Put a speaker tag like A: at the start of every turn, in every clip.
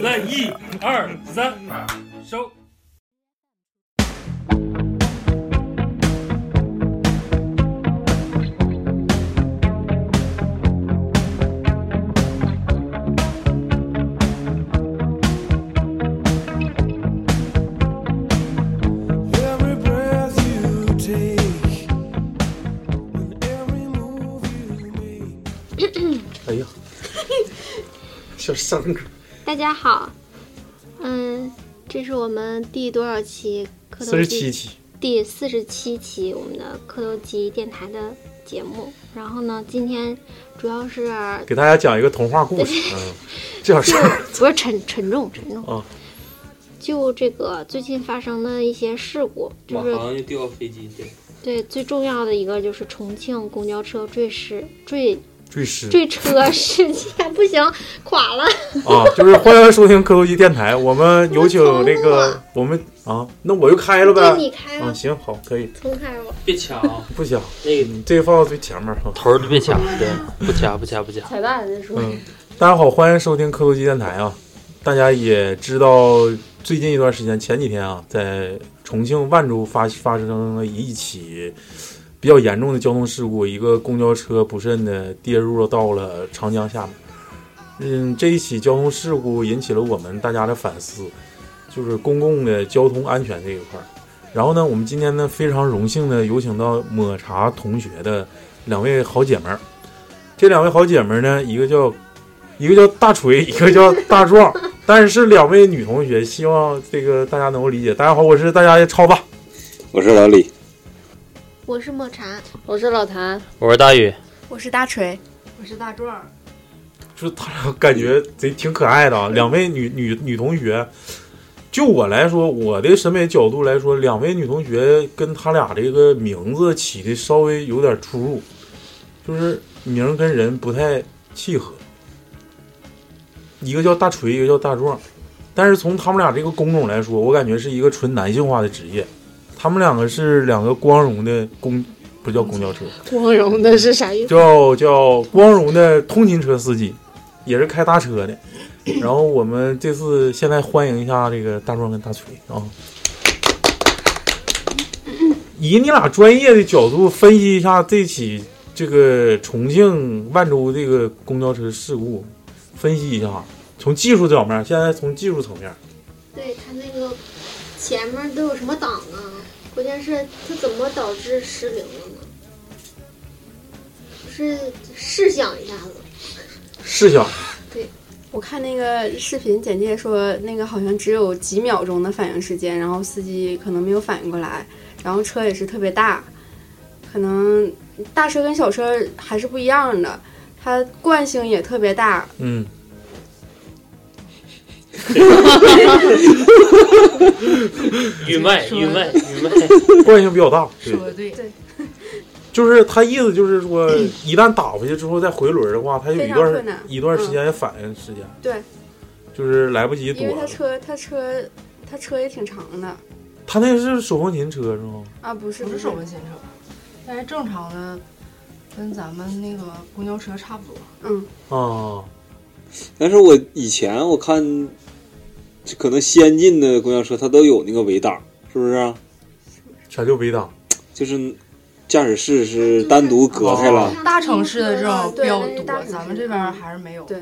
A: 来一二三，收。
B: Every breath you take and every move you make.
C: 哎呀，小三哥，
D: 大家好，嗯，这是我们第多少期磕头
C: 四
D: 机？
C: 十七期，
D: 第四十七期我们的磕头机电台的节目。然后呢，今天主要是
C: 给大家讲一个童话故事。嗯，这小事儿，
D: 不是沉沉重沉重
C: 啊
D: 就这个最近发生的一些事故，就是
E: 就掉飞机，对，
D: 对最重要的一个就是重庆公交车坠尸坠
C: 最湿
D: 坠车事件， 不行，垮了。
C: 啊，就是欢迎收听磕头机电台。我们有请那个我们啊，那我就开了
D: 对，
C: 呗。
D: 你开
C: 啊，
D: 吧，
C: 行，好，可以，
D: 重开吧。
E: 别掐 啊，
C: 不讲，
E: 那个
C: 你这个放到最前面啊。
E: 头儿别掐，对，不掐不掐不掐。
F: 彩蛋这属
C: 嗯，大家好，欢迎收听磕头机电台啊！大家也知道，最近一段时间，前几天啊，在重庆万州发发生了一起比较严重的交通事故，一个公交车不慎的跌入到了长江下面。嗯，这一起交通事故引起了我们大家的反思，就是公共的交通安全这一块儿。然后呢，我们今天呢非常荣幸的有请到抹茶同学的两位好姐们儿。这两位好姐们儿呢，一个叫一个叫大锤，一个叫大壮， 但是是两位女同学，希望这个大家能够理解。大家好，我是大家的超爸。
E: 我是老李，
D: 我是抹茶，
F: 我是老谭，
E: 我是大宇，
G: 我是大锤，
F: 我是大壮。
C: 就是他俩感觉贼挺可爱的
D: 嗯
C: 啊，两位女女女同学。就我来说，我的审美角度来说，两位女同学跟她俩这个名字起的稍微有点出入，就是名儿跟人不太契合。一个叫大锤，一个叫大壮，但是从他们俩这个工种来说，我感觉是一个纯男性化的职业。他们两个是两个光荣的公，不叫公交车，
D: 光荣的是啥意思？
C: 叫叫光荣的通勤车司机，也是开大车的。然后我们这次现在欢迎一下这个大壮跟大锤啊，以你俩专业的角度分析一下这起这个重庆万州这个公交车事故，分析一下，从技术角面，现在从技术层面，
D: 对他那个前面都有什么档啊？关键是他怎么导致失灵了呢？就是试想一下子，
C: 试想
H: 我看那个视频简介说，那个好像只有几秒钟的反应时间，然后司机可能没有反应过来，然后车也是特别大，可能大车跟小车还是不一样的，它惯性也特别大，
C: 嗯，
E: 玉麦玉麦玉麦，
C: 惯性比较大，对。
G: 的对，
C: 就是他意思就是说，一旦打回去之后再回轮的话，他有一
H: 非常困
C: 段
H: 难
C: 一段时间的反应时间，
H: 嗯对，
C: 就是来不及躲
H: 因为它
C: 了。
H: 车它车它车也挺长的
C: 他那是手风琴车是吗？
H: 啊，不是
G: 不是手风，琴车，但是正常的，跟咱们那个公交车差不多。
H: 嗯，
C: 啊，
I: 但是我以前我看，就可能先进的公交车它都有那个围挡，是不是、啊？
C: 全就围挡。
I: 就是驾驶室是单独隔开了，
G: 大城市的这种
H: 嗯对
G: 比较
H: 那是大
G: 多，
H: 城市嗯
G: 咱们这边还是没有。
H: 对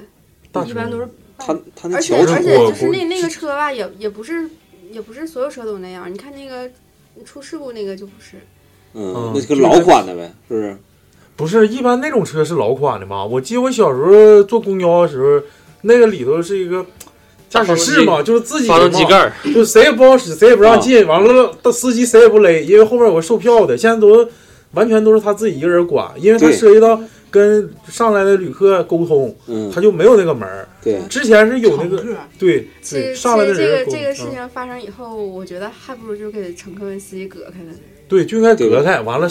C: 大
G: 一般都是
I: 它它那
H: 嗯而且
I: 桥
H: 而
I: 主
H: 且
C: 我
H: 就是那
C: 我
H: 那个车吧，也也不是也不是所有车都那样，你看那个出事故那个就不是。
C: 嗯
I: 嗯，那就跟老款的呗，是不是？
C: 不是一般那种车是老款的嘛？我记得我小时候坐公交的时候，那个里头是一个驾驶室嘛，就是自己
E: 发动机盖
C: 嘛，
E: 儿，啊
C: 就谁也不好使，谁也不让进。完了，到司机谁也不勒，因为后面有个售票的，现在都完全都是他自己一个人管，因为他
I: 对
C: 涉及到跟上来的旅客沟通，
E: 嗯
C: 他就没有那个门儿。
I: 嗯对
C: 之前是有那个
I: 乘客
C: 对
H: 其
C: 对
H: 实，
C: 上来的
H: 其实这
C: 人
H: 个
C: 沟
H: 这个事
C: 嗯
H: 情发生以后，我觉得还不如就给乘客们司机隔开呢。
C: 对，就应该隔开，完了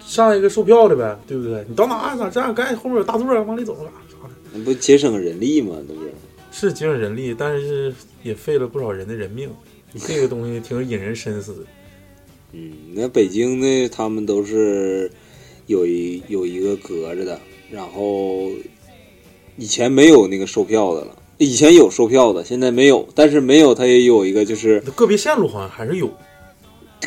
C: 上一个售票的呗，对不对？你到哪咋这样？赶紧后面有大座儿，往里走吧。
I: 那不节省人力吗？那不是
C: 是节省人力，但是也费了不少人的人命，这个东西挺引人深思的。
I: 嗯，那北京呢，他们都是有一有一个隔着的，然后以前没有那个售票的了，以前有售票的，现在没有，但是没有它也有一个就是
C: 个别线路好像还是有，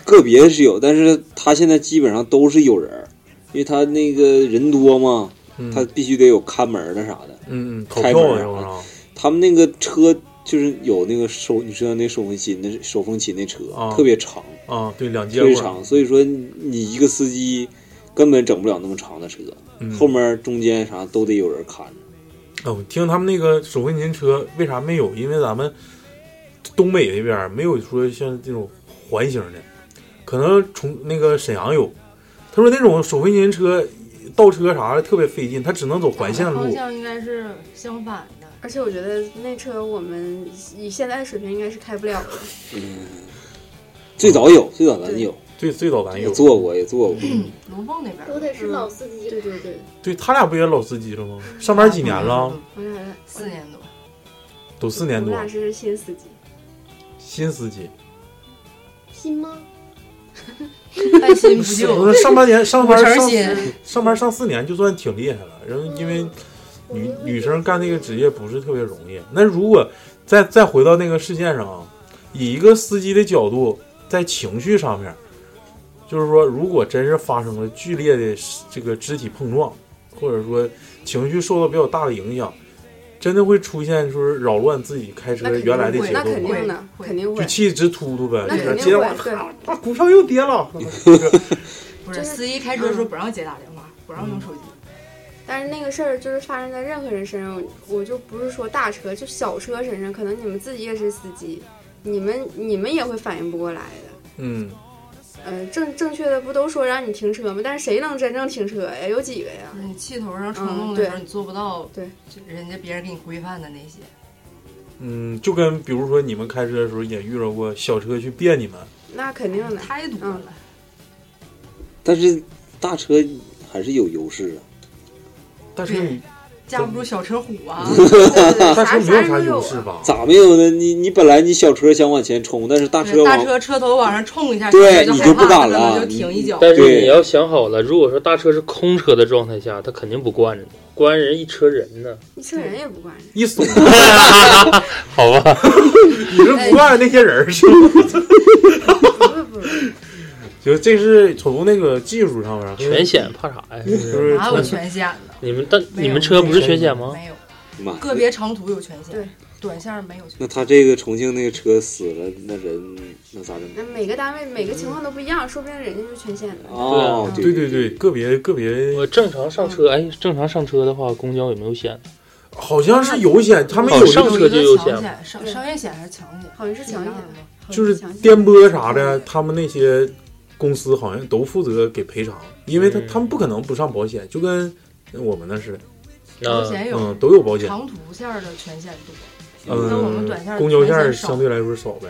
I: 个别是有，但是它现在基本上都是有人儿，因为它那个人多嘛，
C: 嗯
I: 它必须得有看门儿的啥的，
C: 嗯嗯，投
I: 开
C: 票
I: 门
C: 啊，
I: 儿
C: 是不
I: 啊
C: 是啊？
I: 他们那个车就是有那个手，你说那手风琴那手风琴那车、
C: 啊
I: 特别长
C: 啊对两节
I: 特别
C: 棍儿
I: 长，所以说你一个司机根本整不了那么长的车，
C: 嗯
I: 后面中间啥都得有人看着。
C: 哦，我听他们那个手风琴车为啥没有？因为咱们东北那边儿没有说像这种环形的，可能从那个沈阳有。他说那种手风琴车倒车啥的特别费劲，他只能走啊环线
G: 方
C: 路。
G: 向应该是相反的。
H: 而且我觉得那车我们以现在水平应该是开不了了。
I: 嗯，最早有，最早咱有，
C: 最最早咱
I: 有坐过，也坐过。
C: 嗯
G: 龙凤那边
D: 都得是老司机。
H: 对对对，
C: 对他俩不也老司机了吗？上班几年了？
H: 我俩
G: 四年多，
C: 都四年
H: 我
C: 多
H: 俩，是新司机。
C: 新司机。
D: 新吗？
G: 爱新
C: 不是上半年上班
G: 五成
C: 上
G: 新
C: 上班上四年就算挺厉害了，然后因为
H: 嗯
C: 女女生干这个职业不是特别容易。那如果再再回到那个事件上啊，以一个司机的角度，在情绪上面，就是说，如果真是发生了剧烈的这个肢体碰撞，或者说情绪受到比较大的影响，真的会出现说扰乱自己开车原来的节奏吗
H: 那肯定的，肯定
C: 就
H: 会。
C: 气直突突呗，
H: 那肯
C: 接
H: 定
C: 着
H: 会
C: 往，
H: 对。
C: 啊，股票又跌了。
G: 不是司机开车的时候不让接打电话，不让用
C: 嗯
G: 手机。
H: 但是那个事儿就是发生在任何人身上，我就不是说大车，就小车身上，可能你们自己也是司机，你们你们也会反应不过来的。
C: 嗯，
H: 嗯、正正确的不都说让你停车吗？但是谁能真正停车呀？有几个呀？
G: 你气头上冲动的时候，你做不到，
H: 嗯对，
G: 人家别人给你规范的那些，
C: 嗯，就跟比如说你们开车的时候也遇到过小车去别你们，
H: 那肯定的，嗯
G: 太多了。
I: 但是大车还是有优势啊。
C: 但是你
G: 架不住小车虎啊。
C: 嗯大车没有啥优势吧？
I: 咋没有呢？你你本来你小车想往前冲，但是大车
G: 嗯大
I: 往
G: 车车头往上冲一下，
I: 对
G: 小车
I: 你就
G: 害怕
I: 不敢
G: 可能就
I: 了
G: 停一脚。
I: 对
E: 但是你要想好了，如果说大车是空车的状态下，他肯定不惯着你，关人一车人呢。
H: 一车人也不惯人。
C: 一怂，
E: 好吧，
C: 你是不惯那些人儿是吗？就这是从那个技术上面儿
E: 全险怕啥呀？是不
C: 就是是
G: 哪有全险呢？
E: 你们但你们车不是全险吗？
G: 没有，
I: 妈，
G: 个别长途有全险，短线没有全
I: 那他这个重庆那个车死了，那人那咋整？
H: 那每个单位每个情况都不一样，说不定人家就全县的。
I: 哦，
C: 嗯对对对，个别个别，
E: 我正常上车，哎，正常上车的话，公交有没有险？
C: 好像是有险，他们有
E: 哦
C: 那
E: 上
C: 个
E: 车就有险
G: 强，险，商商业险还是强险？
H: 好像是强险，
C: 就是颠簸啥的，他们那些公司好像都负责给赔偿，因为他
E: 嗯
C: 他们不可能不上保险，就跟我们那似的，
G: 保险有，
C: 嗯都有保险
G: 长途线的全险多，哎那我们
C: 嗯
G: 短线，
C: 公交线
G: 全
C: 儿
G: 险少
C: 相对来说少呗。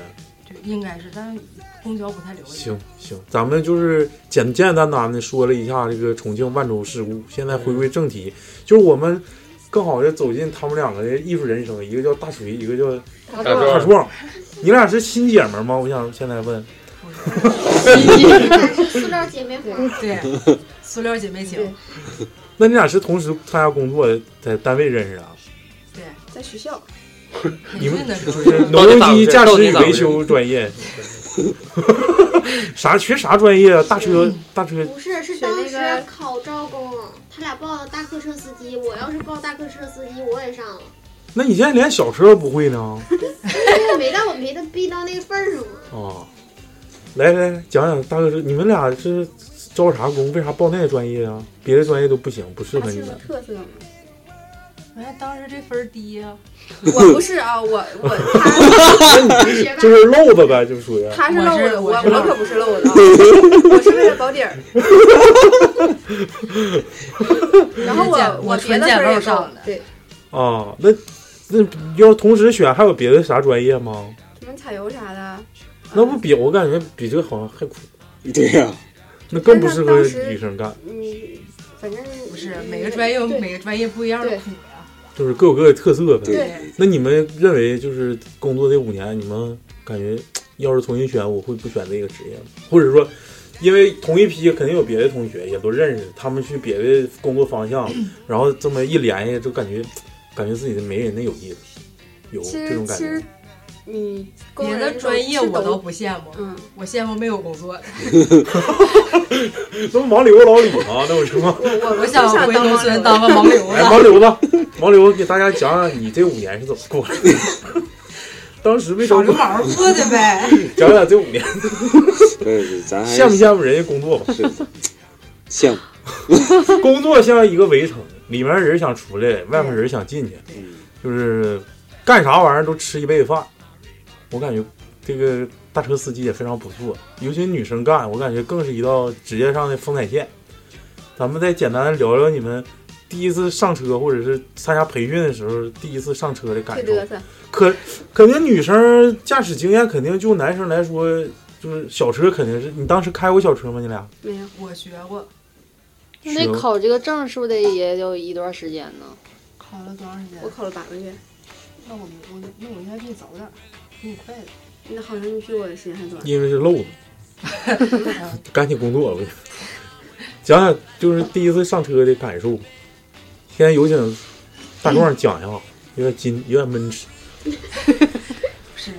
G: 对应该是，但是公交不太流行。
C: 行行，咱们就是简简简单单的说了一下这个重庆万州事故。现在回归正题，就是我们更好的走进他们两个的艺术人生，一个叫大锤，一个叫
E: 大壮
C: 壮。你俩是亲姐们儿吗？我想现在问。
D: 塑料姐妹花。
G: 对，塑料姐妹情，
C: 那你俩是同时参加工作的，在单位认识的啊？
G: 对，
H: 在学校，
C: 你们
G: 训的时
C: 就
G: 候
C: 是
E: 到底
C: 农用
E: 咋回
C: 机
E: 事
C: 驾
E: 到
C: 驶
E: 底
C: 与
E: 咋回
C: 维
E: 事
C: 修专业， 啥学啥专业啊？大车大
J: 嗯
C: 车
D: 不是，是当时考招工，他俩报的大客车司机。我要是报大客车司机，我也上 了。
C: 那你现在连小车都不会呢？
D: 因为哎没到我没到逼到那个份儿上嘛。
C: 啊，来来来，讲讲大哥是你们俩是招啥工？为啥报那个专业啊？别的专业都不行，不适
H: 大
C: 合你
H: 庆的
C: 们。
H: 特色嘛。
G: 人家哎当时这分儿低呀、
H: 我不是啊，我我
C: 你就是漏子呗，就属于。
H: 他是漏的，我
G: 呃我是
H: 我可不是漏的啊，我是为了保底 儿。然后
G: 我
H: 我别
G: 纯
H: 的
G: 捡
H: 分儿
G: 漏
H: 也
G: 上
H: 高
G: 的，
H: 对，
C: 啊，那那要同时选还有别的啥专业吗？
H: 什么采油啥的，
C: 那不比我感觉比这个好像还苦。
I: 对呀、
C: 那更不适合
H: 但是当时
C: 女生干，
H: 嗯，反正
G: 不是每个专业有
H: 对
G: 每个专业不一样的苦呀、
C: 就是各有各的特色呗。
I: 对
H: 对
C: 那你们认为就是工作这五年，你们感觉要是重新选，我会不选这个职业吗？或者说，因为同一批肯定有别的同学也都认识，他们去别的工作方向，
H: 嗯
C: 然后这么一联系，就感觉感觉自己的没人那有意思，有
H: 其
C: 这
H: 实
C: 种
H: 其
C: 感
H: 实
C: 觉。
H: 嗯，
G: 别的专业我都不羡慕，
H: 嗯，
G: 我羡慕没有工作的。
C: 那不盲流老李吗？那我 说吗？
H: 我 我
G: 我
H: 我
G: 想
H: 想
G: 回
H: 当
G: 农
H: 盲
G: 村
H: 流
G: 当个盲流
C: 哎，
G: 子。
C: 盲流子，盲流子给大家讲讲你这五年是怎么过来的。 当时为啥
G: 找流氓过的呗，
C: 讲讲这五年，
I: 对对，咱还
C: 羡慕羡慕人家工作吧？
I: 是羡慕，
C: 工作像一个围城，里面人想出来，外面人想进去，
I: 嗯，
C: 就是干啥玩意儿都吃一辈子饭。我感觉这个大车司机也非常不错，尤其女生干，我感觉更是一道职业上的风采线。咱们再简单聊聊你们第一次上车，或者是参加培训的时候第一次上车的感
H: 最
C: 受。
H: 嘚瑟，
C: 可肯定女生驾驶经验肯定就男生来说，就是小车肯定是你当时开过小车吗？你俩？
H: 没有，
G: 我学过，
C: 学
J: 那
C: 过
J: 考这个证是不是得也有一段时间呢？
G: 考了多长时间
H: 我？考了八个月，
G: 那我我那我应该比你早点儿，比你快点儿。
H: 那好像你比我的时间还短。
C: 因为是漏子，赶紧工作吧。讲讲就是第一次上车的感受。现在有请大壮讲一下，有点紧，有点闷吃
G: 是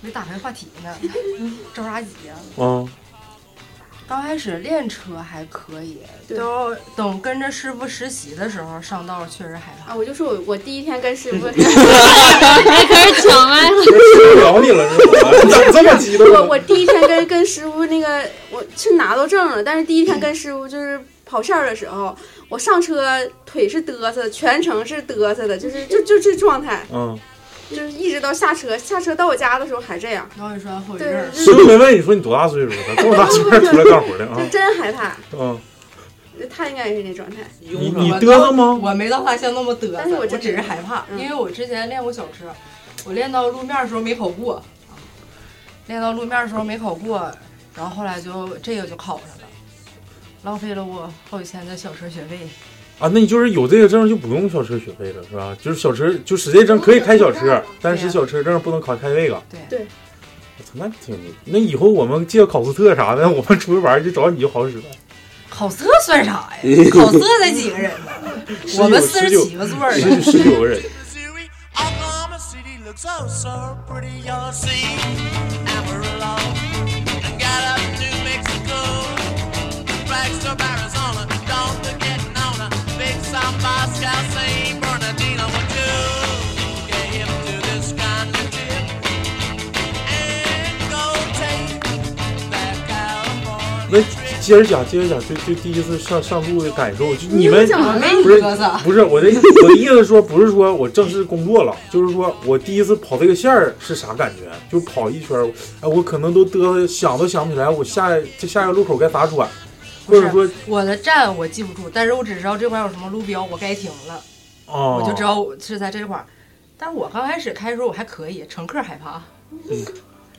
G: 没打开话题 呢，着啥急呀？
C: 啊。
G: 刚开始练车还可以，
H: 对
G: 都等跟着师傅实习的时候上道，确实害怕。
H: 啊，我就说我我第一天 跟师傅，
J: 还开始抢麦了，
C: 受不了你了是吧？你咋这么激动
H: 我
C: 呢？
H: 我第一天跟跟师傅那个我去拿到证了，但是第一天跟师傅就是跑线儿的时候，我上车腿是嘚瑟，全程是嘚瑟的，就是就就这状态，
C: 嗯，
H: 就是一直到下车，下车到我家的时候还这样，
G: 然后你说后遗
H: 对
G: 症，，
H: 就
C: 师
H: 是
C: 傅没问你说你多大岁数，咋这么大岁数出来干活的
H: 就
C: 啊？
H: 真害怕，
C: 嗯，
H: 他应该也是那状态，
C: 你你嘚瑟吗？
G: 我没到他像那么嘚瑟，
H: 但是
G: 我
H: 我真
G: 只是害怕，
H: 嗯
G: 因为我之前练过小车，我练到路面的时候没考过，啊练到路面的时候没考过，然后后来就这个就考上了，浪费了我好几千的小车学费。
C: 啊，那你就是有这个证就不用小车学费了，是吧？就是小车就使这证可以开小车，但是小车证不能考开那个。
G: 对
H: 对
C: 我操，那挺牛那以后我们借考斯特啥的， 我们出去玩儿就找你就好使了。
G: 考色算啥呀？考色才几个人呢？我们四十几个座 儿呢。
C: 十九十九个人，
B: Missouri, Oklahoma City looks oh so pretty. You'll see Amarillo and got up New Mexico, Flagstaff, Arizona. Don't forget Nona, Big South, Moscow, St. Bernardino, and two. Get hip to this kind of tip and go take that California
C: 那
B: trip.
C: 接着讲，接着讲，就就第一次上上路的感受，就你们
G: 我没
C: 不是
G: 嘚瑟，
C: 不是我的我的意思是说，不是说我正式工作了，就是说我第一次跑这个线儿是啥感觉？就跑一圈儿，哎，我可能都嘚瑟，想都想不起来，我下这下一个路口该咋转，或者说
G: 我的站我记不住，但是我只知道这块有什么路标，我该停了，
C: 啊，
G: 我就知道我是在这块儿。但是我刚开始开的时候我还可以，乘客害怕，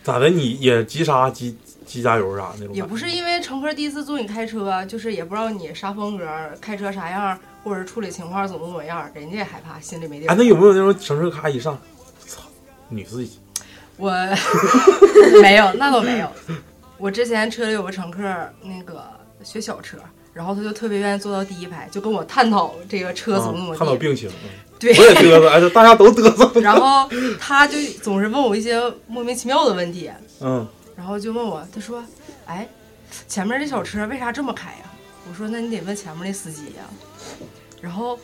C: 咋的？你也急刹急急加油啥那种感觉？
G: 也不是因为乘客第一次坐你开车，啊就是也不知道你啥风格，开车啥样，或者是处理情况怎么怎么样，人家也害怕，心里没底儿。
C: 哎，那有没有那种乘车咔一上，操，女司机
G: 我 没有，那倒没 有。我之前车里有个乘客，那个学小车，然后他就特别愿意坐到第一排，就跟我探讨这个车怎么怎么
C: 啊
G: 地。
C: 看到病情，嗯
G: 对
C: 我也嘚瑟，哎，这大家都嘚 瑟。
G: 然后他就总是问我一些莫名其妙的问题，
C: 嗯，
G: 然后就问我，他说：“哎，前面这小车为啥这么开呀、我说：“那你得问前面那司机呀、然后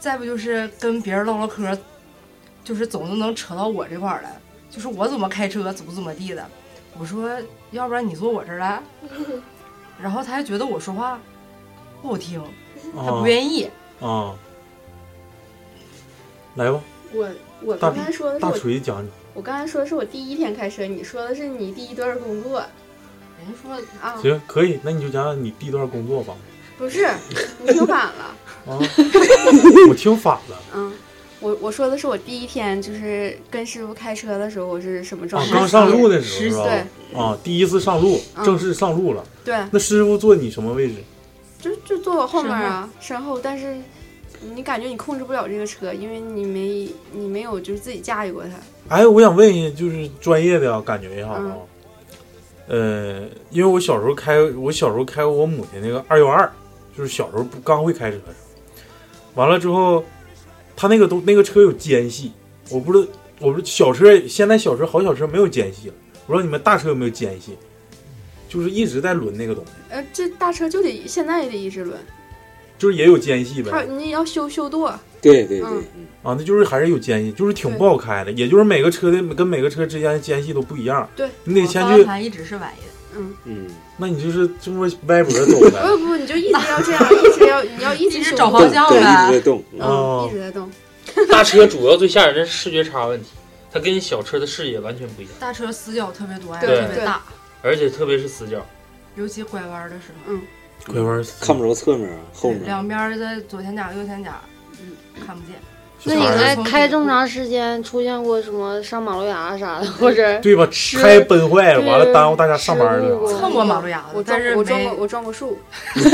G: 再不就是跟别人唠唠嗑，就是总是能扯到我这块儿来，就是我怎么开车，怎么怎么地的。我说：“要不然你坐我这儿 来。”然后他还觉得我说话不好听，他
C: 啊
G: 不愿意。
C: 啊，来吧，
H: 我我
C: 大
H: 刚才说的是
C: 大
H: 我
C: 锤讲
H: 我刚才说的是我第一天开车，你说的是你第一段工作。人家说啊，
G: 嗯
C: 行可以，那你就讲讲你第一段工作吧。
H: 不是，你听反了。
C: 啊，我听反了。
H: 嗯，我我说的是我第一天就是跟师傅开车的时候，我是什么状
C: 啊，
H: 态？
C: 刚上路的时候
H: 对
C: 是吧？啊，第一次上路，
H: 嗯
C: 正式上路了。
H: 对
C: 那师傅坐你什么位置？
H: 就就坐我后面啊，身后，但是你感觉你控制不了这个车，因为你没你没有就是自己驾驭过它。
C: 哎，我想问一下，就是专业的啊，感觉一下啊
H: 嗯。
C: 呃，因为我小时候开，我小时候开过我母亲那个二幺二，就是小时候不刚会开车的时候。完了之后，他那个都那个车有间隙，我不知道，我不是小车，现在小车好小车没有间隙了，我不知道你们大车有没有间隙，就是一直在轮那个东西，
H: 呃，这大车就得现在也得一直轮，
C: 就是也有间隙呗。
H: 它你要修修舵。
C: 对对
H: 嗯，
C: 啊，那就是还是有间隙，就是挺不好开的，也就是每个车的跟每个车之间的间隙都不一样。
H: 对，
C: 你得
G: 我
C: 先
G: 方向
C: 去，
G: 盘一直是崴的。
H: 嗯，
I: 嗯，
C: 那你就是这么歪脖走 呗。
H: 不呃不，你就一直要这样，一直要你要一直修
G: 找
H: 舵
G: 方向呗
I: 在动
H: 嗯，一直在动。
E: 大车主要最吓人的是视觉差问题，它跟小车的视野完全不一样，
G: 大车死角特别多，
E: 对
G: 特别大，
E: 而且特别是死角，
G: 尤其拐弯的时候，嗯，
C: 拐弯
I: 看不着侧面啊，后面
G: 两边的左前角、右前角，嗯，看不见。
J: 那你在开这么长时间，出现过什么上马路牙啥的，或者
C: 对吧？
J: 吃
C: 开奔坏了，
J: 对
C: 完了耽误大家上班
J: 失误
C: 了。
J: 过
G: 蹭过马路牙
H: 我
G: 子，
H: 撞
G: 呃但是
H: 我撞
G: 没
H: 过我撞过树，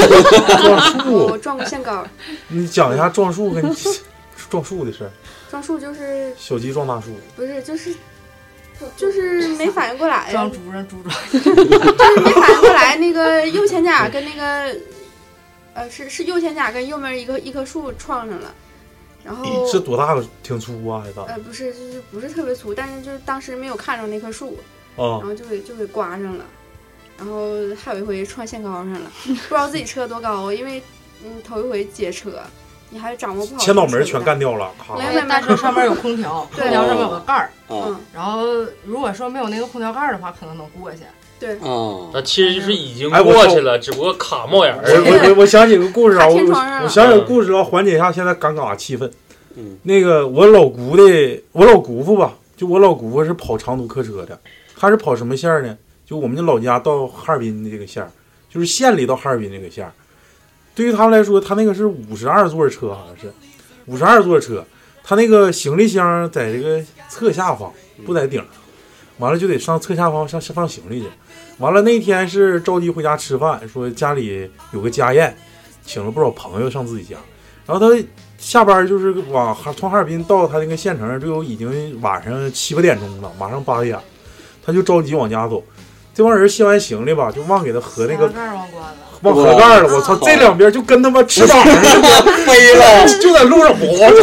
C: 撞树
H: 我，撞过限高，
C: 你讲一下撞树跟 撞树的事儿。
H: 撞树就是
C: 小鸡撞大树，
H: 不是就是就是没反应过来 呀，
G: 撞猪上猪撞，
H: 就是没反应过来那个右前甲跟那个呃是是右前甲跟右面一个一棵树撞上了，然后
C: 是多大个？挺粗啊，还大
H: 呃不是就是不是特别粗，但是就是当时没有看着那棵树，然
C: 啊？
H: 后就给就给刮上了，然后还有一回撞限高上了，不知道自己车多高，因为嗯头一回接车，你还掌握嗯不好
C: 前脑
H: 车
C: 门
H: 的
C: 全干掉了，咔
H: 没！有没有，
G: 大车上面有空调，
H: 对
G: 空调上面
E: 哦
G: 有个盖儿，
C: 哦
I: 嗯，
G: 然后如果说没有那个空调盖儿的话，可能能过去。
H: 对，
G: 嗯
I: 啊，
E: 那其实就是已经
C: 哎我
E: 过去了，只不过卡冒眼
C: 我我
E: 儿。
C: 我我想起个故事啊，
E: 卡
C: 我
E: 天
C: 我
E: 窗上了
C: 我想起个故事啊，缓解一下现在尴尬气氛。
I: 嗯，
C: 那个我老姑的，我老姑父吧，就我老姑父是跑长途客车的，他是跑什么线儿呢？就我们的老家到哈尔滨的这个线儿，就是县里到哈尔滨这个线儿。对于他们来说，他那个是五十二座车，好像是五十二座车，他那个行李箱在这个侧下方，不在顶上。完了就得上侧下方上上放行李去。完了那天是着急回家吃饭，说家里有个家宴，请了不少朋友上自己家。然后他下班就是往哈从哈尔滨到他那个县城，就已经晚上七八点钟了，马上八点了，他就着急往家走。这帮人卸完行李吧，就忘给他和那个
G: 盖儿忘关了，
C: 忘盒盖了。我操，这两边就跟他妈翅膀似的
I: 飞 了，
C: 就在路上滑。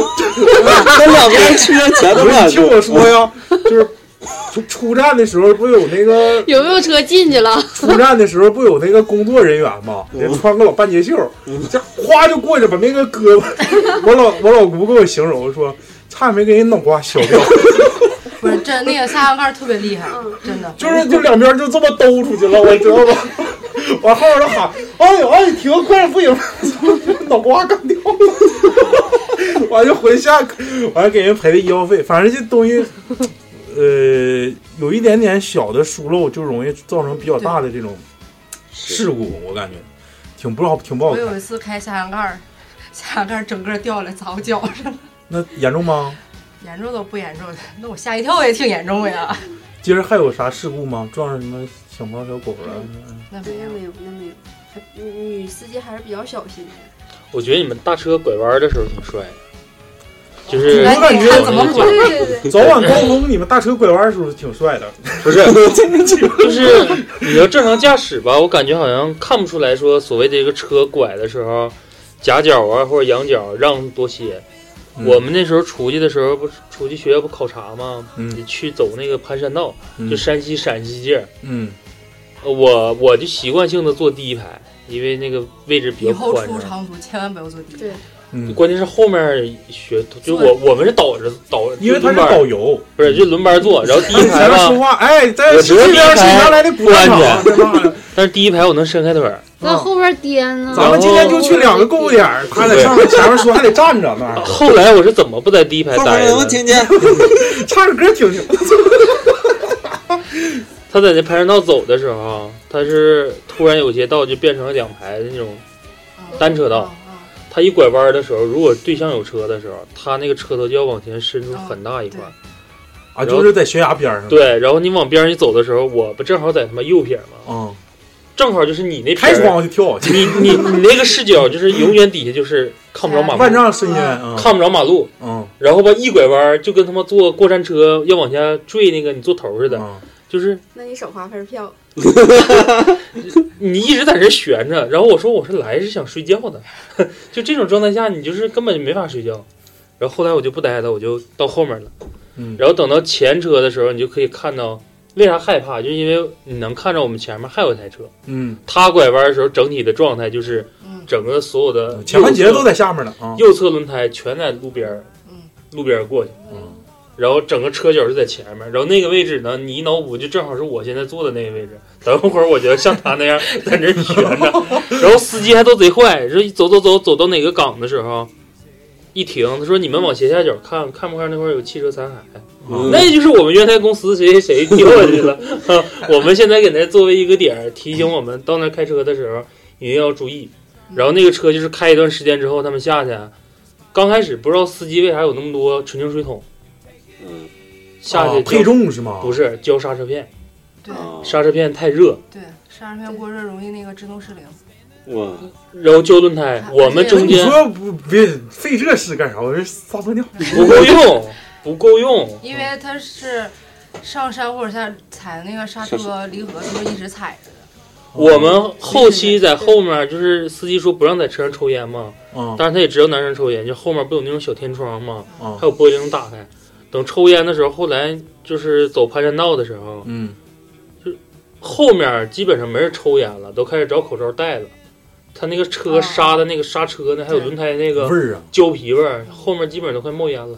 I: 那两边车前头
C: 不是
I: 俩
C: 你听 我说呀，就是出出站的时候不有那个
J: 有没有车进去了？
C: 出站的时候不有那个工作人员吗？得穿个老半截袖，这哗就过去把那个胳膊， 我老我老姑给我形容说，差点没给人脑瓜削掉，
G: 不是真那个下降盖儿特别厉害，
H: 嗯
G: 真 的。
C: 就是就两边就这么兜出去了，我知道吧？往后边都喊，哎呦哎，停，快点不行，脑瓜干掉了， 完就回家，完给人赔的医药费，反正这东西。呃，有一点点小的疏漏，就容易造成比较大的这种事故，我感觉挺不好，
E: 哦
C: 挺不好
G: 我
C: 看。
G: 有一次开下降盖儿，下降盖儿整个掉了，砸我脚上了，
C: 那严重吗？
G: 严重都不严重，那我吓一跳也挺严重 呀。
C: 今儿还有啥事故吗？撞上什么小猫小狗了？
G: 那
H: 没有没有那没有，还女司机还是比较小心的。
E: 我觉得你们大车拐弯的时候挺帅的，就 是
G: 哎
C: 我感觉
H: 对对对
C: 早晚高峰你们大车拐弯的时候挺帅的，
E: 不是，就是你要正常驾驶吧，我感觉好像看不出来说所谓的一个车拐的时候，夹角啊或者仰角让多些。
K: 嗯
E: 我们那时候出去的时候，不是出去学校不考察吗？
K: 嗯
E: 得去走那个盘山道，
K: 嗯
E: 就山西陕西界儿。
C: 嗯，
E: 呃我我就习惯性的坐第一排，因为那个位置比
G: 以
E: 较
G: 后
E: 宽
G: 出
E: 敞。
G: 长途千万不要坐地铁。
C: 嗯
E: 关键是后面学，
G: 坐
E: 就我我们是导着导，
C: 因为他
E: 就轮
C: 是
E: 班
C: 导游，
E: 不是就轮班坐，然后第一排
C: 前面
E: 吧
C: 说话，哎，在
E: 我
C: 这
E: 觉得第一
C: 边是
E: 排
C: 原来的古
E: 不
C: 战
E: 安
C: 场，
E: 全，但是第一排我能伸开腿儿，
C: 嗯
J: 在后边颠呢。
K: 咱们今天就去两个购物点儿，他在上面前面说还得站着
C: 啊
K: 呢。
E: 后来我是怎么不在第一排
K: 后
E: 待
K: 面
E: 着
K: 能不能
E: 呢？
K: 听见？ 唱首歌听听。
E: 他在那排山道走的时候，他是突然有些道就变成了两排的那种
G: 嗯
E: 单车道。他一拐弯的时候，如果对向有车的时候，他那个车头就要往前伸
G: 哦
E: 出很大一块。
C: 啊，
E: 然
C: 就
E: 后
C: 是在悬崖边上。，
E: 对，然后你往边上一走的时候，我不正好在他妈右撇吗？
C: 嗯，
E: 正好就是你那撇
C: 开窗户就跳下去。
E: 你你你那个视角就是永远底下就是看不着马路，
C: 万丈深渊嗯
E: 看不着马路，
C: 嗯，
E: 然后吧一拐弯儿就跟他妈坐过山车要往下坠那个你坐头似的，
C: 嗯
E: 就是
H: 那你少花份票。
E: 你一直在这悬着。然后我说我是来是想睡觉的， 就这种状态下你就是根本就没法睡觉。然后后来我就不待了，我就到后面了。
C: 嗯
E: 然后等到前车的时候，你就可以看到为啥害怕，就因为你能看着我们前面还有一台车。
C: 嗯，
E: 他拐弯的时候，整体的状态就是整个所有的
C: 嗯前半截都在下面了啊
E: 右侧轮胎全在路边儿，路边儿过去，然后整个车角就在前面，然后那个位置呢，你一脑补就正好是我现在坐的那个位置。等会儿我觉得像他那样 在那儿悬着，然后司机还都贼坏，说走走走走到哪个岗的时候。一停，他说：“你们往斜下角看，看不看那块儿有汽车残骸？
C: 嗯
E: 那就是我们原来公司谁谁谁掉下去了。 啊我们现在给它作为一个点儿，提醒我们到那儿开车的时候一定要注意。然后那个车就是开一段时间之后，他们下去，啊刚开始不知道司机为啥有那么多纯净水桶，
I: 嗯，
E: 下去浇
C: 啊配重是吗
E: 不是浇刹车片，
G: 对
H: 哦
I: 啊
E: 刹车片太热，
G: 对，嗯刹车片过热容易那个制动失灵。
I: 哇，
E: 然后浇轮胎，我们中间
C: 你说不别费这事干啥？我这撒泡尿
E: 不够用，不够
C: 嗯
E: 用，
G: 因为它是上山或者下踩那个刹车离合，就是一直踩着的。
E: 我们后期在后面，就是司机说不让在车上抽烟嘛，
C: 嗯
E: 但是他也知道男生抽烟，就后面不有那种小天窗嘛，
C: 嗯
E: 还有玻璃能打开。等抽烟的时候，后来就是走盘山道的时候，
C: 嗯，
E: 后面基本上没人抽烟了，都开始找口罩戴了。他那个车刹的那个刹车呢，还有轮胎那个
C: 味儿啊
E: 胶皮味儿，后面基本上都快冒烟了。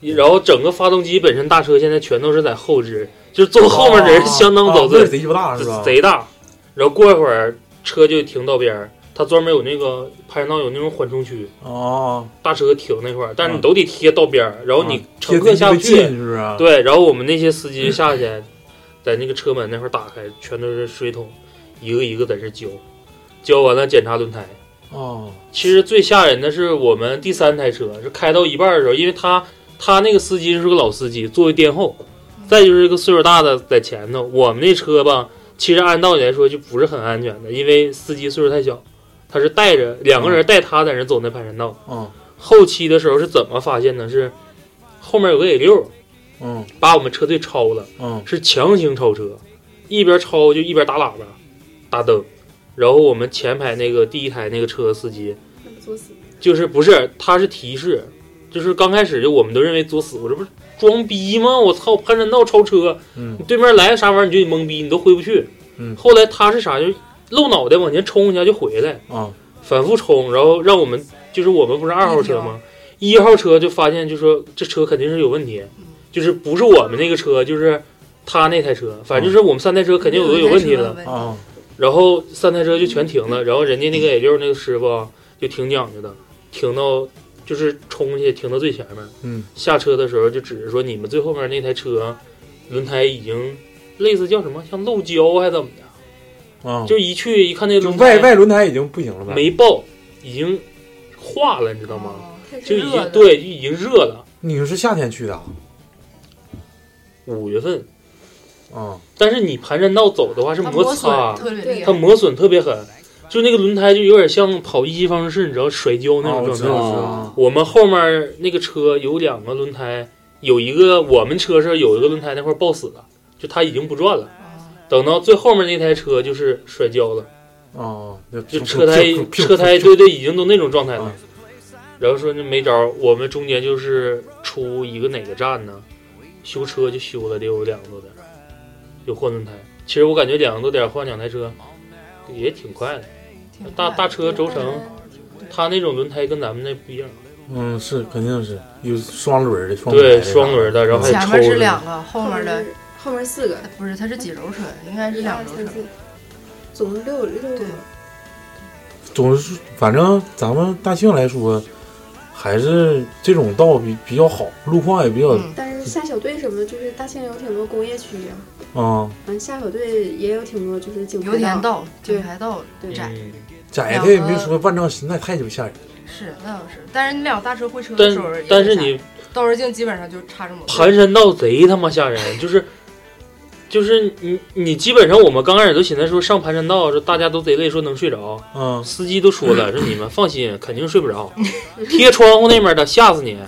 E: 然后整个发动机本身，大车现在全都是在后置，就是坐后面的人
C: 啊
E: 相当
C: 啊
E: 走
C: 味
E: 字，
C: 儿贼鸡巴大是吧
E: 贼大。然后过一会儿车就停道边儿，它专门有那个盘山道有那种缓冲区，
C: 哦，
E: 大车停那块儿，但是你都得贴道边儿，然
C: 嗯
E: 后你乘客下不去，
C: 贴地就进是不是
E: 对，然后我们那些司机下去， 在那个车门那块儿打开，全都是水桶，一个一个在这浇，浇完了检查轮胎。
C: 哦，
E: 其实最吓人的是我们第三台车是开到一半儿的时候，因为他他那个司机是个老司机，作为殿后，再就是一个岁数大的在前头。我们那车吧，其实按道理来说就不是很安全的，因为司机岁数太小，他是带着两个人带他在那走那盘山道。
C: 嗯
E: 后期的时候是怎么发现呢？是后面有个 A 六，
C: 嗯
E: 把我们车队超了，
C: 嗯
E: 是强行超车，一边超就一边打喇叭、打灯，然后我们前排那个第一台那个车司机，
H: 那不作死。
E: 就是不是他是提示，就是刚开始就我们都认为作死，我这不是装逼吗？我操，盘山道超车，
C: 嗯
E: 你对面来个啥玩意儿你就得懵逼，你都回不去。
C: 嗯
E: 后来他是啥，就是露脑袋往前冲一下就回来，
C: 啊，
E: 反复冲，然后让我们就是我们不是二号车吗？一号车就发现就说这车肯定是有问题，就是不是我们那个车，就是他那台车，反正就是我们嗯三台车肯定有个有问题了。
C: 啊，
E: 然后三台车就全停了，然后人家那个 A 六那个师傅啊就挺讲究的，停到就是冲去停到最前面，
C: 嗯
E: 下车的时候就指着说你们最后面那台车轮胎已经类似叫什么像漏胶还怎么的，
C: 啊，
E: 就一去一看那
C: 就
E: 轮
C: 外
E: 胎
C: 外轮胎已经不行了哦呗，
E: 没爆，已经化了，你知道吗？
G: 嗯
E: 就已
C: 热
E: 经
C: 的
E: 对，就已经热了。
C: 你是夏天去的啊？
E: 五月份，
C: 啊，
E: 但是你盘山道走的话是
C: 它
E: 摩
C: 磨损
E: 擦，啊
C: 特别厉害
E: 它磨损特别狠，就那个轮胎就有点像跑一级方程式，你知道甩胶那
C: 啊
E: 种
C: 我
E: 状
C: 知
E: 态。
C: 道我知道
E: 我们后面那个车有两个轮胎，有一个我们车是有一个轮胎那块抱死了，就它已经不转了。
G: 啊
E: 等到最后面那台车就是摔跤了，
C: 啊，
E: 就啊车胎车胎对对已经都那种状态了。然后说那没招儿，我们中间就是出一个哪个站呢？修车就修了得有两个多点儿，就换轮胎。其实我感觉两个多点儿换两台车也挺快的，大大车轴承，它那种轮胎跟咱们那不一样，
C: 嗯，是肯定是有双轮儿的，双
E: 对
C: 轮儿的嗯
E: 双轮儿的然后还有
G: 前面是两个，后面的
H: 后面四个，
G: 不是，它是几轴车？应该是两轴车。
H: 总共六六个。
C: 总是反正咱们大庆来说，还是这种道比比较好，路况也比较
E: 嗯
H: 但是下小队什么，就是大庆有挺多工业区呀、
C: 啊
H: 完下小队也有挺多就是景
G: 油田
H: 道
G: 嗯道、景台道窄，
E: 嗯
C: 窄的也别说，万丈深那太鸡巴吓人。
G: 是那倒是。但是你俩大车会车的
E: 但
G: 时候也窄，
E: 但是你
G: 倒车镜基本上就差这么多。
E: 盘山道贼他妈吓人，就是就是你你基本上我们刚开始都寻思说上盘山道，说大家都贼累，说能睡着，
C: 嗯，
E: 司机都说了，说你们放心，肯定睡不着，贴窗户那面的吓死你。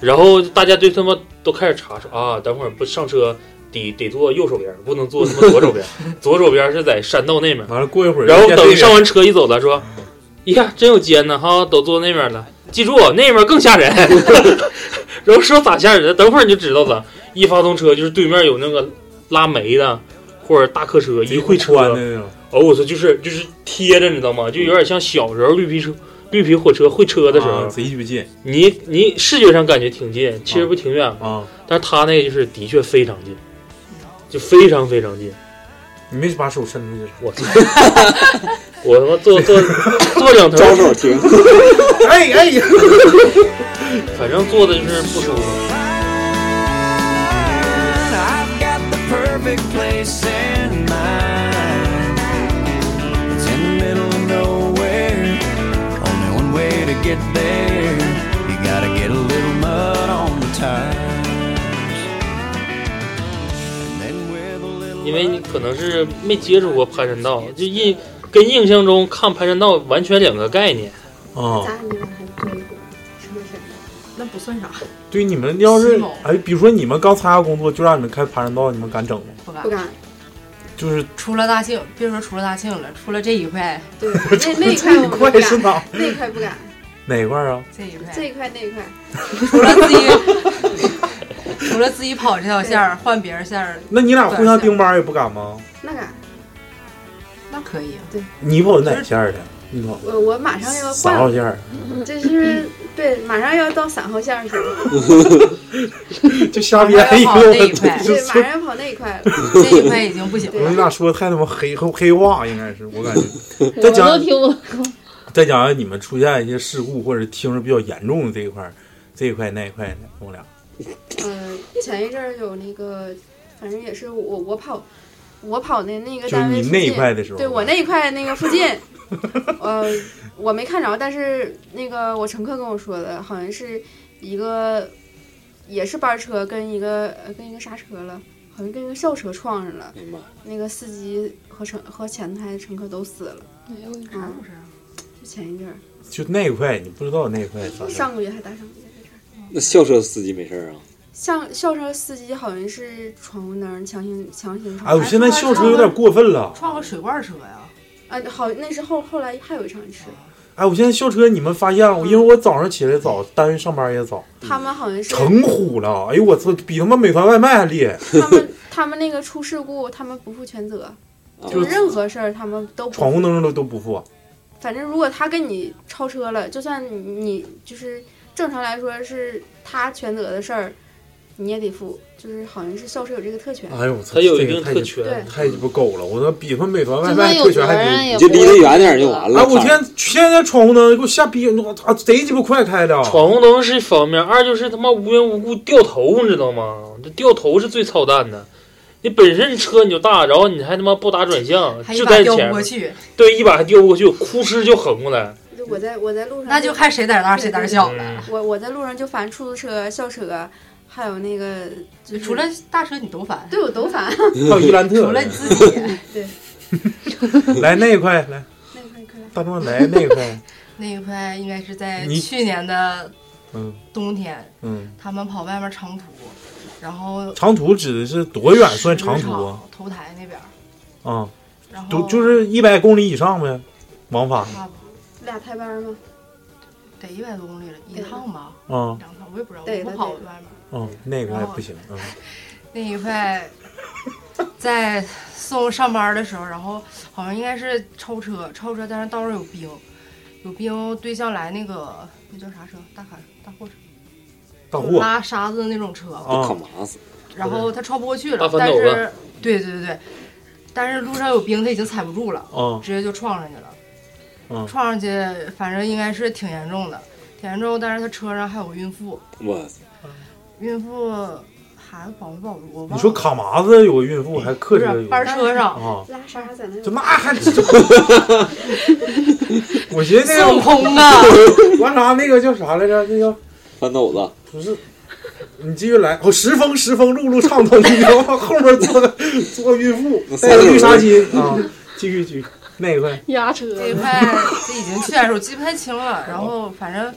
E: 然后大家对他妈都开始查说啊，等会儿不上车得得坐右手边，不能坐他妈左手边，左手边是在山道那面。
C: 完了过一会儿，
E: 然后等上完车一走了，说，哎呀，真有尖呢哈，都坐那边 了。记住，那边更吓人。 然后说咋吓人的，等会儿你就知道了。一发动车就是对面有那个拉煤的或者大客车，一会车。哦，我说就是就是贴着，你知道吗？就有点像小时候绿皮车、绿皮火车会车的时候，
C: 啊贼鸡巴近。
E: 你你视觉上感觉挺近，其实不挺远吗？
C: 啊
E: 但是他那个就是的确非常近，就非常非常近。
C: 你没把手伸出去？
E: 我操！我他妈坐坐坐两头，招手
I: 停。
K: 哎哎呀！
E: 反正坐的就是不舒服。
B: I've got the perfect place in mind. It's in the middle of nowhere. Only one way to get there. You gotta get a little mud on the tires.
E: 因为你可能是没接触过盘山道，就印跟印象中看盘山道完全两个概念。
C: 啊，
H: 咱俩还对过，什么事儿？
G: 那不算啥，
C: 对你们要是
G: 西蒙
C: 哎，比如说你们刚参加工作，就让你们开盘山道，你们敢整吗？
G: 不敢
H: 不敢。
C: 就是
G: 除了大庆，别说除了大庆了，除了这一块，
H: 对，那那一块我们不
C: 是哪
H: 敢，那一块 不敢，
C: 哪块儿啊？
G: 这一块，
H: 这一块那一块，
G: 除了自己，除了自己跑这条线儿，换别人线儿，
C: 那你俩互相盯班儿也不敢吗？
H: 那敢。
G: 那可以。啊
H: 对，
C: 你跑哪线儿的？你跑
H: 我我马上要
C: 三
H: 换
C: 号
H: 了，
C: 线儿，
H: 这
C: 嗯
H: 是 对，马上要到三号线儿去 了，
C: 就瞎编一
H: 马上
C: 个
H: 要跑那一 块，
C: 我，
H: 对，马上要跑那一块了，
C: 就 是
G: 这一块已经不行
C: 我们
H: 了。
C: 俩说的太他妈黑黑话，应该是我感觉。再
F: 我都
C: 讲
F: 听不懂。
C: 再讲讲你们出现一些事故或者听着比较严重的这一块儿，这一块那一块的，我俩
H: 嗯，前一阵儿有那个，反正也是我我跑，我跑的那个
C: 就是
H: 单位
C: 你
H: 附
C: 那一
H: 近
C: 块的时候
H: 对我那一块那个附近，呃，我没看着，但是那个我乘客跟我说的，好像是一个也是班车跟一个呃跟一个啥车了，好像跟一个校车撞上
I: 哎
H: 了，那个司机和乘和前台乘客都死了，
F: 哎呦，
H: 啥事
G: 啊？
H: 就前一阵儿，
C: 就那一块，你不知道那一块咋整
H: 上个月还大上个月的事儿。
I: 那校车司机没事儿啊？
H: 像校车司机好像是闯红灯，强行强行闯。
C: 哎，我现在校车有点过分了。
G: 撞个水罐车呀，
H: 啊，好，那是后后来还有一场是，
C: 哎，我现在校车，你们发现我，因为我早上起来早，单位上班也早，
H: 他们好像是
C: 成虎了。哎呦我操，比他妈美团外卖还厉害。
H: 他们那个出事故，他们不负全责，
I: 哦
C: 就
I: 啊
H: 就是是任何事儿他们都不负
C: 闯红。灯都都不负。
H: 反正如果他跟你超车了，就算你就是正常来说是他全责的事儿，你也得负，就是好像是校车有这个特权。
C: 哎呦我操，
E: 它有一
C: 这个
E: 定
C: 太
E: 特
C: 鸡巴
H: 权
C: 太鸡巴狗了。我说比他妈美团外
H: 就算
C: 卖
H: 有
C: 特权还
H: 责任
C: 牛。
H: 也你就不离
I: 得会远点儿就完了
C: 哎，我
I: 看
C: 天，现在闯红灯给我吓逼，我操，贼鸡巴快开的。
E: 闯红灯是一方面，二就是他妈无缘无故掉头，你知道吗？这掉头是最操蛋的。你本身车你就大，然后你还他妈不打转向，
G: 还一
E: 就
G: 把
E: 在
G: 掉
E: 前
G: 不过，
E: 面
G: 去，
E: 对，一把还掉不过去，哭哧就横过来。嗯
H: 就我在我在路上，
G: 那就看谁胆儿大谁胆儿小
E: 了。
H: 我我在路上就烦出租车、校车，还有那个
C: 嗯
H: 就是
G: 除了大车你都烦，
H: 对我都 烦。
C: 还有伊兰特
G: 除了你自己，
H: 对，
C: 来那一块来，
H: 那一块可
C: 大壮来那一块，
G: 那一块应该是在
C: 你
G: 去年的
C: 嗯
G: 冬天，
C: 嗯，
G: 他们跑外面长途，然后
C: 长途指的是多远算长途啊？
G: 头台那边儿，
C: 啊，
G: 然后
C: 都就是一百公里以上呗，往返
G: 差不多
H: 俩胎班吗？
G: 得一百多公里了，一趟吧，
C: 啊
G: 两趟我也不知道，
H: 对
G: 我
H: 的
G: 不跑
H: 对的
G: 外面。
C: 嗯，那一块不行嗯，
G: 那一块，在送上班的时候，然后好像应该是超车，超车，但是道上有冰，有冰对向来那个那叫啥车？大卡大货车，
C: 大货
G: 拉沙子的那种车，
I: 嗯
C: 啊，
I: 麻死。
G: 然后他超不过去
E: 哦大
G: 了，
E: 翻
G: 但
E: 斗子
G: 是对对对对，但是路上有冰，他已经踩不住了，
E: 哦
C: 嗯
G: 直接就撞上去了。
C: 嗯
G: 撞上去，反正应该是挺严重的，挺严重。但是他车上还有孕妇，
I: 我
G: 孕妇孩子保没保住我忘了。
C: 你说卡麻子有个孕妇还
G: 不
C: 克制
G: 是
C: 有
G: 班车上
C: 啊？
G: 拉沙在那，
C: 就那还 我寻思那个
G: 孙悟空啊，
C: 完啥那个叫啥来着？那叫
I: 翻斗子。
C: 不是，你继续来。哦，十风十风，路路畅通。你知道吗？后面坐个坐孕妇，带个绿纱巾啊，继续继续那一块。
G: 压 车这一块这已经去的时候记不太清了，然后反正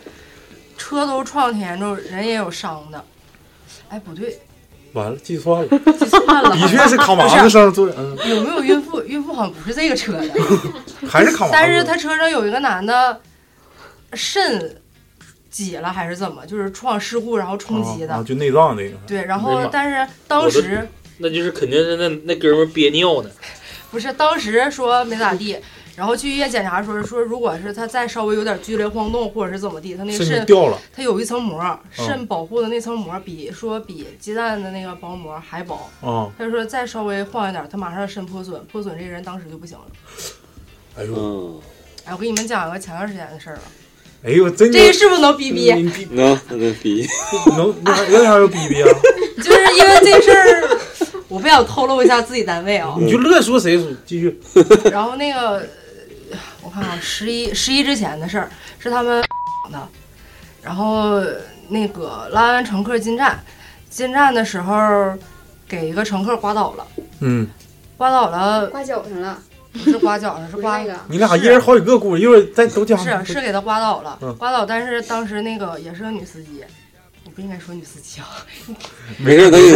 G: 车都撞挺严重，人也有伤的。哎，不对，
C: 完了，记错了，
G: 记错了，
C: 的确是卡麻子身上坐着，嗯，
G: 有没有孕妇？孕妇好像不是这个车的，
C: 还是卡麻子。啊
G: 但是他车上有一个男的，肾挤了还是怎么，就是撞事故然后冲击的。
C: 啊，就内脏那个。
G: 对，然
E: 哎呀
G: 后
E: 妈
G: 但是当时
E: 那就是肯定是那那哥们儿憋尿呢，
G: 嗯不是当时说没咋地，然后去医院检查说说如果是他再稍微有点剧烈晃动或者是怎么地，他那个
C: 肾
G: 肾
C: 就掉了
G: 他有一层膜，肾保护的那层膜比说比鸡蛋的那个薄膜还薄。
C: 啊，
G: 他就说再稍微晃一点，他马上肾破损，破损这人当时就不行了。
C: 哎
I: 嗯
C: 呦，
G: 哎，我给你们讲一个前段时间的事儿吧。
C: 哎呦，真嗯
G: 这个是不是能逼逼
C: 你逼
I: 能能逼，
C: 能那有啥要逼 逼啊？
G: 就是因为这事儿，我不想透露一下自己单位啊。
C: 你就乐说谁说，继续。
G: 然后那个，呃我看啊，十一十一之前的事儿是他们的，然后那个拉完乘客进站，进站的时候给一个乘客刮倒了，
C: 嗯，
G: 刮倒了，
H: 刮脚上了，
G: 不是刮脚上，是刮
C: 你俩一人好几个故事，一会儿再都讲。
G: 是啊是给他刮倒了
C: 嗯，
G: 刮倒，但是当时那个也是个女司机，我不应该说女司机啊，
I: 没事，他给你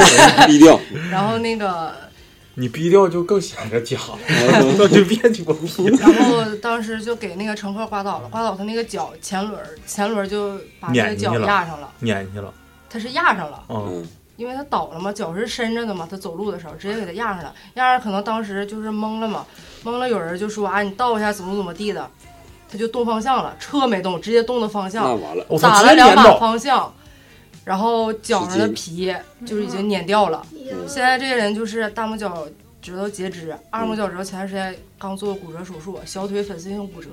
I: 逼掉。
G: 然后那个。
C: 你逼掉就更显着 假了，那就别鸡巴逼 了。
G: 然后当时就给那个乘客刮倒了，刮倒他那个脚前轮儿，前轮儿就把那个
C: 撵进
G: 脚
C: 去
G: 压上了，
C: 撵进去了。
G: 他是压上了，
C: 嗯，
G: 因为他倒了嘛，脚是伸着的嘛，他走路的时候直接给他压上了，压上可能当时就是懵了嘛，懵了有人就说啊你倒一下怎么怎么地的，他就动方向了，车没动，直接动的方向，
I: 那完了我操
G: 打
I: 直
G: 了
I: 接
G: 两
I: 碾
G: 把
I: 倒
G: 方向，然后脚上的
I: 使
G: 皮就是已经碾掉了，
I: 嗯
G: 现在这个人就是大拇脚趾头截肢，二拇脚趾头前段时间刚做骨折手术，小腿粉碎性骨折，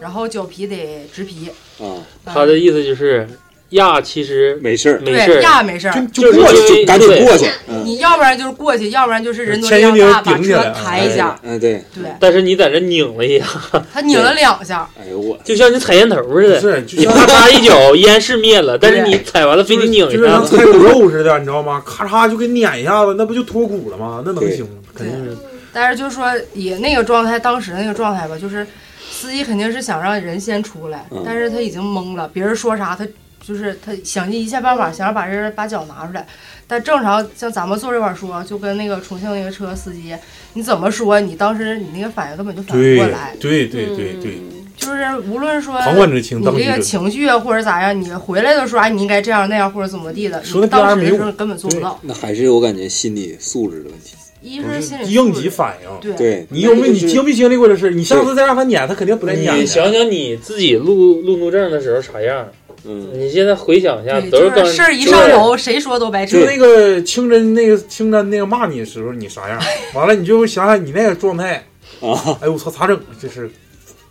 G: 然后脚皮得植皮，
I: 哎
G: 嗯
I: 啊，
E: 他的意思就是压其实
I: 没事
E: 没事
G: 对压没事儿
I: 就过去就赶紧过去嗯
G: 你要不然就是过去，要不然就是人多
E: 前
G: 力
E: 一
G: 量
E: 秒
G: 大，把
E: 顶起
G: 车
E: 来啊哎
G: 抬一下，
I: 嗯，对
G: 对
E: 但是你在这拧了一下，
G: 他拧了两下，
I: 哎呦我，
E: 就像你踩烟头似的，
C: 是
E: 你啪嚓一脚，烟是灭了，但是你踩完了非得拧
C: 就
E: 一
C: 是像
G: 啊
E: 下
C: 拆骨肉似的，你知道吗？咔嚓就给撵一下子，那不就脱骨了吗？那能行吗？肯定是。
G: 但是就说以那个状态，当时那个状态吧，就是司机肯定是想让人先出来，
C: 嗯
G: 但是他已经懵了，别人说啥他就是他想尽一切办法想要把这人把脚拿出来。但正常像咱们坐这块儿说，就跟那个重庆那个车司机，你怎么说，你当时你那个反应根本就反应
C: 对
G: 不过来，嗯
C: 对对对对，
G: 就是无论说
C: 旁观者清
G: 你
C: 当局
G: 这个
C: 者
G: 情绪啊或者咋样，你回来的时候哎你应该这样那样或者怎么地的，
I: 说
G: 你
I: 那边
G: 当
I: 儿
G: 时
I: 没
G: 的
I: 有
G: 时候根本做不到。
I: 那还是我感觉心理素质的问题。
G: 一是心理素质
C: 应急反应。
G: 对
I: 对
C: 你有没有你经没经历过这事？你下次再让他撵，他肯定不再撵
E: 你
C: 了。
E: 想想你自己路路怒症的时候啥样？
I: 嗯，
E: 你现在回想一下，
G: 对
E: 都
G: 就
E: 刚
G: 是事儿一上头，谁说都白
C: 就
G: 扯。
C: 那个清真那个清真那个骂你的时候，你啥样？完了，你就想想你那个状态
I: 啊！
C: 哎呦我操，咋整？这是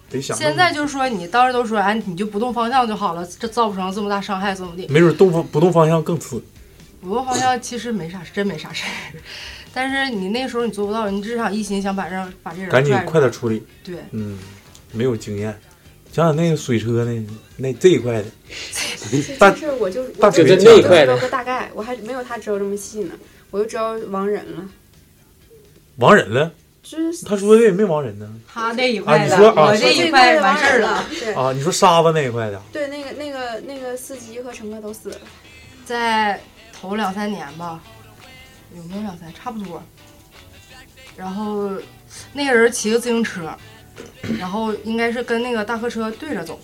C: 得想。
G: 现在就是说，你当时都说，哎，你就不动方向就好了，这造不成这么大伤害，怎么地？
C: 没准动方不动方向更次。
G: 不动方向其实没啥，真没啥事儿。但是你那时候你做不到，你只想一心想把让把这人
C: 赶紧
G: 拽出来
C: 快点处理。
G: 对，
C: 嗯，没有经验。想想那个水车那那这 一块的，大
H: 这事儿我就
C: 大
H: 我就
C: 嘴
H: 知道
C: 那块的
H: 我知道个大概，我还没有他知道这么细呢，我就知道亡人了。
C: 亡人了。
H: 就是
C: 他说的也没亡人呢。
G: 他那一
C: 啊，你说啊
H: 我这一块完事儿了。对
C: 啊，你说沙子那一块的，
H: 对，那个那个那个司机和乘客都死了。
G: 在头两三年吧，有没有两三，差不多。然后那个人骑个自行车，然后应该是跟那个大客车对着走，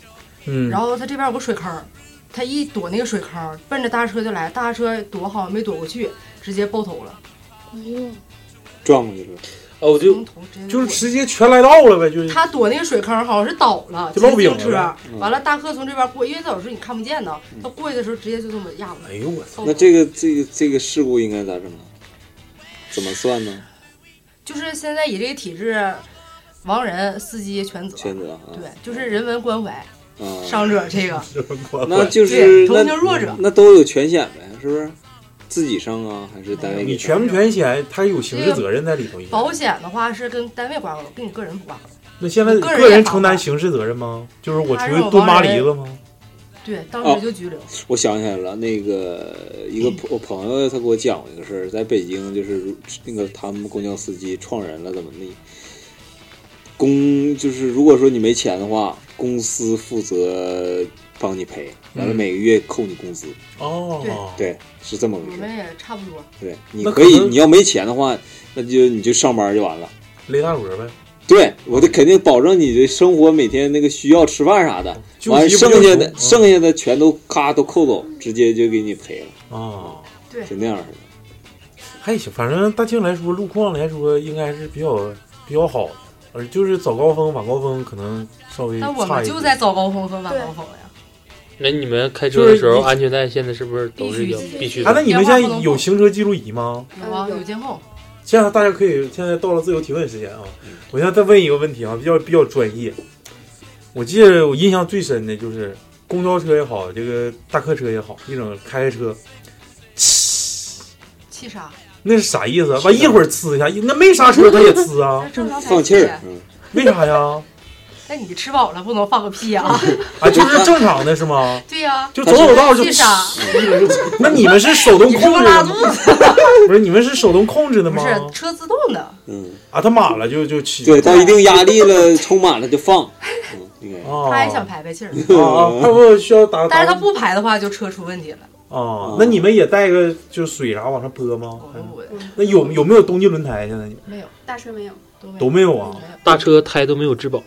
C: 嗯
G: 然后他这边有个水坑儿，他一躲那个水坑儿，奔着大车就来，大车躲好像没躲过去，直接爆头了。哎呦，
I: 撞过去了。
E: 哦，我
G: 就
C: 哎就是直接全来到了呗，就是
G: 他躲那个水坑儿好像是倒了，
C: 就烙
G: 骑自行
C: 饼了
G: 车
C: 嗯。
G: 完了，大客从这边过，因为他有时候你看不见呢，他过去的时候直接就这么压过来。
C: 哎呦我
I: 那这个这个这个事故应该咋整啊？怎么算呢？
G: 就是现在以这个体制，亡人司机全责，
I: 全责啊
G: 对，就是人文关怀
I: 啊，
G: 伤者这个，
I: 那 就是
G: 对同
I: 那
G: 情弱者，
I: 那都有全险呗，是不是？自己上啊，还是单位？
C: 哎你全不全险，他有刑事责任在里头。
G: 保险的话是跟单位挂钩，跟你个人不挂钩。
C: 那现在
G: 个人
C: 个
G: 也
C: 人
G: 好
C: 承担刑事责任吗？就是我
G: 他
C: 出
G: 让
C: 去
G: 我
C: 蹲
G: 帮
C: 马
G: 人
C: 梨子吗？
G: 对，当
I: 哦
G: 时就拘留。
I: 我想起来了，那个一个朋我朋友他给我讲过一个事儿，在北京就是如那个他们公交司机撞人了怎么的，公就是如果说你没钱的话，公司负责帮你赔，完了
C: 嗯
I: 每个月扣你工资，
C: 哦，
I: 对，是这么回
G: 我
I: 事。
G: 们也差不多。
I: 对，你
C: 那
I: 可
C: 可
I: 以，
C: 能
I: 你要没钱的话，那就你就上班就完了。
C: 勒大伙儿呗。
I: 对，我得肯定保证你的生活每天那个需要吃饭啥的，
C: 救
I: 完
C: 急不
I: 剩
C: 救
I: 下
C: 穷
I: 的
C: 嗯
I: 剩下的全都咔都扣走，直接就给你赔了。
C: 啊，
G: 对
I: 就那样似的。
C: 还行，反正大庆来说，路况来说应该是比较比较好的，而就是早高峰、晚高峰可能稍微
G: 但我
C: 差
G: 们
C: 一
G: 就
C: 点
G: 在早高峰和晚高峰呀。
E: 那你们开车的时
C: 就是
E: 候，
C: 一
E: 安全带现在是不是都是要
G: 必须
E: 必须的？
C: 啊，那你们现在有行车记录仪吗？
G: 有啊，有监控。
C: 现在大家可以现在到了自由提问时间啊，
I: 嗯
C: 我现在再问一个问题啊，比较比较专业。我记得我印象最深的就是公交车也好，这个大客车也好，一整开车，
G: 气啥？，
C: 那是啥意思啊？完一会儿呲一下，那没刹车它也呲啊
G: 正常排气呀
I: 嗯
C: 为啥呀？
G: 那你吃饱了不能放个屁 啊！
C: 啊，就是正常的是吗？
G: 对呀，
C: 就走走道哦就
G: 气啥？
C: 那你们是手动控制
G: 你
C: 的吗
G: 是不是拉？
C: 不是，你们是手动控制的
G: 不
C: 吗？
G: 是车自动的，
I: 嗯，
C: 啊，它满了就就起。
I: 对，到一定压力了，充满了就放。嗯
C: 哦，
G: 他还想排排气儿。
C: 啊啊，他不需要打
G: 但
C: 打
G: 是他不排的话，就车出问题了。
C: 啊？那你们也带个就是水啥往上泼吗？
G: 嗯
C: 那有有没有冬季轮胎？现在
G: 没有，
H: 大车没有，
C: 都没有啊？
E: 大车胎都没有质保，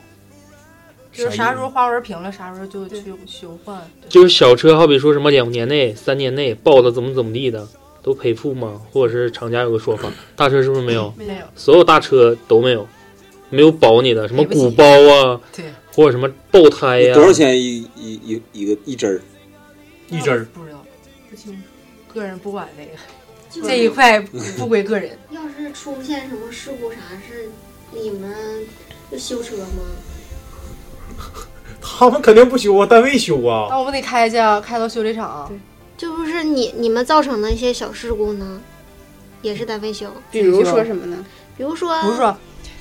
G: 就是啥时候花纹平了，啥时候就去修换。
E: 就是小车，好比说什么两年内、三年内爆了怎么怎么地的，都赔付吗？或者是厂家有个说 法，大车是不是没有？
G: 没有，
E: 所有大车都没有，没有保你的，什么
I: 赔不起
E: 鼓包啊，
G: 对，
E: 或者什么爆胎哎呀、
I: 多少钱一一一一个一针儿？
C: 一针儿
G: 不知道，不清楚，个人不管这
D: 就
G: 个，
D: 是
G: 这一块不归个人。
D: 要是出现什么事故啥事，你们就修车吗？
C: 他们肯定不修啊，单位修啊。
G: 那我们得开去啊，开到修理厂。
D: 这不是你你们造成的一些小事故呢，也是单位修。
H: 比如说什么呢？
D: 比如说，
G: 比如说，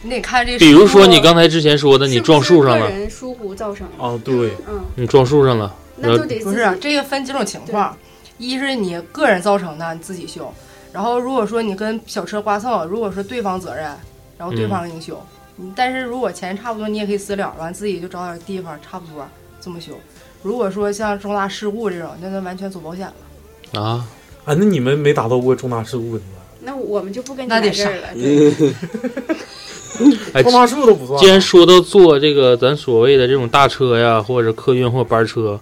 G: 你得看这个。
E: 比如说你刚才之前说的，你
H: 是不
E: 撞
H: 是
E: 树上
H: 个
E: 了，
H: 人疏忽造成的。
C: 啊，对，
H: 嗯，
E: 你撞树上了，然
H: 那
E: 后
H: 就得
G: 不是啊这个分几种情况，一是你个人造成的，你自己修；然后如果说你跟小车刮蹭，如果说对方责任，然后对方给你修。嗯但是如果钱差不多，你也可以私了，完自己就找点地方差不多这么修。如果说像重大事故这种，那那完全走保险了。
E: 啊
C: 啊，那你们没打到过重大事故的吗？
H: 那我们就不跟你
G: 那得
H: 来这儿
G: 上
H: 了。
E: 哎，
C: 撞大树都不算
E: 既然说到坐这个咱所谓的这种大车呀，或者客运或班车，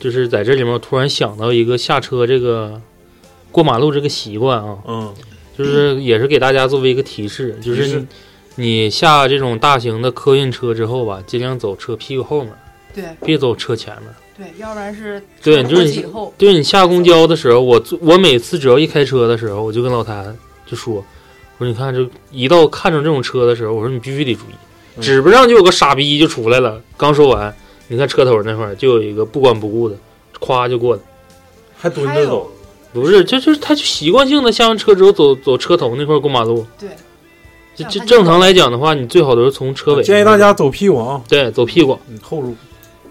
E: 就是在这里面，我突然想到一个下车这个过马路这个习惯啊，
C: 嗯，
E: 就是也是给大家作为一个提示，就是
C: 提示
E: 你你下这种大型的客运车之后吧，尽量走车屁股后面，
G: 对
E: 别走车前面。
G: 对，要不然是
E: 对，就是
G: 以
E: 你
G: 后，
E: 对你下公交的时候，我坐我每次只要一开车的时候，我就跟老谭就说，我说你看这一到看着这种车的时候，我说你必须得注意，
C: 嗯
E: 指不上就有个傻逼就出来了。刚说完，你看车头那块儿就有一个不管不顾的，咵就过来，
C: 还蹲着走，
E: 不是，这就是他就习惯性的下完车之后走走车头那块儿过马路。
G: 对，
E: 这这正常来讲的话，你最好都是从车尾
C: 建议大家走屁股啊，
E: 对走屁股
C: 嗯，后路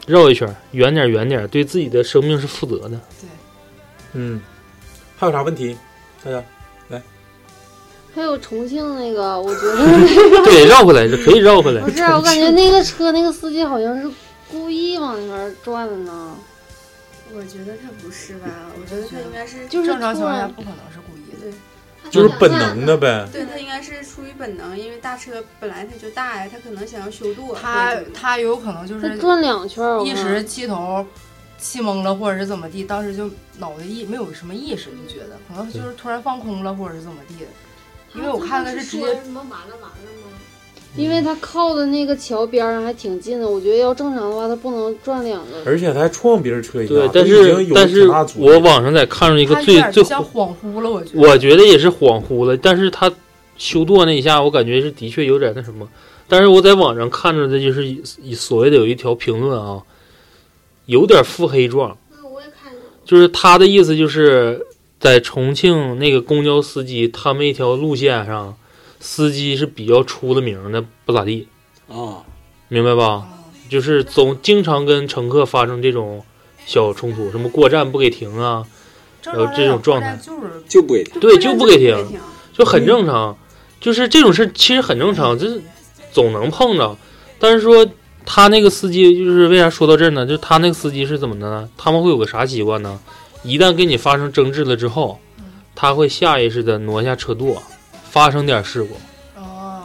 E: 绕一圈儿，远点儿远点儿，对自己的生命是负责的。
C: 嗯，还有啥问题？大家来，
J: 还有重庆那 个，我觉得
E: 对，绕回来是可以绕回来。
J: 不是啊，我感觉那个车那个司机好像是故意往那边转的呢。
H: 我觉得他不是吧？我觉
G: 啊
H: 得他应该是
J: 就是
G: 正常情况下
J: 突然
G: 不可能是故意的。
H: 对，
C: 就是本能的呗。
H: 对他应该是出于本能，因为大车本来它就大呀，他可能想要修啊舵。
G: 他他有可能就是
J: 转两圈儿我
G: 一
J: 看
G: 时气头气懵了，或者是怎么地，当时就脑袋意没有什么意识，就觉得可能就是突然放空了，或者是怎么地的。因为我看的是直接
D: 什么完了完了吗？
J: 因为他靠的那个桥边儿还挺近的，我觉得要正常的话，他不能转两个。
C: 而且他还撞别人车一下，
E: 对，但
C: 都已经
E: 是
C: 有
E: 但是
C: 挺大阻力
E: 我网上在看到一个
G: 他有
E: 最
G: 点
E: 最，
G: 像恍惚了，我觉得。
E: 我觉得也是恍惚了，但是他修舵那一下，我感觉是的确有点那什么。但是我在网上看着的就是以以所谓的有一条评论啊，有点腹黑状。就是他的意思就是在重庆那个公交司机他们一条路线上，司机是比较出了名的不咋地。
I: 啊，
E: 明白吧？就是总经常跟乘客发生这种小冲突，什么过站不给停啊，然后这种状态
G: 就是
I: 就不给停，
E: 对，就不给停，就很正常。就是这种事其实很正常，就是总能碰着。但是说他那个司机，就是为啥说到这儿呢？就是他那个司机是怎么的呢？他们会有个啥习惯呢？一旦跟你发生争执了之后，他会下意识的挪下车舵，发生点事故。
G: 哦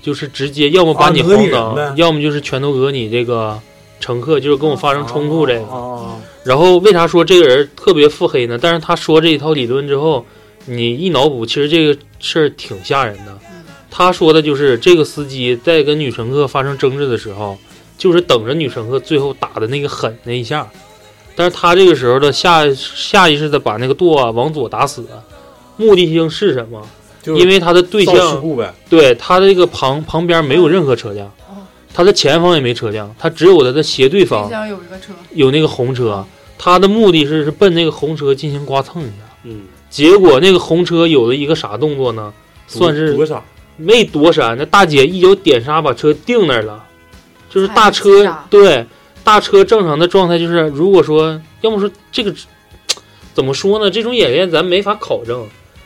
E: 就是直接要么把你
C: 啊讹
E: 晃
C: 你
E: 倒，
C: 人呗
E: 要么就是全都讹你这个乘客，就是跟我发生冲突这个。
C: 哦
E: 然后为啥说这个人特别腹黑呢？但是他说这一套理论之后，你一脑补，其实这个事儿挺吓人的。他说的就是这个司机在跟女乘客发生争执的时候，就是等着女乘客最后打的那个狠那一下，但是他这个时候的下下意识的把那个舵啊往左打死，目的性是什么？
C: 就是
E: 因为他的对象
C: 造事故呗
E: 对他这个旁旁边没有任何车辆，他的前方也没车辆，他只有他的斜对方
G: 对象有一个车，
E: 有那个红车，他的目的是是奔那个红车进行刮蹭一下。
I: 嗯，
E: 结果那个红车有了一个啥动作呢？
C: 躲
E: 算是
C: 躲闪，
E: 没躲闪。那大姐一脚点刹把车定那儿了，就是大
G: 踩了
E: 车
G: 急刹
E: 对大车正常的状态就是，如果说要么说这个怎么说呢？这种演练咱没法考证，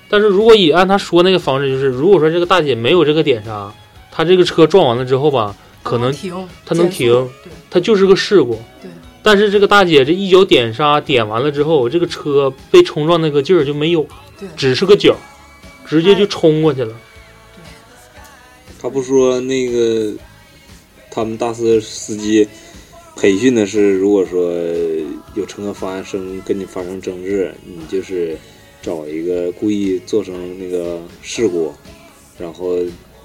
E: 但是如果以按他说那个方式，就是如果说这个大姐没有这个点刹，她这个车撞完了之后吧，可能
G: 停
E: 她能
G: 减速
E: 停，它就是个事故。
G: 对，
E: 但是这个大姐这一脚点刹点完了之后，这个车被冲撞那个劲儿就没有了
G: 对，
E: 只是个角，直
G: 哎
E: 接就冲过去了。
I: 他不说那个他们大四司机培训的是，如果说有乘客发生跟你发生争执，你就是找一个故意做成那个事故，然后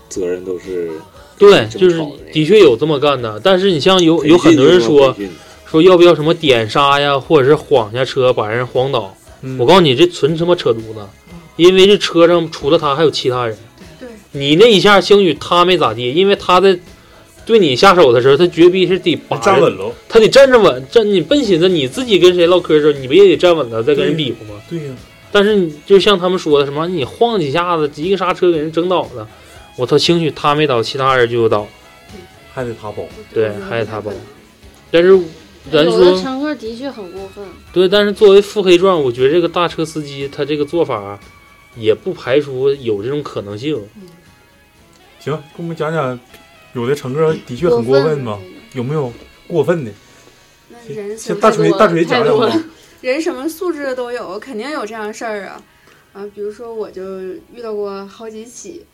I: 责任都是
E: 对，
I: 争
E: 就是
I: 哎吵的
E: 的确有这么干的，但是你像有有很多人说
I: 培训
E: 说要不要什么点刹呀，或者是晃一下车把人晃倒，
I: 嗯
E: 我告诉你这纯他妈扯犊子，因为这车上除了他还有其他人。
G: 嗯对，
E: 你那一下兴许他没咋地，因为他在对你下手的时候，他绝逼是得把
C: 站稳喽，
E: 他得站着稳，站你笨寻思你自己跟谁唠嗑的时候，你不也得站稳了再跟人比划吗？
C: 对呀、
E: 但是你就像他们说的什么，你晃几下子，一个刹车给人整倒了，我操，兴许他没倒，其他人就有倒，
C: 还得他包，
E: 对，还得他包。但是咱
J: 有的
E: 说
J: 乘客的确很过分，
E: 对，但是作为腹黑状，我觉得这个大车司机他这个做法也不排除有这种可能性。
C: 行，跟我们讲讲，有的乘客的确很过分吗？有没有过分的？
H: 人
C: 先大锤，大锤讲讲吧。
H: 人什么素质都有，肯定有这样事儿啊。啊，比如说我就遇到过好几起，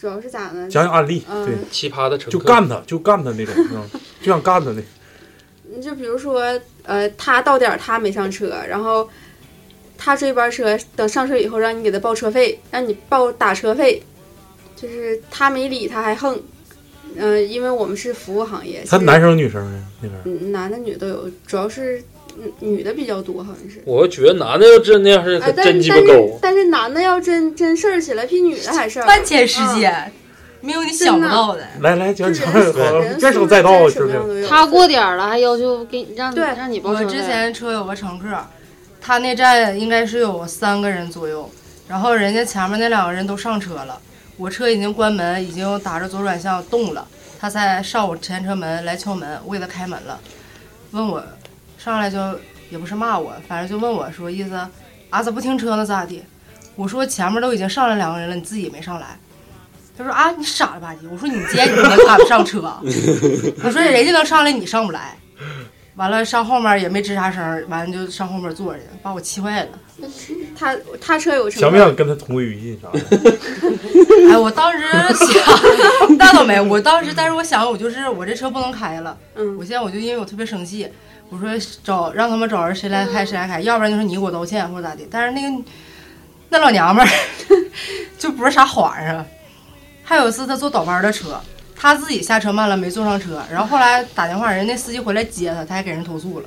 H: 主要是咋呢？
C: 讲讲案例，
H: 嗯、
C: 对，
E: 奇葩的乘
C: 就干他，就干他那种，是吧就想干他那。
H: 你就比如说，呃，他到点儿他没上车，然后他追班车，等上车以后让你给他报车费，让你报打车费，就是他没理他还横，嗯、因为我们是服务行业，
C: 他
H: 是
C: 男生女生呢？那边
H: 嗯男的女的都有，主要是嗯女的比较多，好像是。
E: 我觉得男的要真那样是
H: 哎，
E: 可
H: 但是
E: 真鸡巴啊
H: 但是
E: 狗。
H: 但是男的要真真事儿起来，比女的还事儿。啊
G: 万千世界没有你想不到嗯的。
C: 来来讲讲，
G: 人
C: 好了
G: 人
C: 别手
G: 素
C: 再
G: 质
C: 到，
G: 真
C: 是不是？
J: 他过点儿了还要求给你让你让你报
G: 我
J: 车
D: 啊
G: 之
J: 费
G: 前车有个乘客，他那站应该是有三个人左右，然后人家前面那两个人都上车了，我车已经关门，已经打着左转向动了，他才上我前车门来敲门，我给他开门了，问我上来就也不是骂我，反正就问我说意思啊咋不停车呢咋地？我说前面都已经上来两个人了，你自己没上来。他说啊，你傻了吧唧！我说你今天你能赶不上车啊？ 我说人家能上来，你上不来。完了上后面也没吱啥声儿，完了就上后面坐着，把我气坏了。
H: 他他车有乘
C: 想不
H: 客，
C: 想跟他同归于尽啥的？
G: 哎，我当时想，那倒没，我当时，但是我想，我就是我这车不能开了。
H: 嗯，
G: 我现在我就因为我特别生气，我说找让他们找人谁来开谁来开，要不然就是你给我道歉或者咋的。但是那个那老娘们儿 就不是啥好玩意儿。还有一次她坐倒班的车，她自己下车慢了没坐上车，然后后来打电话，人家司机回来接她，她还给人投诉了。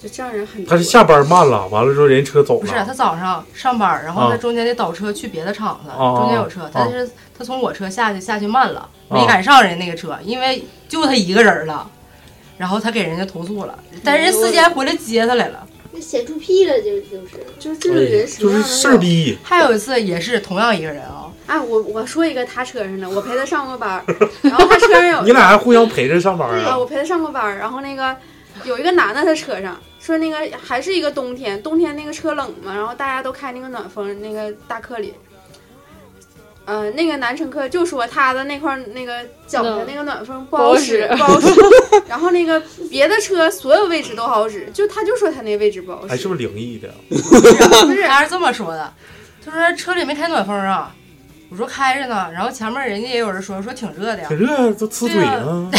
H: 就这样人很多。
C: 他是下班慢了，完了之后人车走
G: 不是
H: 啊
C: 了。
G: 他早上上班，然后
C: 啊
G: 他中间得倒车去别的厂子，
C: 啊
G: 中间有车
C: 啊，
G: 但是他从我车下去下去慢了，
C: 啊
G: 没赶上人那个车，因为就他一个人了，然后他给人家投诉了，但是人司机还回来接他来了。
D: 那闲出屁了，就就是
H: 就是
D: 这种人什么样的人
C: 儿逼。
G: 还有一次也是同样一个人啊，
H: 哎，我我说一个他车上的，我陪他上过班 儿，然后他车上有
C: 你俩还互相陪着上
J: 哎
C: 班
H: 对啊，
C: 啊？
H: 我陪他上过班儿，然后那个有一个男的，他车上说那个还是一个冬天，冬天那个车冷嘛，然后大家都开那个暖风，那个大客里，呃，那个男乘客就说他的那块儿那个脚下那个暖风不好使，
J: 不
H: 不
J: 好
H: 好
J: 使
H: 使， 然后那个别的车所有位置都好使，就他就说他那位置不好
C: 哎，
H: 使，
C: 是不是灵异的？
G: 不是，他是这么说的，他说车里没开暖风啊，我说开着呢，然后前面人家也有人说说挺热的
H: 啊
G: 呀，
C: 挺热，啊都呲嘴呢。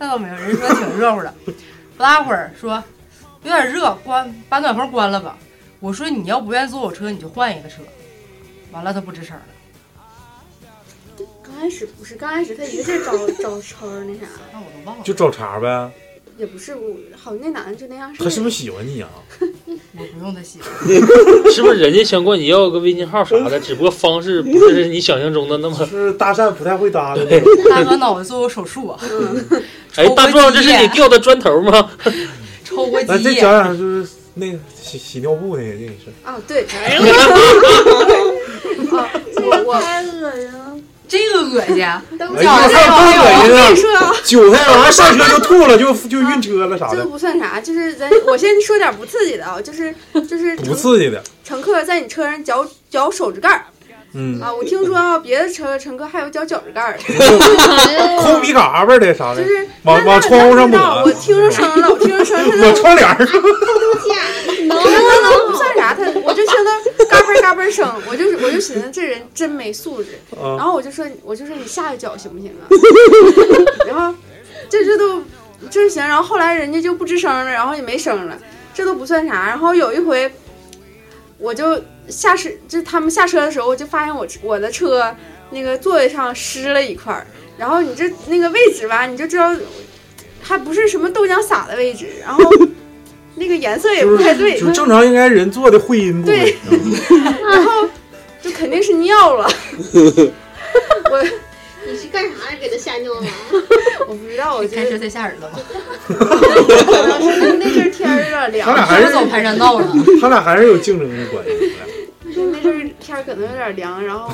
G: 那倒没有，人说挺热乎的。不大会儿说有点热，关把暖风关了吧。我说你要不愿意坐我车，你就换一个车。完了，他不吱声了。
H: 刚开始不是，刚开始他一个劲儿找 找抽儿那啥，
G: 那我都忘了，
C: 就找茬 呗。
H: 也不是我，好像那男的就那样式儿，
C: 他是不是喜欢你啊？
G: 我不用他洗。
E: 是不是人家想管你要个微信号啥的？只不过方式不是你想象中的那 么。
C: 是搭讪不太会搭的。
G: 大哥脑袋做过手术啊，
E: 哎，大壮，这是你掉的砖头吗？
G: 抽过
C: 那
G: 几
C: 再
G: 液。
C: 讲讲就是那个洗洗尿布那个那个事儿。
H: 啊， 对，
G: 哎呦
H: 啊，我我
D: 太恶心了。
G: 这个恶心，啊等
C: 哎呀，还有
H: 我跟
C: 更
H: 你说啊
C: 恶心的，韭菜完了上车就吐了， 就就晕车了啥
H: 这
C: 的
H: 个，不算啥，就是咱我先说点不刺激的啊，就是就是
C: 不刺激的。
H: 乘客在你车上嚼嚼手指盖儿
C: 嗯，
H: 啊，我听说啊，别的车乘客还有嚼脚趾盖 儿的，
C: 抠鼻嘎巴的啥的哎
H: 就是，
C: 往往窗户上抹，
H: 那我听着声了，我听着声儿，他
C: 抹窗帘 儿。
H: 能能能不算啥，他我就听他嘎嘣嘎嘣声，我就我就寻思这人真没素质，
B: 嗯
H: 然后我就说我就说你下一脚行不行啊？ 然后这这都这行，然后后来人家就不吱声了，然后也没声了，这都不算啥。然后有一回，我就下车，就他们下车的时候，我就发现我我的车那个座位上湿了一块儿，然后你这那个位置吧，你就知道还不是什么豆浆洒的位置，然后那个颜色也
C: 就
H: 不太
C: 是
H: 对，
C: 就是正常应该人坐的会阴部位
H: 对， 然后就肯定是尿了。我
D: 你是干啥给他吓尿了？
H: 我不知道，我
G: 开车太吓人了吧？
H: 可能是那阵儿天儿有点凉，
C: 他俩还是
G: 走盘山道了，
C: 他俩还是有竞争的关系，
H: 那阵儿天儿可能有点 凉，然后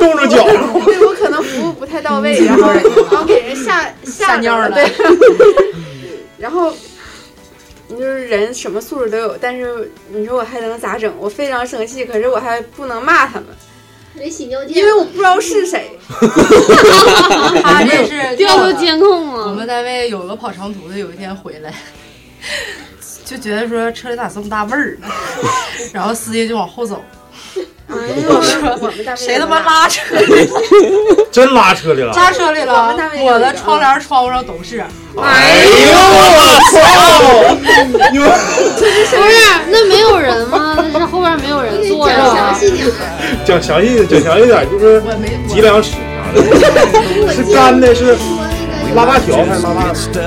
C: 冻着脚了。
H: 对我可能服务不太到 位，然后然后给人吓吓
G: 吓尿
H: 着
G: 了
H: 对，然后你就是人什么素质都有，但是你说我还能咋整？我非常生气，可是我还不能骂他们，
D: 人洗尿
H: 因为我不知道是谁。
G: 啊他这是
H: 调
G: 到
H: 到
G: 监控了。我们单位有个跑长途的，有一天回来， 就觉得说车里咋这么大味儿呢？ 然后司机就往后走，
H: 哎
G: 哎我说谁他妈拉车里了？
C: 真拉车里了。
G: 拉车里
H: 我
G: 了
H: 们单位，有一个
G: 我的窗帘、窗户上都是。
C: 哎呦哎我操！你们
J: 不是，那没有人吗？那是后边没有人坐着啊。
C: 讲详细讲详细点，就是几两屎啥的，是干的，是拉大条还是拉大？
B: Let's get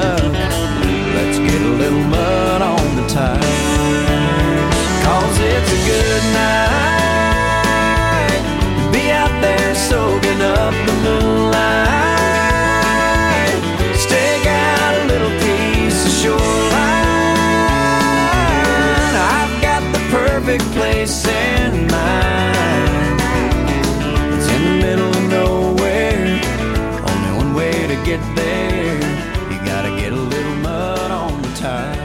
B: a little mud on the tires. Cause it's a good night. to Be out there soaking up the moonlight. Stick out a little piece of shoreline. I've got the perfect place in mind. It's in the middle of nowhere. Only one way to get there. You gotta get a little mud on the tires.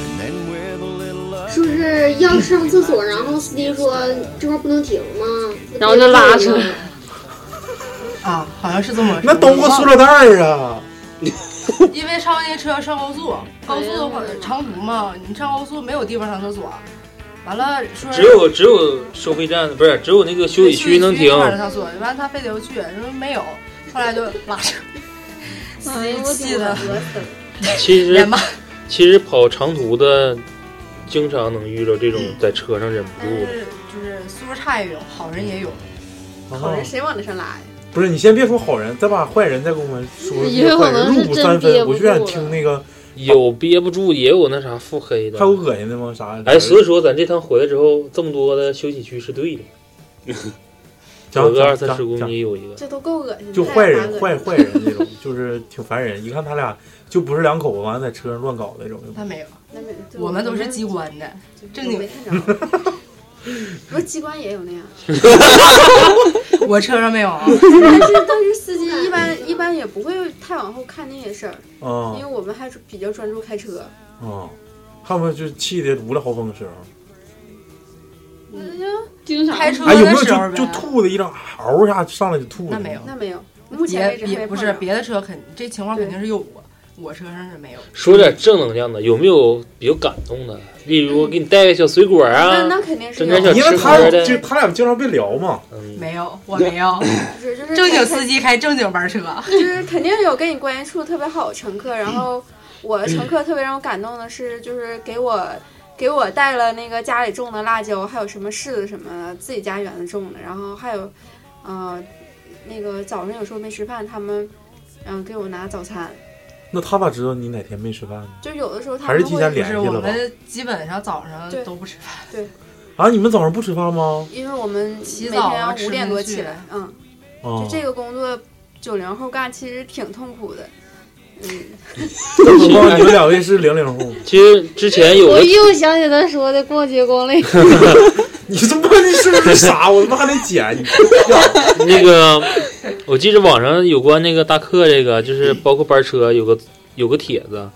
B: And then with a little love.
D: 是不是要上厕所？然后司机说这块儿不能停吗？
G: 然后就拉车
D: 了。
G: 啊，好像是这么。
C: 那兜过塑料袋儿啊？
G: 因为上那车上高速，高速的话长途嘛，你上高速没有地方上厕所，完了说
E: 只有只有收费站，不是只有那个休息区能停。
G: 上厕所，完了他非得要去，说没有，后来就拉车，
H: 哎呦我
G: 气的
H: 天
E: 其实其实跑长途的，经常能遇到这种在车上忍不
G: 但
E: 住的。
G: 是就是素质差也有，好人也有，
H: 好人谁往那上拉呀？
C: 不是，你先别说好人，再把坏人再跟我们说说
E: 也有
C: 坏
E: 可
C: 人。
E: 能是
C: 入不
E: 真
C: 三
E: 憋
C: 分，
E: 不
C: 我就想
E: 住
C: 听那个
E: 有憋不住，也有那啥腹黑的，
C: 还有恶心的吗？啥？
E: 哎，所以说咱这趟回来之后，这么多的休息区是对的。
C: 讲
E: 有个
C: 讲
E: 二三
C: 讲
E: 十公
C: 讲
E: 斤有一个，
D: 这都够恶心的。
C: 就
D: 太
C: 坏
D: 恶
C: 人
D: 心
C: 坏
D: 了
C: 坏人那种，就是挺烦人。一看他俩就不是两口子，完了在车上乱搞那种。
G: 那没有，
H: 那没对
G: 我们都是机关的，正经
H: 没看 着。不是机关也有那样，
G: 我车上没有啊。
H: 但是但是司机一般一般也不会太往后看那些事儿，
G: 嗯
C: 哦
H: 因为我们还是比较专注开车。
C: 啊，还有没有就气的无了豪风的时候？
H: 嗯经常
G: 开车
C: 哎，有没
G: 的
C: 有
G: 时候呗
C: 就就吐的一张嗷一下上来就吐
G: 那
C: 了？
G: 没有，
H: 那没有，
G: 目
H: 前为止还
G: 别
H: 没
G: 啊不
H: 碰
G: 是
H: 着
G: 别的车肯这情况肯定是有过，我车上是没有。
E: 说点正能量的，有没有比较感动的？例如给你带个小水果啊，整点小
C: 因为
E: 吃
C: 他
E: 喝
C: 俩
E: 的，
C: 就他俩经常被聊嘛。
E: 嗯
G: 没有，我没 有。
H: 是就 是
G: 正经司机开正经班车，
H: 就是肯定有跟你关系处特别好的乘客，然后我的乘客特别让我感动的是，就是给我给我带了那个家里种的辣椒，还有什么柿子什么的，自己家园子种的，然后还有，呃，那个早上有时候没吃饭，他们嗯、给我拿早餐，
C: 那他咋知道你哪天没吃饭呢？
H: 就有的时候他
C: 还
H: 们
C: 是
H: 会
C: 提前联系
G: 是我
C: 了吧？
G: 们基本上早上
H: 对
G: 都不吃饭，
H: 对，
C: 啊，你们早上不吃饭吗？
H: 因为我们
G: 起
H: 每
G: 早
H: 天
G: 啊
H: 要
G: 吃
H: 五点
G: 不
H: 多
G: 进
H: 起
G: 去
H: 来，嗯，
C: 哦
H: 就这个工作九零后干其实挺痛苦的，嗯。
C: 更何况你们两位是零零后。
E: 其实之前有
J: 我
E: 个
J: 又想起他说的逛街逛累，
C: 你他妈你是不是傻？我他妈还得 剪你。
E: 那个，我记着网上有关那个大客这个，就是
G: 嗯
E: 包括班车有个有个帖子，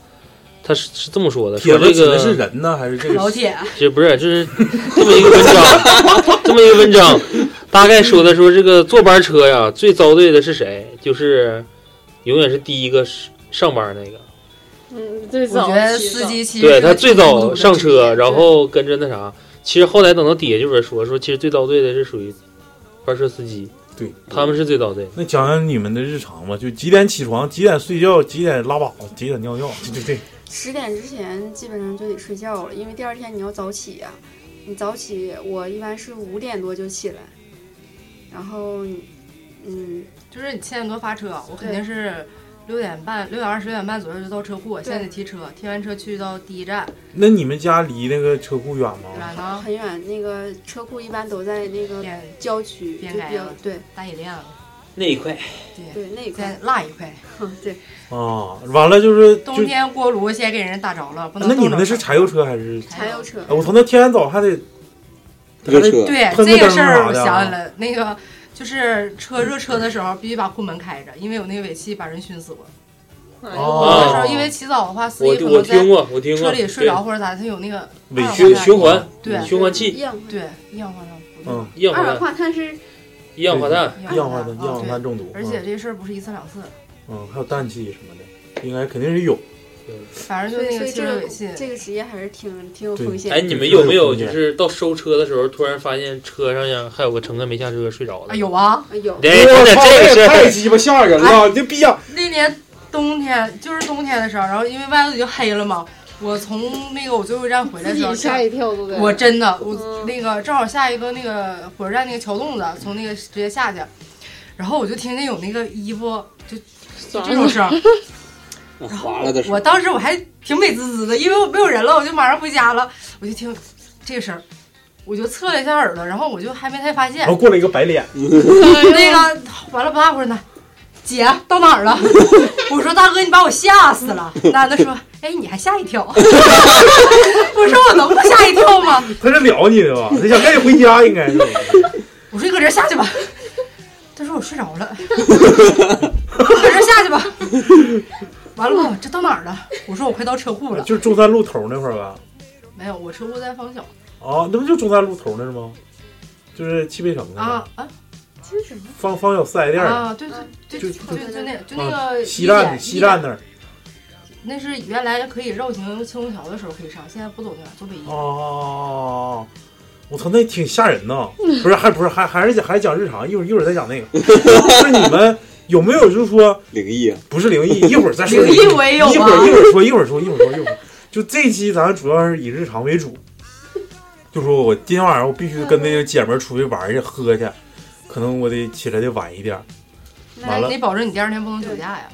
E: 他是是这么说的，说
C: 铁子
E: 这
C: 指
E: 个
C: 的是人呢，还是这个？
G: 老铁，啊
E: 这不是，这是 这么一个文章， 这么一个文章，大概说的说这个坐班车呀，最遭罪的是谁？就是永远是第一个上班那个，
J: 嗯，最
G: 我
J: 早
G: 觉得司机其实
E: 对
G: 是
E: 他最
G: 重度
E: 早
G: 的
E: 上车，然后跟着那啥。其实后来等到底下这边说说，其实最遭罪的是属于班车司机，
G: 嗯
C: 对
E: 他们是最遭罪的。
C: 那讲讲你们的日常吧，就几点起床，几点睡觉，几点拉粑粑，几点尿尿，对对对。
H: 十点之前基本上就得睡觉了，因为第二天你要早起呀、你早起，我一般是五点多就起来，然后你，嗯，
G: 就是你七点多发车，我肯定是六点半、六点二十、六点半左右就到车库，现在得提车，提完车去到第一站，
C: 那你们家离那个车库远吗？
G: 远呢，
H: 很远。那个车库一般都在那个郊区，就
G: 边
H: 比
G: 改
H: 较
G: 了，
H: 对，
G: 大冶亮，
E: 那一块，
H: 对那一
G: 块辣一块，
H: 对，
C: 啊，完了就是就
G: 冬天锅炉先给人打着了，
E: 啊
G: 不能
C: 那你
G: 冻着
C: 们那是柴油车还是？
H: 柴油车
C: 哎，
E: 哦
C: 我从那天早还得
I: 热车
G: 对
C: 喷
G: 这
C: 灯
G: 个事儿，
C: 啥
G: 我想
C: 的
G: 起
C: 啊。
G: 来了，那个就是车热车的时候必须把库门开着，因为有那个尾气把人熏死过。
E: 哦
G: 有的时候因为起早的话，司
E: 我
G: 机可
E: 我
G: 能在
E: 听过我听
G: 车
E: 过
G: 里睡着
E: 对
G: 或者咋，他有那个
E: 尾
G: 二氧
E: 气
G: 化碳
E: 循环
G: 对
E: 循环器
H: 一氧化
G: 对一氧化碳，
C: 嗯，
E: 一氧化
H: 二氧
E: 碳，
H: 化碳是
E: 一氧化碳，
C: 一氧化碳，一氧化嗯碳中毒。
G: 啊而且这事儿不是一次两次，
C: 嗯，还有氮气什么的，应该肯定是有。
G: 反正
H: 所
G: 就
H: 以
G: 那个
H: 所以
G: 汽
H: 这
G: 车
H: 个
G: 尾气。
H: 这个职业还是挺挺有
C: 对
H: 风险的。
E: 哎，你们有没有就是到收车的时候，突然发现车上呀还有个乘客没下车睡着
G: 啊
E: 的？
G: 有啊，
H: 呃有
E: 对，真的这个
K: 太
E: 是
K: 鸡巴吓人了，这逼样。
G: 那年冬天就是冬天的时候，然后因为外头已经黑了嘛，我从那个我最后一站回来的
J: 自
G: 时候，
J: 己吓一跳都得。
G: 我真的，我、那个正好下一个那个火车站那个桥洞子，从那个直接下去，然后我就听见有那个衣服就就这种声，
I: 那划了的时候
G: 我当时我还挺美滋滋的，因为我没有人了，我就马上回家了，我就听这个声儿，我就侧了一下耳朵，然后我就还没太发现
C: 然后，过来一个白脸，
G: 那个完了不大会儿呢，姐到哪儿了？ 我说大哥，你把我吓死了。男的说，哎，你还吓一跳？ 我说我能不吓一跳吗？
C: 他是撩你的吧？他想赶紧回家，应该是。
G: 我说你搁这儿下去吧。他说我睡着了，搁这儿下去吧。完了，这到哪儿了？我说我快到车库了。
C: 就是中山路头那块儿吧？
G: 没有，我车库在方小
C: 啊，那不就中山路头那儿吗？就是汽配城那儿，
G: 啊啊
H: 这是什么？
C: 方方小四 S 店儿
G: 啊，对对对对对，就那就那
C: 啊
G: 个
C: 西站西站那
G: 儿，
C: 儿。
G: 那是原来可以绕行青龙桥的时候可以上，现在不走那儿，走北一。
C: 哦，我操，那挺吓人 呐！不是，还不是，还还是讲还是讲日常，一会儿一会儿再讲那个。就是你们有没有就是说
I: 灵异啊？
C: 不是灵异，一会儿再说。
G: 灵异我也有啊
C: 一会儿一会儿说，一会儿说，一会儿说，一会儿。就这期咱主要是以日常为主，就说我今天晚上我必须跟那个姐们儿出去玩儿去喝去，可能我得起来的晚一点儿。完了
G: 那你保证你第二天不能酒驾呀？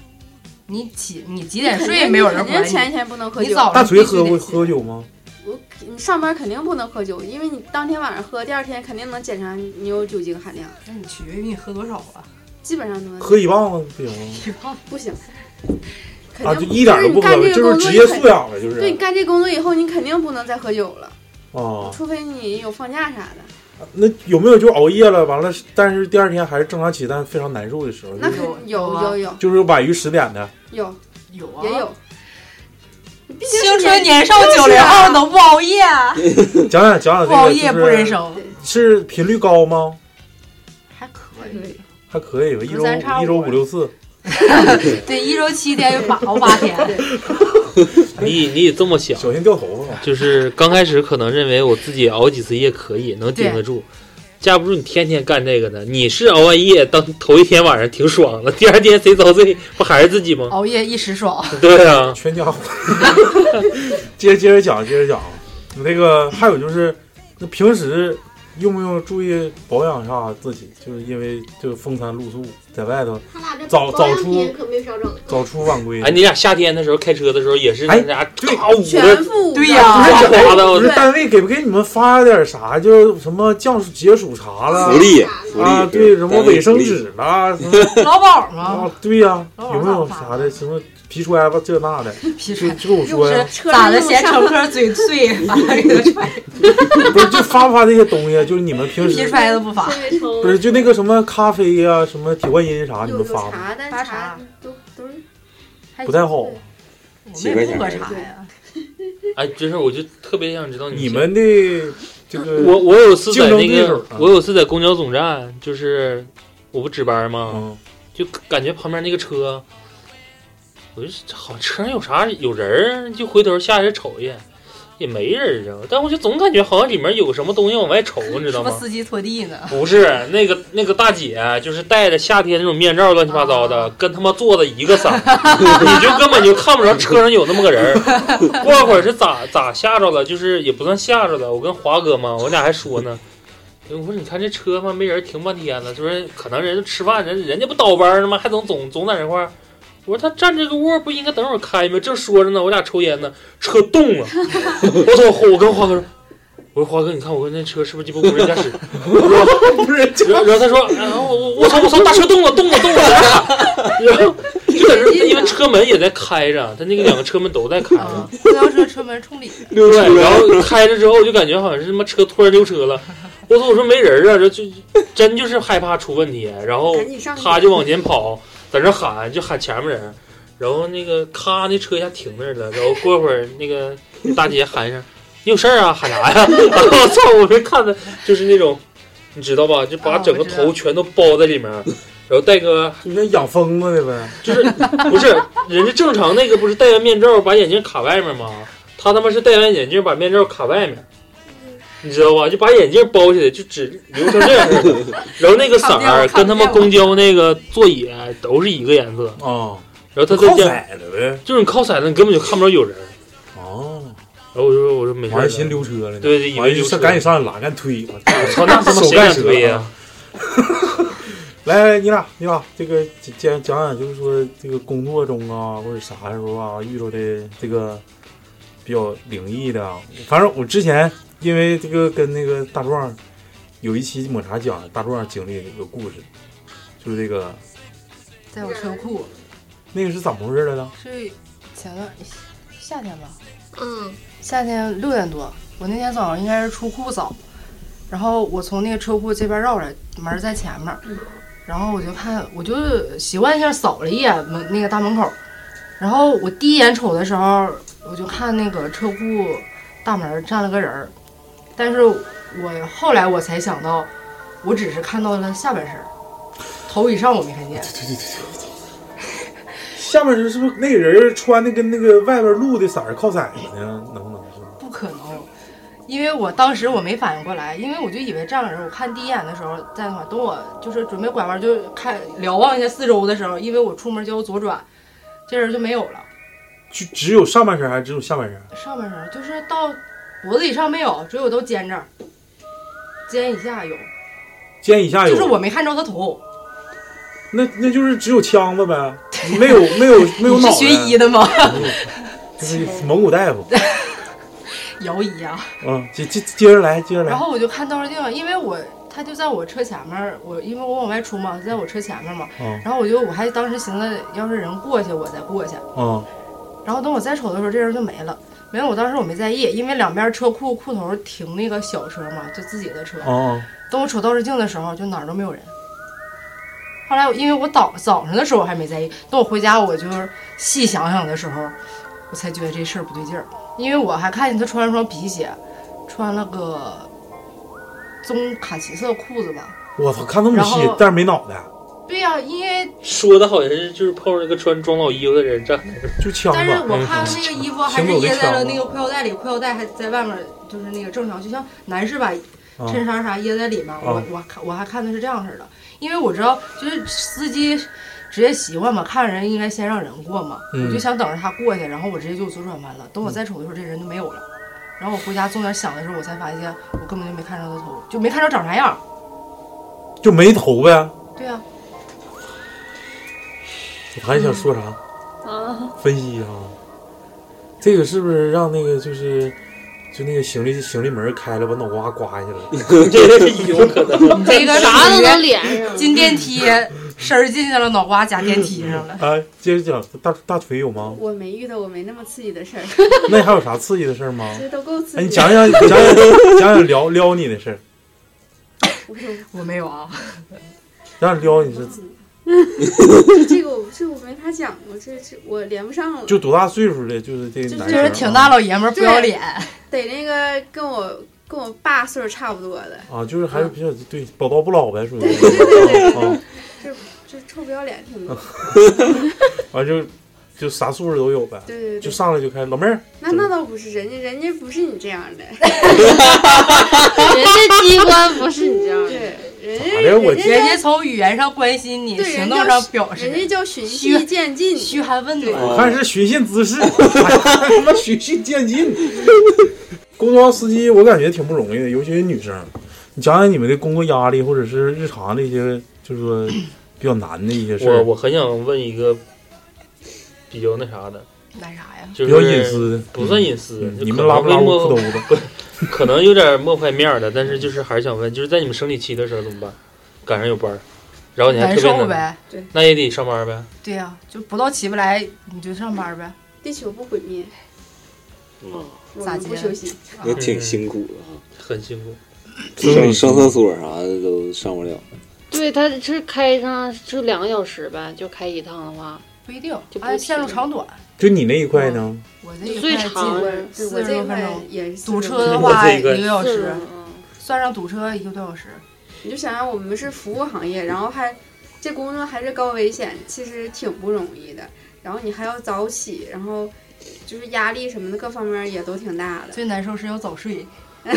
G: 你起你几点
H: 你肯
G: 睡
H: 定
G: 没有人
H: 你
G: 管
H: 肯
G: 你，
H: 定前一天不能喝酒
G: 你早
C: 大
G: 上
C: 锤
G: 必须
C: 喝
G: 得
C: 过
G: 起
C: 喝酒吗？
H: 我你上班肯定不能喝酒，因为你当天晚上喝，第二天肯定能检查你有酒精含量。
G: 那你取决于你喝多少啊？
H: 基本上都能
C: 喝一棒子不行吗？
H: 不行。肯定
C: 啊，就一点都不喝
H: 就是你，干这个
C: 就是
H: 工作
C: 职
H: 你
C: 业
H: 肯
C: 素养了，就是
H: 对你干这工作以后，你肯定不能再喝酒了，
C: 啊。
H: 除非你有放假啥的。
C: 那有没有就是熬夜了，完了，但是第二天还是正常起，但非常难受的时候？
H: 那
C: 就是
H: 肯有有啊有
C: 就是晚于十点的，
H: 有
G: 有啊，
H: 也有。你毕竟是
G: 青春年少
H: 就是
G: 九零
H: 啊
G: 后能不熬夜啊？
C: 讲讲讲讲这个，
G: 不熬夜
C: 就
G: 不
C: 是
G: 人生，
C: 是频率高吗？
G: 可以。
C: 还可以吧，一
G: 隔三差
C: 周
G: 五
C: 一周五六次，
G: 对，一周七天，把熬八天。
E: 你你也这么想，
C: 小心掉头发。
E: 就是刚开始可能认为我自己熬几次夜可以能顶得住，架不住你天天干这个呢。你是熬完夜，当头一天晚上挺爽了，第二天谁遭罪不还是自己吗？
G: 熬夜一时爽。
E: 对啊，
C: 全家伙。 接接着讲，接着讲，啊那个还有就是，那平时用不用注意保养一下自己？就是因为就是风餐露宿，在外头
D: 他俩这
C: 早
D: 保
C: 早
D: 养
C: 出
D: 品可没少整。
C: 早出晚归。
E: 哎，你俩夏天的时候开车的时候也是那家嘎捂的，
H: 副
G: 对呀
C: 不是
E: 哗的
C: 不是单位给不给你们发点啥？就是什么降暑解暑茶了，
I: 福利福利
C: 啊，
I: 是
C: 对，什么
I: 单位
C: 卫生
I: 福利
C: 纸啦，什么
G: 劳保吗
C: 啊？，对呀、
G: 老
C: 有没有啥的什么皮揣吧这那的，
G: 皮
C: 就就跟我说呀，
G: 咋的？嫌乘客嘴碎，把他给他踹。
C: 不是就发不发这些东西？啊就是你们 平
G: 皮
C: 时
G: 揣子不发，
C: 不是就那个什么咖啡呀、什么铁观音啥，你们发吗？
H: 茶，但是茶都都是
C: 不太好。
G: 我
C: 几块钱
G: 喝茶呀。
E: 哎，真是我就特别想知道
C: 你们的这个
E: 我我有次在
C: 呃竞争
E: 那
C: 对手
E: 个
C: 啊，
E: 我有次在公交总站，就是我不值班嘛，
C: 嗯
E: 就感觉旁边那个车，我就好像车上有啥有人儿，就回头下去瞅一眼，也没人啊，但我就总感觉好像里面有什么东西往外瞅，你知
G: 什
E: 道
G: 么
E: 吗？
G: 司机拖地呢？
E: 不是那个那个大姐，就是戴着夏天那种面罩，乱七八糟的，跟他妈坐的一个色儿，你就根本就看不着车上有那么个人儿。过会儿是咋咋吓着了，就是也不算吓着了。我跟华哥嘛，我俩还说呢，我说你看这车嘛，没人停半天了，就是可能人家吃饭人人家不倒班呢吗？还总总总在那块儿。我说他站这个窝不应该等会儿开吗？正说着呢，我俩抽烟呢，车动了。我说我跟华哥说，我说华哥，你看我跟那车是不是鸡巴无人 驾驶？
C: 不是，
E: 然后然后他说，哎、我我 我操我操，大车动了动了动了，然后就在这，因为车门也在开着，他那个两个车门都在 开
C: 嗯
E: 着，
G: 公交车车门冲里。
E: 对，然后 开着之后就感觉好像是他妈车突然溜车了，我操，我说没人啊，这就真就是害怕出问题，然
C: 哦
E: 后
H: 赶紧上去
E: 他就往前跑，在那喊就喊前面人，然后那个咔那车一下停那儿了，然后过会儿那个大姐喊一声。你有事儿啊？喊啥呀？ 我操！我这看的就是那种，你啊知道吧？就把整个头全都包在里面，然后戴个
C: 就像养疯子的呗。
E: 不是，人家正常那个不是戴完面罩把眼镜卡外面吗？他他妈是戴完眼镜把面罩卡外面，你知道吧？就把眼镜包起来，就只留成这样式的。然后那个色
L: 卡不掉
E: 儿
L: 了
E: 跟他妈
L: 卡不掉
E: 公交那个座椅都是一个颜色
C: 啊。
E: 然后他在
C: 靠
E: 家
C: 色了呗，
E: 就是你靠色的，你根本就看不着有人。
C: 哦。
E: 然后我就说我说没事儿
C: 完
E: 了，
C: 了，寻溜车了呢。
E: 对对，以
C: 完
E: 为
C: 了
E: 溜车
C: 就赶紧上去拉，赶紧推。我
E: 操那他妈
C: 手
E: 谁
C: 干
E: 敢
C: 折
E: 推呀
C: 啊？来来，你俩你俩这个讲讲讲，就是说这个工作中啊，或者啥时候啊，遇到的这个比较灵异的啊。反正我之前因为这个跟那个大壮有一期抹茶讲大壮经历的一个故事，就是这个
G: 在我车库
C: 那个是咋回事来着？
G: 是前段哎夏天吧，
D: 嗯，
G: 夏天六点多，我那天早上应该是出库早，然后我从那个车库这边绕着，门儿在前面儿，然后我就看，我就习惯性扫了一眼门那个大门口，然后我第一眼瞅的时候，我就看那个车库大门儿站了个人儿，但是我后来我才想到，我只是看到了下半身儿，头以上我没看见。
C: 对对对对。下面是是不是那个人穿的跟那个外边露的色儿靠色呢？能不能是吧？
G: 不可能，因为我当时我没反应过来，因为我就以为站个人。我看第一眼的时候在那块儿，等我就是准备拐弯就看瞭望一下四周的时候，因为我出门就要左转， 这人就没有了，
C: 就只有上半身还是只有下半身？
G: 上半身就是到脖子以上没有，只有到肩这儿，肩以下有，
C: 肩以下有，
G: 就是我没看着他头。
C: 那那就是只有腔子呗，没有没有没有
G: 你是
C: 脑袋。嗯
G: 学医的吗？
C: 就是蒙古大夫。
G: 摇椅啊。
C: 嗯，接接接着来，接着来。
G: 然后我就看倒车镜，因为我他就在我车前面儿，我因为我往外出嘛，在我车前面嘛。
C: 嗯
G: 然后我就我还当时寻思，要是人过去，我再过去。
C: 嗯
G: 然后等我再瞅的时候，这人就没了。没有，我当时我没在意，因为两边车库库头停那个小车嘛，就自己的车。
C: 哦
G: 等我瞅倒车镜的时候，就哪儿都没有人。后来我因为我早早上的时候我还没在意，等我回家我就是细想想的时候，我才觉得这事儿不对劲儿，因为我还看见他穿了双皮鞋，穿了个棕卡其色裤子吧。
C: 我操，看那么细
G: 然后，
C: 但是没脑袋，
G: 对呀、因为
E: 说的好像是就是碰上一个穿装老衣服的人 站那
C: 就枪吧。
G: 但是我看那个衣服还是
C: 行走的
G: 掖在了
C: 枪
G: 那个裤腰带里，裤腰带还在外面，就是那个正常，就像男士把
C: 啊
G: 衬衫啥掖在里面。我
C: 啊
G: 我看我还看的是这样式的，因为我知道就是司机职业习惯嘛，看人应该先让人过嘛，
C: 嗯
G: 我就想等着他过去，然后我直接就左转弯了。等我再瞅的时候，这人就没有了。然后我回家重点想的时候，我才发现我根本就没看着他头，就没看着长啥样。
C: 就没头呗。
G: 对啊，
C: 我还
G: 嗯
C: 想说啥？
F: 啊，
C: 分析一下啊，这个是不是让那个就是就那个行李行李门开了，把 脑瓜刮下来？
E: 这个是有可能
G: 你这个
F: 啥都能
G: 连上，进电梯身儿进去了，脑瓜夹电梯上了。
C: 啊，接着讲，大大腿有吗？
H: 我没遇到过没那么刺激 的事儿，
C: 那还有啥刺激的事 儿吗？
H: 这都够刺激的。
C: 哎，你讲讲讲讲讲讲撩撩你的事儿，
G: 我没有啊，
C: 讲讲撩你是
H: 这个我这我没法讲，我这这我连不上了。
C: 就多大岁数的，就是这个男生啊，
G: 爷们
C: 儿不要脸
H: 对，得那个跟我跟我爸岁数差不多的，
C: 啊，就是还是比较对宝刀不老呗，属于
H: 对对对对
C: 啊，
H: 就就臭不要脸挺多。
C: 完啊就就啥素质都有呗，
H: 对对对
C: 就上来就开老妹儿，嗯
H: 那那倒不是，人家人家不是你这样 的，人
G: 家机关
H: 不是你这样的，对，人家
C: 咋的我
H: 人
G: 人
H: 家
G: 家从语言上关心你，
H: 对
G: 行动上表示，
H: 人家叫循
G: 嘘
H: 序渐进，
G: 嘘寒问暖
C: 我看
I: 啊
C: 是循序 姿势，哎呀什么循序渐进。公交司机我感觉挺不容易的，尤其是女生。你讲讲你们的工作压力，或者是日常的一些，就是说比较难的一些事
E: 我
C: 儿，
E: 我很想问一个比较那啥的，
G: 干啥呀？
E: 就
C: 比较
E: 是
C: 隐私的
E: 不算隐私
C: 嗯，
E: 就
C: 你
E: 可能
C: 们拉不拉
E: 会
C: 我裤
E: 摸
C: 兜子？
E: 不可能有点摸坏面儿了，但是就是还是想问，就是在你们生理期的时候怎么办？赶上有班儿，然后你还
G: 难
E: 特别
G: 受
E: 难，
G: 呗，对
E: 那也得上班呗。
G: 对呀、就不到起不来你就上班呗，
H: 地球不毁灭，我
G: 咋
H: 们
G: 接
H: 不休息，
I: 嗯也挺辛苦的，啊
E: 很辛苦。
I: 上上厕所啥的都上不了。
J: 对，他是开上就两个小时呗，就开一趟的话，
G: 不一定，
J: 就不
G: 按
J: 提
G: 线路长短。
C: 就你那一块呢？
G: 我这一
J: 最
G: 块
J: 长
G: 近
J: 是
G: 四十多分
H: 我这一块
G: 钟，
H: 也是
G: 堵车的
H: 40分钟
G: 话一
H: 我这一块
G: 个小
H: 40
G: 时
H: 分，
G: 算上堵车一个多小时。
H: 你就想想我们是服务行业，然后还这工作还是高危险，其实挺不容易的。然后你还要早起，然后就是压力什么的，各方面也都挺大的。
G: 最难受是要早睡，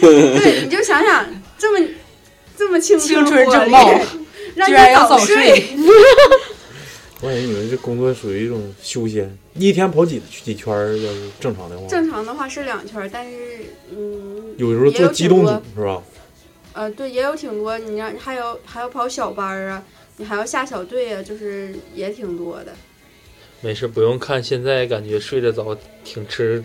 H: 对，你就想想这么这么青
G: 青春
H: 活
G: 正
H: 力
G: 茂，
H: 让
G: 居
H: 你
G: 然要早
H: 睡
G: 睡。
C: 我感觉你们这工作属于一种修仙，一天跑几几圈儿？要是正常的话，
H: 正常的话是两圈儿，但是嗯，
C: 有时候
H: 也
C: 做
H: 挺
C: 机动
H: 多
C: 组是吧？
H: 呃，对，也有挺多，你让还有还要跑小班儿啊，你还要下小队啊，就是也挺多的。
E: 没事，不用看。现在感觉睡得早，挺吃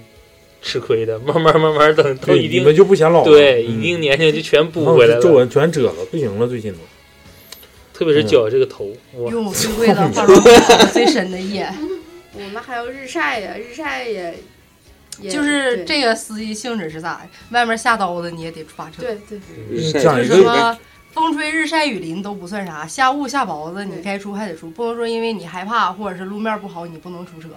E: 吃亏的。慢慢慢慢等到
C: 对
E: 一定，
C: 你们就不显老了
E: 对，
C: 嗯
E: 一定年龄就全
C: 然
E: 补
C: 后
E: 回来
C: 这皱
E: 了。
C: 纹嗯全遮了，不行了，最近都。
E: 特别是脚这个头，哇
G: 用我最贵的化妆品 打的最深的夜。
H: 我们还有日晒呀，日晒也也
G: 就是这个司机性质是咋的？外面下刀子你也得抓车。
H: 对对
C: 日晒讲一
G: 就
C: 个
G: 是什么风吹日晒雨淋都不算啥，下雾下雹子你该出还得出，不能说因为你害怕或者是路面不好你不能出车。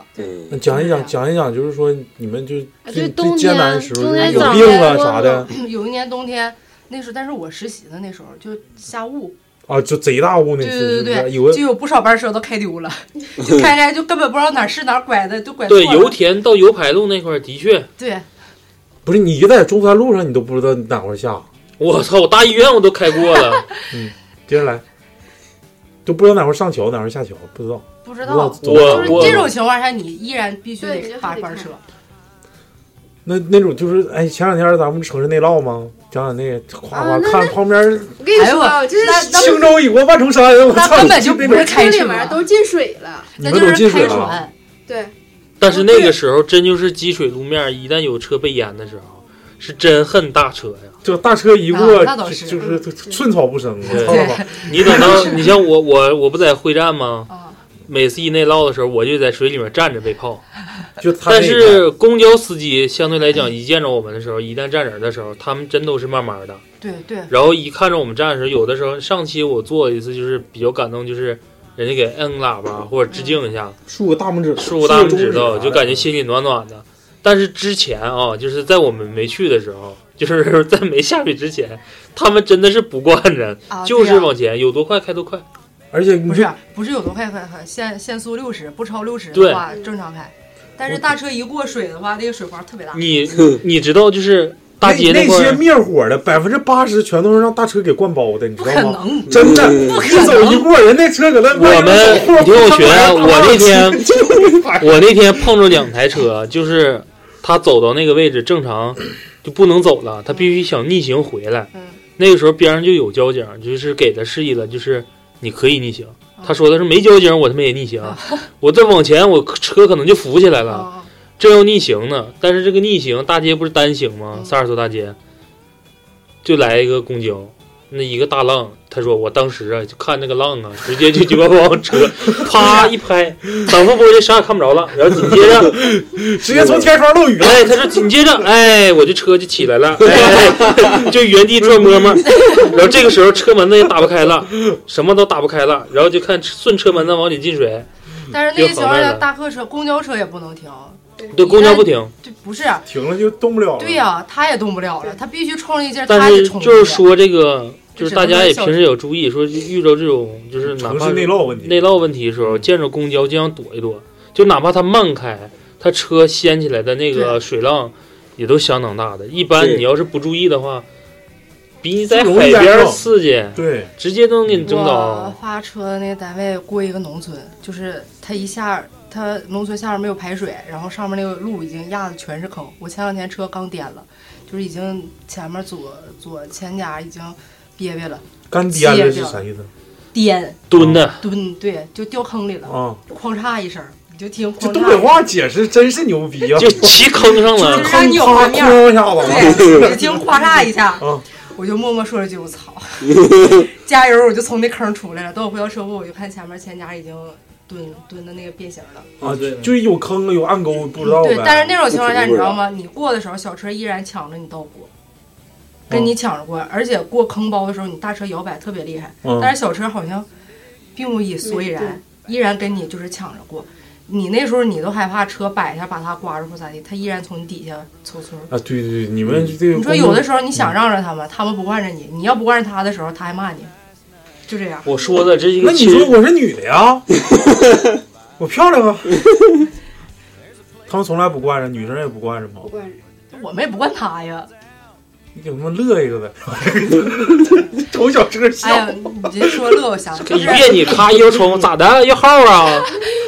C: 那讲一讲，讲一讲，就是说你们就
G: 啊就
C: 最
G: 冬天
C: 最艰难的时候，
G: 冬
C: 就
G: 天
C: 是有
G: 早
C: 病
G: 上
C: 了
G: 多
C: 啥的
G: 有一年冬天那时候，但是我实习的那时候就下雾，
C: 啊，就贼大雾那
G: 对
C: 次，
G: 对
C: 是啊
G: 对
C: 不是有个
G: 对，就有不少班车都开丢了， 就开开就根本不知道哪儿是哪儿拐的，就拐错
E: 对，
G: 了。
E: 油田到油排路那块儿的确，
G: 对，
C: 不是你在中山路上，你都不知道你哪块儿下。
E: 我操，我大医院我都开过了。
C: 嗯，接着来，都不知道哪块儿上桥，哪块儿下桥，不知道。
G: 不知道。
C: 走
G: 就是
C: 我
G: 这种情况下，你依然必须得
H: 对你就还
G: 发
H: 得
G: 班
H: 看
G: 车。
C: 那那种就是，哎，前两天咱们城市内涝吗？讲讲那个，夸
H: 啊
C: 夸
H: 那
C: 看旁边儿
H: 我跟你说啊，
C: 哎呦
H: 这是
C: 青州已过万重山，我操，那种
H: 村里面都进水了，
C: 你们都进水了
E: 吗
H: 对，
E: 但是那个时候真就是积水路面，一旦有车被淹的时候，是真恨大车呀。
C: 就大车一过，
E: 啊那倒
C: 就是就是寸草不生。我操
E: 对
C: 吧！
E: 你等到你像我我我不在会战吗？
C: 啊
E: 每次一内涝的时候，我就在水里面站着被泡。
C: 就他那
E: 但
C: 一
E: 是公交司机相对来讲，一见着我们的时候，一 旦站人的时候，他们真都是慢慢的。
G: 对对，
E: 然后一看着我们站的时候，有的时候上期我做一次就是比较感动，就是人家给摁个喇叭或者致敬一下，
C: 竖个大拇指头，
E: 竖个大拇指头，
C: 头，
E: 就感觉心里暖暖的。但是之前啊，就是在我们没去的时候， 就是在没下水之前，他们真的是不惯着，
G: 啊
E: 就是往前有多快开多快。
C: 而且你
G: 不是啊不是有多快快快，限限速六十，不超六十
E: 对
G: 的话正常开。但是大车一过水的话，那个水花特别大。
E: 你你知道，就是大街
C: 那
E: 块
C: 些
E: 儿，
C: 灭火的百分之八十全都是让大车给灌包的，你知道吗？
G: 能
C: 真的，
E: 不可能
C: 一走一过，人那车搁那
E: 我们你听我学啊，我那天我那天碰着两台车， 就是他走到那个位置正常就不能走了，他必须想逆行回来。
G: 嗯
E: 那个时候边上就有交警，就是给他示意了，就是你可以逆行。他说的是没交警，我他妈也逆行，我再往前，我车可能就浮起来了，这要逆行呢。但是这个逆行，大街不是单行吗？萨尔索大街，就来一个公交，那一个大浪。他说我当时啊，就看那个浪啊，直接就就把我车啪一拍，挡风玻璃啥也看不着了。然后紧接着
C: 直接从天窗漏雨。
E: 哎，他说紧接着，哎，我这车就起来了，哎， 就原地转摸摸。然后这个时候车门子也打不开了，什么都打不开了。然后就看顺车门子往里进水，
G: 嗯但是那个情况
E: 有好
G: 下，
E: 卖的
G: 大客车、公交车也不能停。
E: 对，公交不停。
G: 对，不是，啊
C: 停了就动不了了。
G: 对呀、他也动不了了，他必须冲一劲儿，他
E: 但
G: 也
E: 是
G: 冲。啊
E: 就是说这个，就
G: 就是只
E: 大
G: 能
E: 家
G: 在
E: 也
G: 校
E: 平时
G: 区
E: 有注意，说遇到这种就是哪
C: 城
E: 怕
C: 市
E: 是
C: 内涝问题
E: 内涝问题的时候，见着公交尽量躲一躲，就哪怕它慢开，它车掀起来的那
G: 啊
E: 个水浪也都相当大的。一般
C: 对
E: 你要是不注意的话，比你在
C: 容易
E: 海
C: 淹
E: 边
C: 着
E: 刺激，
C: 对，
E: 直接都能给你整
G: 我
E: 倒。
G: 发车的那个单位过一个农村，就是他一下，他农村下面没有排水，然后上面那个路已经压的全是坑。我前两天车刚颠了，就是已经前面左左前夹已经瘪瘪了，
C: 干颠了是啥意思？
G: 颠
E: 蹲 的
G: 蹲对，就掉坑里了，
E: 哦
C: 啊
G: 哐嚓一声，你就听
C: 这
G: 哐
C: 东北
G: 嚓。
C: 话解释真是牛逼啊！
E: 就骑坑上了
G: 让
C: 就是坑
G: 你有
C: 咔
G: 画面儿
C: 哐一下子，
G: 对，只听哗啦一下，
C: 啊！
G: 我就默默说了句“我 操”，加油！我就从那坑出来了。等我回到车库，我就看前面前夹已经蹲蹲的那个变形了。
C: 啊，就是有坑有暗沟，不知道呗。
G: 对，但是那种情况下，你知道？吗？你过的时候，小车依然抢着你倒过，
C: 哦
G: 跟你抢着过，而且过坑包的时候，你大车摇摆特别厉害，
C: 哦啊
H: 嗯
G: 但是小车好像并不以所以然，依然跟你就是抢着过。你那时候你都害怕车摆一下把它刮着或咋地，它依然从你底下抽村。
C: 啊，对对对，你们嗯这个
G: 你说有的时候你想让着他们，他们不惯着你，你要不惯着他的时候，他还骂你，就这样。
E: 我说的这一个
C: 那你
E: 其实，
C: 说我是女 的呀？我漂亮啊！ 他们从来不惯着，女生也不惯着吗？
G: 不惯人，我们也不惯他 呀。
C: 你给他们乐一个呗！ 瞅小车笑
G: 哎。呀，你这说乐我想，
E: 一别你咔一摇窗，咋的？摇号啊？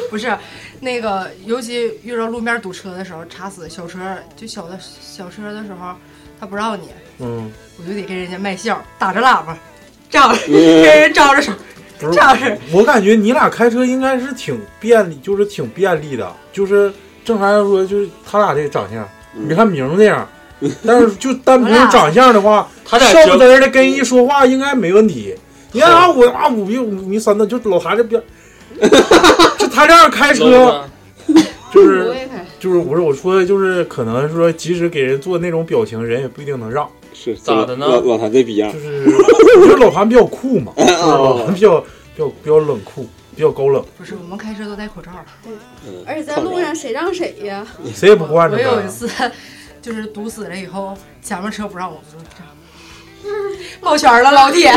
G: 不是，那个尤其遇到路面堵车的时候，查死小车，就小的小车的时候，他不让你，
C: 嗯，
G: 我就得跟人家卖笑，打着喇叭，这样跟人招着手，
C: 嗯不是
G: 这样式，
C: 我感觉你俩开车应该是挺便利，就是挺便利的，就是正常来说，就是他俩这个长相，你
E: 嗯
C: 别看明儿 这样，但是就单凭长相的话，
E: 他俩
C: 瘦
E: 交
C: 嘚儿的跟一说话应该没问题。你看啊，我啊五米五米三的，就老谭这 边，就他这样开车，就是就是我说我说的就是可能说，即使给人做那种表情，人也不一定能让。
I: 是
C: 咋的呢
I: 老老谭这逼
E: 嗯
I: 样，
C: 就是就是老韩比较酷 嘛，就是
E: 哦
C: 老韩比较比较比较冷酷，比较高冷，
G: 不是我们开车都戴口罩，
H: 而且在路上谁让谁呀？
E: 嗯
C: 谁也不惯着
G: 我
C: 呗。
G: 有一次就是堵死了以后，前面车不让我，我说这样。抱拳了，老 铁，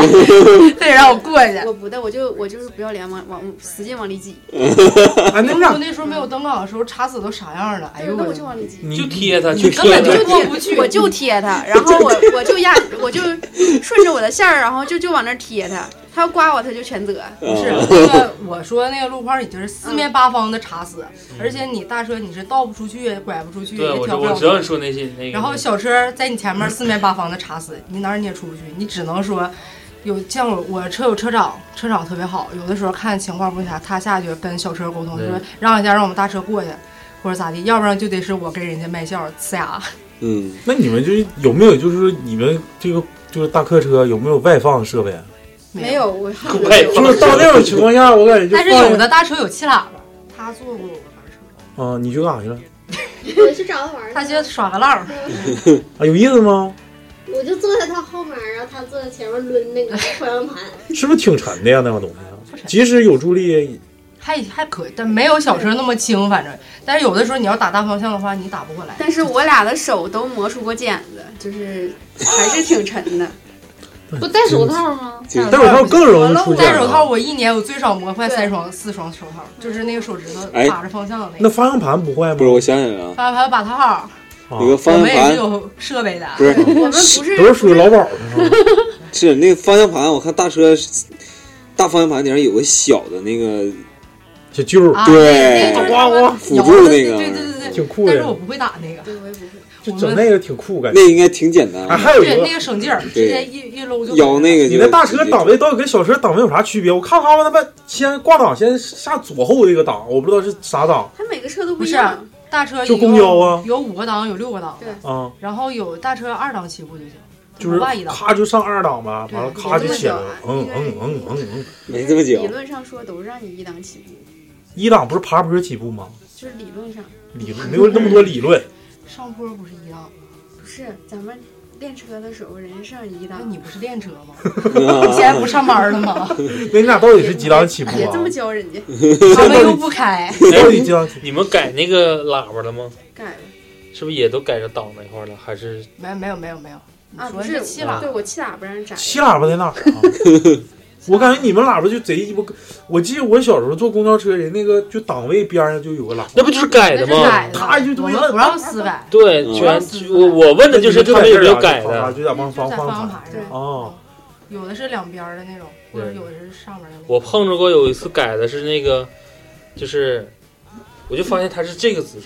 G: 非得让我过 去。
H: 我不带，我就我就是不要脸，往往使劲往里挤。
C: 哎，那
G: 我那时候没有登岗的时候，查死都啥样了？哎呦，
H: 那我就往里挤。
E: 就贴他，
G: 你
E: 就
G: 根
E: 贴
G: 本
E: 他。
G: 就过不去，
H: 我 就贴它，然后我我就压，我就顺着我的线儿，然后就就往那儿贴它，他要刮我，他就全责。
E: 嗯
G: 不是 那个，我说那个路况，你就是四面八方的查死，而且你大车你是倒不出去，拐不出去，
E: 嗯对，
G: 也
E: 我
G: 调
E: 就
G: 不了
E: 我
G: 头
E: 知道你说那些那个。
G: 然后小车在你前面四面八方的查死，你哪儿你也出不去，你只能说有像我我车有车长，车长特别好，有的时候看情况不行，他下去跟小车沟通，
E: 对
G: 说让一下，让我们大车过去，或者咋地，要不然就得是我跟人家卖笑呲牙。
I: 嗯，
C: 那你们就是有没有就是说你们这个就是大客车有没有外放设 备？啊
H: 没有，我
C: 就是到那种情况下，我感觉就
G: 但是
C: 放
G: 有的大车有气喇叭，他坐过，
C: 啊，你去干啥去了？
D: 我去找他玩儿，
G: 他就耍个浪儿。
C: 啊，有意思吗？
D: 我就坐在他后面，然后他坐在前面抡那个方向盘。
C: 是不是挺沉的呀？那个东西，啊即使有助力，
G: 还还可以，但没有小车那么轻，反正。但是有的时候你要打大方向的话，你打不过来。
H: 但是我俩的手都磨出过茧子，就是还是挺沉的。
J: 不戴手套吗？
C: 戴手套更容易出
G: 戴
C: 茧
G: 手
C: 啊。
G: 套我一年我最少磨坏三双四双手套，就是那个手指头
I: 哎
G: 打着方向的那个。
C: 那方向盘不坏吗？
I: 不是，我想想啊，
G: 方向盘把套儿，
I: 那个
G: 我
I: 方向
G: 们也是
I: 盘
G: 有设备的。
I: 不是
G: 我
I: 我
G: 们不
C: 都是属于劳保的是吧？
I: 是那个方向盘，我看大车大方向盘顶上有个小的那个
C: 小揪
G: 啊
I: 对
G: 那个，
C: 呱呱
I: 辅助那
G: 对
I: 个，
G: 对对对，
C: 挺酷
G: 但
C: 的
G: 是我不会打那个，对，我也不会。
C: 就整那个挺酷感觉。
I: 那应该挺简单。
C: 啊还有一
G: 对
C: 个
G: 那个省劲儿，直
C: 对
G: 接一一搂就。
I: 摇那个就
C: 你那大车档位到底跟小车档位有啥区别？我看他们他们先挂档，先下左后这个档，我不知道是啥档
H: 它每个车都
G: 不
H: 不一啊
G: 是
H: 样。
G: 大车
C: 就
G: 一共
C: 公交啊
G: 有五个档，有六个档，对
C: 啊，
G: 然后有大车二档起步就行，
C: 就是
G: 不挂一档。
C: 咔就上二档吧，完了
G: 对
C: 咔就
G: 有这么
C: 起来
G: 久
C: 了
G: 啊，
C: 嗯嗯嗯嗯嗯，
I: 没这么
H: 理论上说都是让你一档起步，
C: 一档不是爬坡起步吗？
H: 就是理论上。
C: 理论没有那么多理 论，
G: 上坡不是一档，
H: 不是咱们练车的时候，人家上一档。
G: 那你不是练车 吗？你现在不上班了吗？
C: 那你俩到底是几档起步
H: 别
C: 啊
H: 哎这？么教人家，
G: 他们又不开。
C: 到底几档起
E: 你们改那个喇叭了吗？
H: 改了
E: 是不是也都改成档那块儿了？还是
G: 没有没有没有没有，
H: 啊，
G: 你说
H: 不
G: 是
H: 是
G: 气喇
H: 对
G: 叭，
H: 我气喇叭让人摘。
C: 七喇叭在哪儿啊？ 我感觉你们喇叭就贼鸡巴，我记得我小时候坐公交车，人那个就档位边上就有个喇叭，
E: 那不就是改的吗？
C: 他就
G: 我们不让死改，
E: 对，
C: 嗯
E: 全我我问的就是他们有没有改的。
C: 就在往
G: 在方
C: 方
G: 向
C: 方
G: 盘上，
C: 哦，
G: 有的是两边儿的那种，或者
E: 对
G: 有的是上面的。
E: 我碰着过有一次改的是那个，就是我就发现他是这个姿 势，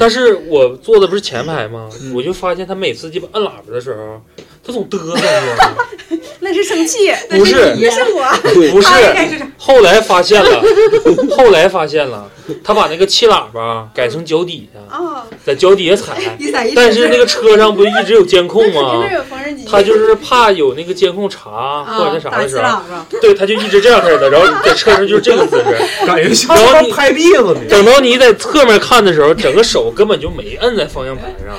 E: 但是我坐的不是前排吗？我就发现他每次鸡巴按喇叭的时候，他总嘚瑟你
H: 那是生气，
E: 不是
H: 那是我，
E: 不是
H: 他应该是这样
E: 后来发现了，后来发现了，他把那个气喇叭改成脚底下，
H: 哦，
E: 在脚底下踩
H: 一踩一踩。
E: 但是那个车上不一直有监控 吗
H: 那？有缝纫机，
E: 啊他就是怕有那个监控查
G: 啊
E: 或者那啥的时候
H: 啊打气喇，
E: 对，他就一直这样式的，然后在车上就是这个姿势，
C: 感觉像
E: 然后
C: 他
E: 你
C: 拍壁子呢。
E: 等到你在侧面看的时候，整个手根本就没摁在方向盘上，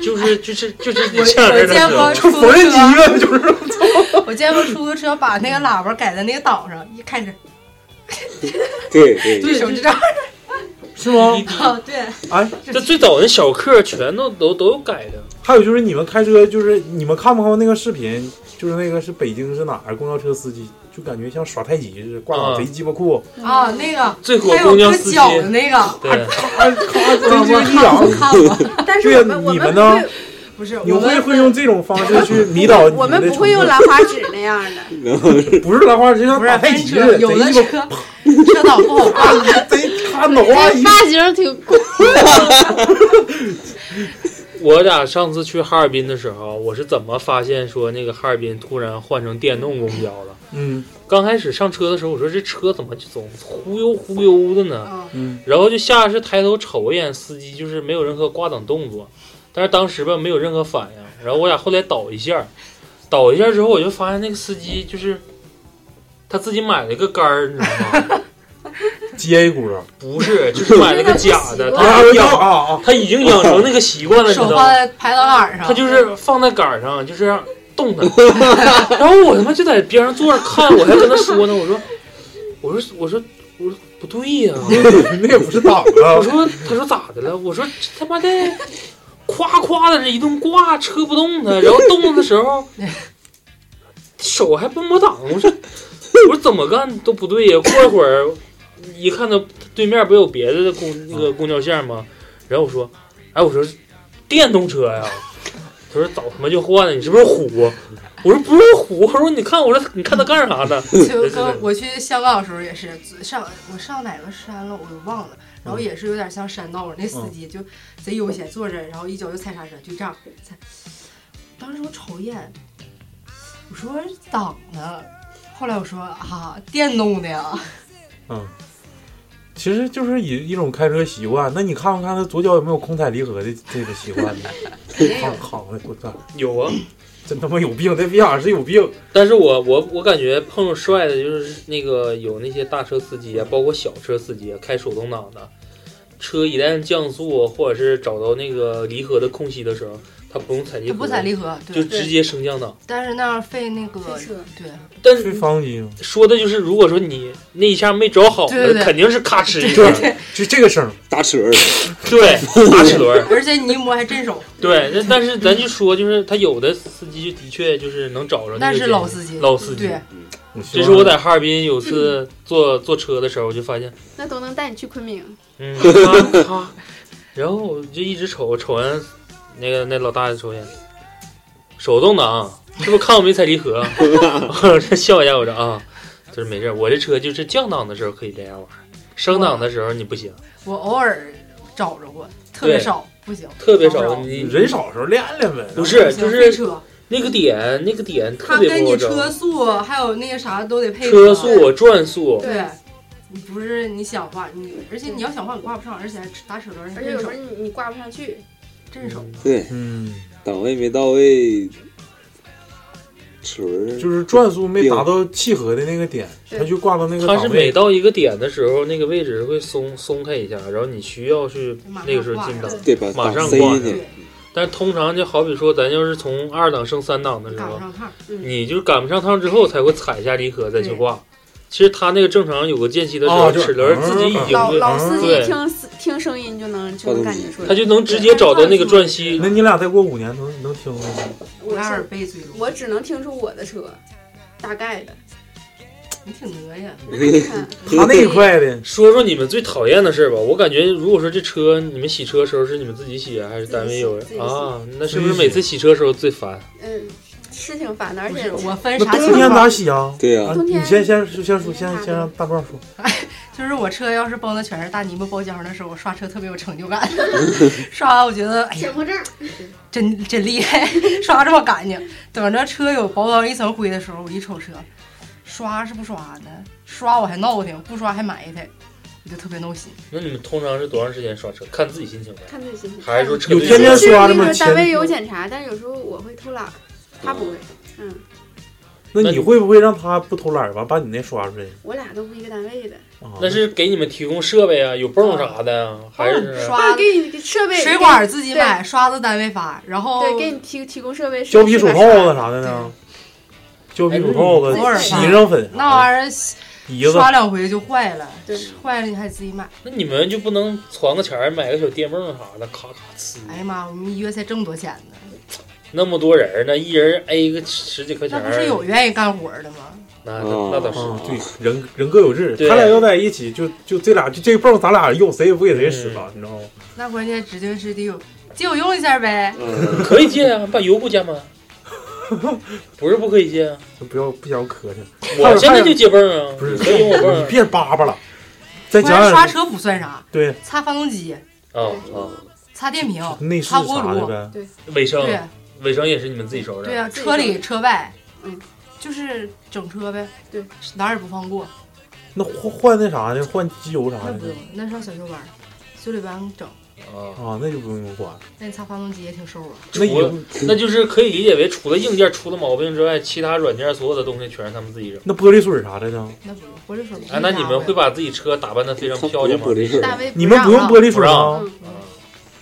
E: 就是就是就是
G: 我
E: 这
G: 我
E: 样式的
G: 见
E: 时
G: 过
E: 候，
G: 出租
C: 缝纫机
G: 车，
C: 就是
G: 我见过出租车把那个喇叭改在那个档上，一开始
I: 对对
G: 对手 指这样
C: 是吗？
G: 啊，对，
C: 哎，
E: 这最早的小客全都都都有改的，
C: 还有就是你们开车，就是你们看没看过那个视频？就是那个是北京是哪儿公交车司机，就感觉像耍太极似的，挂档
E: 啊
C: 贼鸡巴酷，
G: 啊，那个
E: 最火
G: 还有
E: 公交
G: 割
E: 司机
G: 脚的那个，
E: 对，
C: 咔咔贼鸡巴一
G: 我
C: 档。
G: 看过，
H: 但是
C: 对呀
H: 我们，我
C: 你
H: 们
C: 们
H: 不
C: 呢
H: 会，？
G: 不是
C: 你
G: 我
C: 会
G: 们
C: 会用这种方式去迷导你
H: 我
C: 的
H: 们不
C: 乘
H: 会用
C: 客
H: 兰花指那样的，
C: 不是兰花，就像
G: 不是
C: 打太
G: 分
C: 极
G: 车，
C: 似的，
G: 有的
C: 贼
G: 车
C: 鸡 巴
G: 车档不好看，
C: 贼咔脑瓜一
J: 发型挺酷，
E: 我俩上次去哈尔滨的时候，我是怎么发现说那个哈尔滨突然换成电动公交了？
C: 嗯
E: 刚开始上车的时候，我说这车怎么就总忽悠忽悠的呢？
C: 嗯，
E: 然后就下是抬头瞅一眼司机，就是没有任何挂档动作，但是当时吧没有任何反应。然后我俩后来倒一下，倒一下之后，我就发现那个司机就是他自己买了个杆儿，你知道吗？
C: 接一轱辘，
E: 不是，就是买了个假的，
C: 啊
E: 他
C: 啊
E: 养
C: 啊啊！
E: 他已经养成那个习惯了，你知
G: 手
E: 道
G: 放
E: 吗？
G: 在排挡杆上，
E: 他就是放在杆儿上，就是让动它。 然后我他妈就在边上坐着看，我还跟他说呢，我说，我说，我说，我说不对呀、
C: 那也不是档啊
E: 我！说，他说咋的了？我说这他妈的，夸夸的这一顿挂，车不动它，然后动它的时候，手还不摸档，我说，我说怎么干都不对呀、过一会儿一看到对面不有别的公那个公交线吗？然后我说，哎，我说电动车呀、他说早他妈就换了，你是不是虎啊？我说不是虎，我说你看我说你看他干啥呢？
G: 就跟我去香港的时候也是，上我上哪个山了我都忘了，然后
E: 嗯
G: 也是有点像山道了，那司机就贼悠闲坐着，然后一脚就踩刹车，就这样踩。当时我瞅一眼，我说挡呢，后来我说啊，电动的呀，
C: 嗯，其实就是一一种开车习惯。那你看不看他左脚有没有空踩离合的这个习惯呢？好好的，我操，
E: 有啊，
C: 真他妈有病，这逼样是有病。
E: 但是我我我感觉碰上帅的，就是那个有那些大车司机啊，包括小车司机啊，开手动挡的车，一旦降速或者是找到那个离合的空隙的时候，他不用踩离合，
G: 他不踩离合对
E: 就直接升降档。
G: 但是那样费那个对，
E: 但是
C: 方机
E: 说的就是，如果说你那一下没找好，
G: 对对对
E: 肯定是咔哧一
G: 对
E: 下，
C: 就这个声，
I: 打齿轮，
E: 对，打齿轮，
G: 而且你一摸还真手，
E: 对，那但是咱就说，就是他有的司机就的确就是能找着那个
G: 那
E: 点，
G: 是老司机
E: 老司机。
G: 对
C: 嗯
E: 这是我在哈尔滨有次坐坐车的时候，我就发现，
H: 那都能带你去昆明。
E: 嗯，咔咔，然后我就一直瞅瞅完那个那老大爷抽烟，手动挡，是不是看我没踩离合？我这笑一下，我说啊，就是没事儿，我这车就是降档的时候可以这样玩儿，升档的时候你不行。
G: 我偶尔找着过，特别
E: 对
G: 少，不行，
E: 特别
G: 找不
E: 少，
G: 着
E: 你
C: 人少时候练练呗。
E: 不是，
G: 小
E: 就
G: 飞
E: 是
G: 车
E: 那个点，那个点特
G: 他
E: 别
G: 跟
E: 不好
G: 你
E: 找。
G: 车速还有那个啥都得配合
E: 车速、转速，
G: 对，你不是你想挂你，而且你要想挂你挂不上，而且还打齿轮，
H: 而且有时候
G: 你
H: 你挂不上去，
G: 真手。
I: 对，
C: 嗯，
I: 档位没到位，齿轮
C: 就是转速没达到契合的那个点，他就挂到那个
E: 它是
C: 档
E: 每
C: 位。
E: 到一个点的时候，那个位置会松松开一下，然后你需要去那个时候进档，
I: 对把
E: 马上
I: 塞
E: 挂
I: 进
E: 上
I: 去。。
E: 但是通常就好比说，咱要是从二档升三档的时候，
G: 趟，
E: 你就赶不上趟之后才会踩一下离合再
H: 嗯
E: 去挂。其实它那个正常有个间隙的时候，
C: 哦就
E: 齿
C: 是嗯
E: 轮自己已经
H: 老
E: 对
H: 老司机
E: 嗯对
H: 听司听声音就能就能感觉出来，
E: 他就能直接找到那个转息。
H: 嗯
C: 那你俩再过五年能能听吗？
H: 我
G: 拉
H: 是
G: 尔贝最
H: 我只能听出我的车，大概的。
G: 你挺哪呀？
I: 啊
C: 他那一块的，
E: 说说你们最讨厌的事儿吧。我感觉，如果说这车你们洗车的时候是你们自己洗啊，还是单位有人
H: 自己洗
E: 啊？那是不是每次洗车的时候最烦？
H: 嗯，是挺烦的，而且
G: 我分
C: 那
G: 啥
C: 冬
G: 情
C: 天咋
G: 况？
C: 洗啊？
I: 对呀
C: 啊
H: 冬
C: 你
H: 天
C: 先先先说，先先让大壮说。
G: 就是我车要是崩的全是大泥巴包浆的时候，我刷车特别有成就 感。 刷完我觉得，哎呀，
D: 强迫症儿，
G: 真真厉害， 刷这么干净。等着车有薄薄一层灰的时候，我一瞅车，刷是不刷呢？刷我还闹挺，不刷还埋汰，我就特别闹心。
E: 那你们通常是多长时间刷车？看自己心情呗。
H: 看自己心情。
E: 还是说车
C: 有天天哦刷的
H: 就是那个
C: 吗
H: 单
C: 前
H: 位有检查，但是有时候我会偷懒儿，他不会。嗯，
C: 那你会不会让他不偷懒儿完把你那刷出来？
H: 我俩都不一个单位的。
C: 啊
E: 那是给你们提供设备啊，有泵啥的啊，还是
G: 刷
H: 啊给你设备，
G: 水管自己买，刷子单位发，然后
H: 对，对，给你提提供设备，
C: 胶皮手套子啥的呢？胶皮手套子
G: 偶尔吧
C: 洗上粉
G: 那玩意儿
C: 鼻子
G: 刷两回就坏了，
H: 对
G: 坏了你还自己买。
E: 那你们就不能攒个钱儿买个小电泵啥的，咔咔呲？
G: 哎呀妈，我们一月才这么多钱呢，
E: 那么多人儿呢，一人 A 个十几块钱
G: 那
E: 儿，
G: 不是有愿意干活的吗？
E: 那那那倒是
C: 啊，对，人人各有志，
E: 对
C: 他俩要在一起，就就这俩就这泵，咱俩用，谁也不给谁使
E: 嗯
C: 了，你知道吗？
G: 那关键指定是得有借我用一下呗。
E: 可以借啊，把油不 加满，不是不可以借啊，
C: 就不要不想磕碜。
E: 我现在就借泵啊，
C: 不是，
E: 可以用我泵
C: 你
E: 啊
C: 别叭叭了，再
G: 关键
C: 讲
G: 刷
C: 讲
G: 车不算啥，
C: 对
G: 擦发动机、
E: 啊啊，
G: 擦电瓶
C: 内、饰
G: 擦锅
C: 啥的
G: 炉，
C: 呗。
E: 卫生
G: 对
E: 卫生也是你们自己收拾，
G: 对啊，
H: 自己
G: 车里
H: 收
G: 车外，
H: 嗯，
G: 就是整车呗，
H: 对，
G: 哪儿也不放过。
C: 那换换那啥呢？换机油啥
G: 那
C: 的
G: 不用，那上小修班儿，修理班整。
E: 啊。
C: 啊，那就不用管。
G: 那你擦发动机也挺瘦啊。
E: 除
C: 那
E: 了
C: 油
E: 那就是可以理解为，除了硬件出了毛病之外，其他软件所有的东西全是他们自己整。
C: 那玻璃水啥的呢？
G: 那不用，玻璃水不
C: 哎
E: 啊，那你们会把自己车打扮的非常漂亮吗？
I: 玻璃水，
H: 单位
C: 你们不用玻璃水
E: 不
C: 吗
H: 嗯？，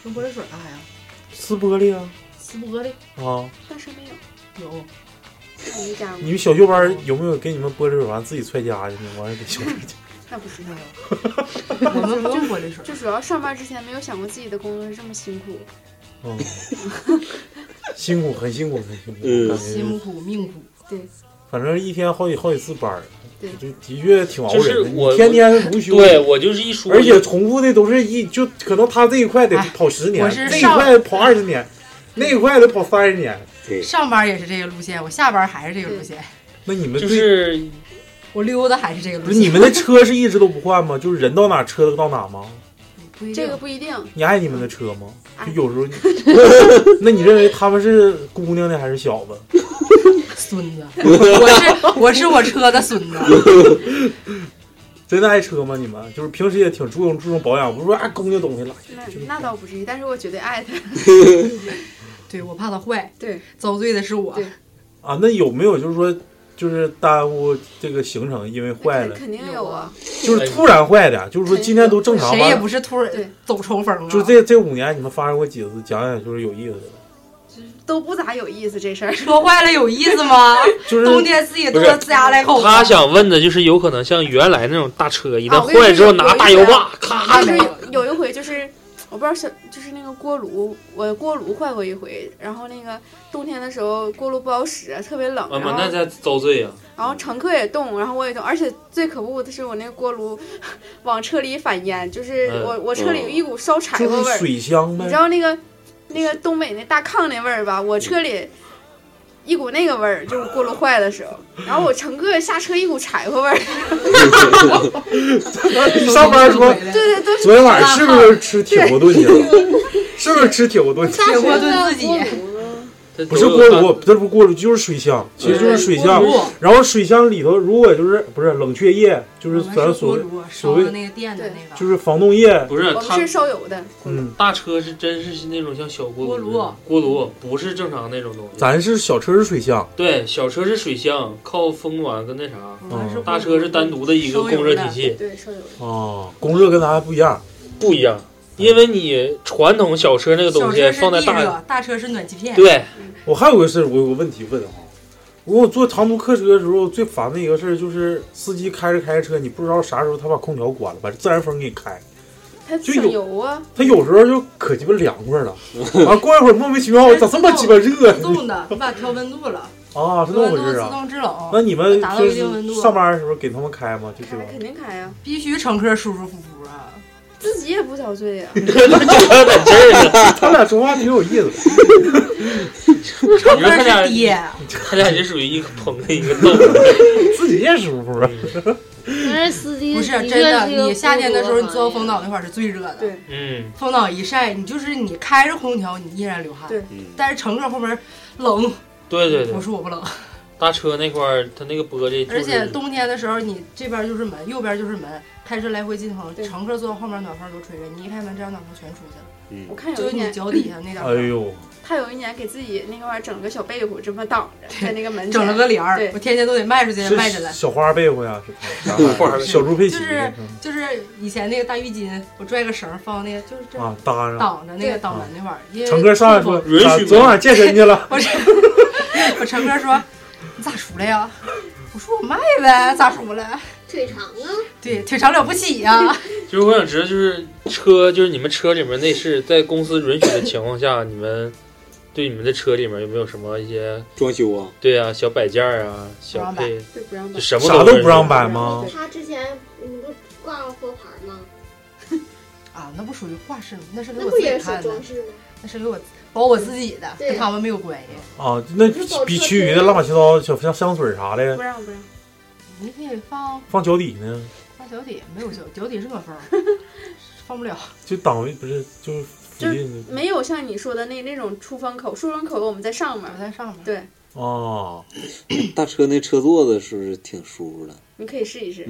G: 用玻璃水干啊啥呀？
C: 撕玻璃啊
G: 撕玻璃
C: 啊！
H: 但是没有，
G: 有，
H: 我没加过
C: 你，们小舅班儿有没有给你们玻璃水完自己揣家去呢？完了给小舅 去。
H: 那不知道。
G: 我们不用玻 璃水。
H: 就主要上班之前没有想过自己的工作是这么辛苦，
C: 嗯，辛苦，很辛苦，很辛苦。
I: 嗯
C: 感
G: 心
C: 觉
G: 苦命苦，
H: 对，
C: 反正一天好几好几次班儿，
H: 对
C: 就的确挺熬
E: 就是
C: 人的。
E: 我
C: 你天天无休，
E: 对我就是一说，
C: 而且重复的都是一，就可能他这一块得
G: 哎
C: 跑十年，
G: 我是
C: 这一
G: 上
C: 块跑二十年。
K: 那一块得跑三十年。
I: 对
G: 上班也是这个路线，我下班还是这个路线，
C: 那你们
E: 就是
G: 我溜达还是这个路
C: 不
G: 线。
C: 是你们的车是一直都不换吗？就是人到哪车到哪吗？
H: 这个不一定，
C: 你爱你们的车吗？
G: 哎
C: 就有时候， 那你认为他们是姑娘呢还是小子？
G: 孙 子，我是我是我车的孙 子。
C: 真的爱车吗？你们就是平时也挺注重注重保养，不是说啊姑娘东西了。
H: 那那倒不至于，但是我绝对爱他。
G: 对我怕他坏，
H: 对，
G: 遭罪的是我。
C: 啊，那有没有就是说就是耽误这个行程，因为坏了，
H: 肯定有啊，
C: 就是突然坏的，就是说今天都正常，
G: 谁
C: 完
G: 也
C: 了
G: 不是突然走抽风啊，
C: 就这这五年你们发生过几次？讲讲就是有意思的。
H: 啊都不咋有意思这事儿。
G: 车坏了有意思 吗？
C: 就是
G: 冬天自己
E: 不
G: 冻
E: 是
G: 得呲牙咧口的。
E: 他想问的就是，有可能像原来那种大车，一旦
H: 啊我跟你
E: 坏了之
H: 说
E: 后拿
H: 有一
E: 大油
H: 回
E: 把
H: 啊，
E: 咔
H: 就是有有一回就是我不知道是就是那个锅炉，我锅炉坏过一回，然后那个冬天的时候锅炉不好使，特别冷，
E: 啊
H: 然
E: 妈，
H: 后
E: 那才遭罪啊呀！
H: 然后乘客也冻，然后我也冻，而且最可恶的是我那个锅炉往车里反烟，就是
C: 嗯
H: 我、我车里有一股烧柴
C: 就
H: 火味
C: 是
H: 儿，
C: 水箱呗
H: 你知道那个那个东北那大炕那味儿吧？我车里一股那个味儿，就是锅炉坏的时候，然后我乘客下车一股柴火味儿，
K: 你上班说，
H: 对对对，
K: 昨天晚上是不是吃铁锅炖去了？是不是吃铁锅炖？
H: 铁锅
G: 炖自己。
C: 不是锅炉，这不是锅炉，就是水箱，其实就是水箱
G: 锅炉。
C: 然后水箱里头如果就是不是冷却液，就是咱所谓所
G: 烧的
C: 谓
G: 那个电的那个
C: 就是防冻液，
E: 不是
H: 我们是烧油的，
C: 嗯，
E: 大车是真是那种像小锅炉
H: 锅炉，
E: 锅炉不是正常那种东西。
C: 咱是小车是水箱，
E: 对，小车是水箱，靠风管跟那啥
C: 们是，
E: 大车是单独的一个供热体系，
H: 对，烧油的。
C: 哦，供热跟咱还不一样，
E: 不一样。因为你传统小车那个
G: 小
E: 东
G: 车
E: 西
G: 是
E: 放在
G: 地热
E: 大，，
G: 大车是暖气片。
E: 对，
C: 我还有个事儿，我有个问题问啊。我坐长途客车的时候，最烦的一个事儿就是司机开着开着车，你不知道啥时候他把空调关了，把自然风给你开，
H: 它省油啊，
C: 他有时候就可鸡巴凉 快了。完、过一会儿莫名其
G: 哎
C: 妙，咋这哦么鸡巴
G: 自
C: 热呢？
G: 动的，你把调温度了，
C: 啊，是
G: 调
C: 那
G: 温
C: 么回
G: 度自
C: 事啊？
G: 动制冷。
C: 那你们
G: 达到一
C: 平
G: 定温
C: 时
G: 度，
C: 上班的时候给他们开吗？就这种
H: 肯定开呀，
G: 必须乘客舒舒服服啊。
H: 自己也不遭罪呀。
C: 他俩说话挺有意思的。
E: 你说他俩嗯
G: 是爹，
E: 他俩就属于一个 捧一个逗，
C: 自己也舒服啊。
F: 但是司机
G: 不是
F: 的
G: 真
F: 确
G: 的，
F: 是一个
G: 你夏天的时候，
F: 孤
G: 你
F: 独
G: 坐到风岛那块儿是最热的。
H: 对，
E: 嗯，
G: 风岛一晒，你就是你开着空调，你依然流汗。
H: 对，
G: 但是乘客后边冷。
E: 嗯对对对
G: 我说我不冷，
E: 大车那块儿，它那个玻璃、就是，
G: 而且冬天的时候，你这边就是门，右边就是门，开车来回进行，乘客坐到后面暖风都吹着，你一开门，这样暖风全出去了。
C: 嗯
H: 我看有
G: 就
H: 一
G: 是你
H: 年
G: 脚底下那点儿
C: 哎呦，
H: 他有一年给自己那块儿整个小被褥这么挡着，在那个门前
G: 整了个帘儿
H: 对，
G: 我天天都得卖出去
C: 是
G: 卖着来。
C: 小花被窝呀，是啥
K: 花
C: 玩意
K: 儿
C: 儿小猪佩奇
G: 就是就是以前那个大浴巾，我拽个绳儿放那个，就是这
C: 啊，搭上
G: 挡着那个挡门那块儿。因为
C: 乘客上来说，啊昨晚健身去了。
G: 我这我乘客说你咋出来呀？我说我卖呗，咋出来？
D: 腿长啊，
G: 对，腿长了不起呀、
E: 就是我想知道，就是车，就是你们车里面内饰，在公司允许的情况 下，你们对你们的车里面有没有什么一些
I: 装修啊？
E: 对啊，小摆件儿啊，
D: 不
E: 小
D: 让摆
E: 配，
D: 对不让摆
E: 就什么
C: 啥都
E: 允许
C: 不让摆吗？
D: 他之前你不挂了佛牌吗？
G: 啊，那不属于画室，那是给
D: 那
G: 我
D: 不
G: 自己
D: 也是
G: 看的
D: 装，饰吗？
G: 那是给我保我自己的，
D: 对
G: 跟他们没有关系。
C: 啊，那比其余的乱七八糟小香香水啥的，
G: 让不让，嗯你可以放
C: 放脚底呢，
G: 放脚底，没有脚脚底是暖 风，放 不了。
C: 就挡不是就
H: 就
C: 是附
H: 是
C: 近的
H: 没有像你说的那那种出风口，出风口我们在上面，
G: 在上面。
H: 对，
C: 哦。
I: 大车那车座子是不是挺舒服的？
H: 你可以试一试。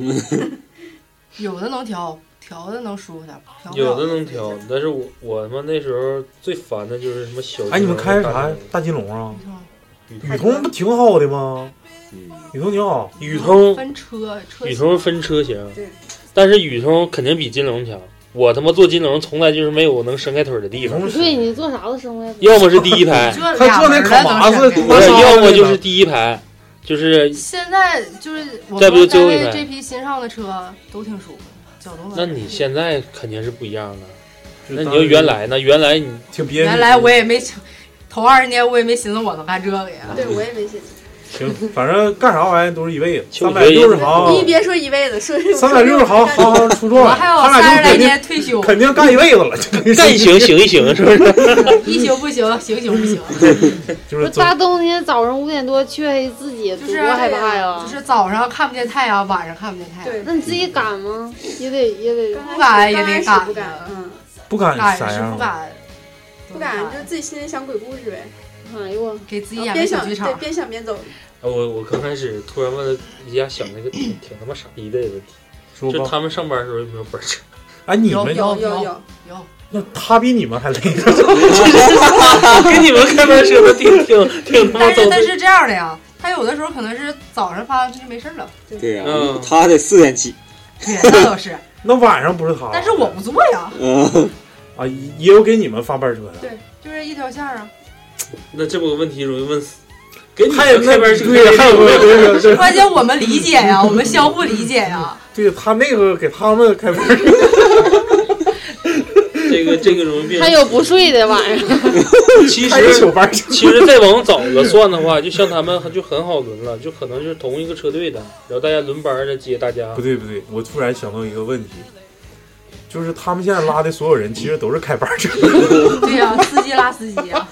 G: 有的能调，调的能舒服点儿，调不了
E: 有的能调，但是我我他妈那时候最烦的就是什么小。
C: 哎，你们开啥呀？？大金龙啊？
E: 宇
C: 雨桐不挺好的吗？
I: 嗯
C: 雨桐挺好，
E: 宇通
G: 分车车
E: 宇通分车型，
G: 对，
E: 但是宇通肯定比金龙强。我他妈坐金龙从来就是没有我能伸开腿儿的地方，
F: 对你坐啥都生不来。
E: 要么是第一 排，
G: 他坐那卡
K: 马
G: 斯
E: 不是要么就是第一排，就是
G: 现在就是我
E: 再不
G: 们单
E: 就最后一
G: 位
E: 排
G: 这批新上的车都挺舒服的，脚都
E: 那
G: 稳。
E: 你现在肯定是不一样的。那你就原来呢？原 来你
C: 挺别嗯
G: 原来我也没想头二十年我也没寻思我能干这个呀，
H: 对我也没信。
C: 行，反正干啥玩意都是一辈子，三百
E: 学也
C: 六十行，
H: 你别说一辈子，说
C: 哦三百六十行，行行出状
G: 我
C: 元，
G: 还有
C: 他俩
G: 三
C: 就
G: 十来
C: 肯定
G: 年退休，
C: 肯定干一辈子了，
E: 干一行行一行，是不是？
G: 一宿不 行，行行不行，
C: 就
J: 不
C: 是
J: 是大冬天早上五点多去黑自己，
G: 就
J: 多
G: 是
J: 害怕呀！
G: 就是早上看不见太阳，晚上看不见太阳，
J: 那你自己敢吗？也得也得
G: 不敢也得
H: 敢，
G: 敢啊
H: 不，敢，嗯，
C: 不敢
G: 敢
C: 啥
G: 哎是
C: 样
G: 不
C: 了。
G: 敢，
H: 不敢，就自己心里想鬼故事呗，
J: 哎呦我，
G: 给自己演
H: 边
G: 个小
H: 想
G: 剧
H: 对
G: 场，
H: 边想边走，
E: 我我刚开始突然问了一下，想那个挺挺他妈傻逼的问题，
C: 说
E: 就
C: 吧，
E: 他们上班的时候有没有班车？
C: 哎，你
G: 有
C: 们
G: 有
H: 有
G: 有
H: 有，
G: 有，
C: 那他比你们还累，
E: 啊跟你们开班车的挺挺挺他妈
G: 但
E: 走
G: 是他是这样的呀，他有的时候可能是早上发完就没事儿了，
I: 对呀、
E: 嗯
I: 他得四点起，
G: 对，那倒是，
E: 哦
C: 那晚上不是他？
G: 但是我不做呀，
I: 嗯，
C: 啊，也有给你们发班车的，
G: 对，就是一条线儿啊，
E: 那这么个问题容易问死。给你
C: 还有
E: 们
C: 那
E: 开班车
C: 对，还有那个对
G: 关键我们理解 呀，我们相互理解呀，
C: 对，他那个给他们开班 车，
E: 这个这个容易变
J: 还
E: 成。
J: 有不睡的晚上，
E: 其
C: 开一
E: 实
C: 宿班车，
E: 其实再往早了算的话，就像他们就很好轮了，就可能就是同一个车队的，然后大家轮班的接大家
C: 不。对不对，我突然想到一个问题，就是他们现在拉的所有人其实都是开班车。
G: 对呀，司机拉司机呀，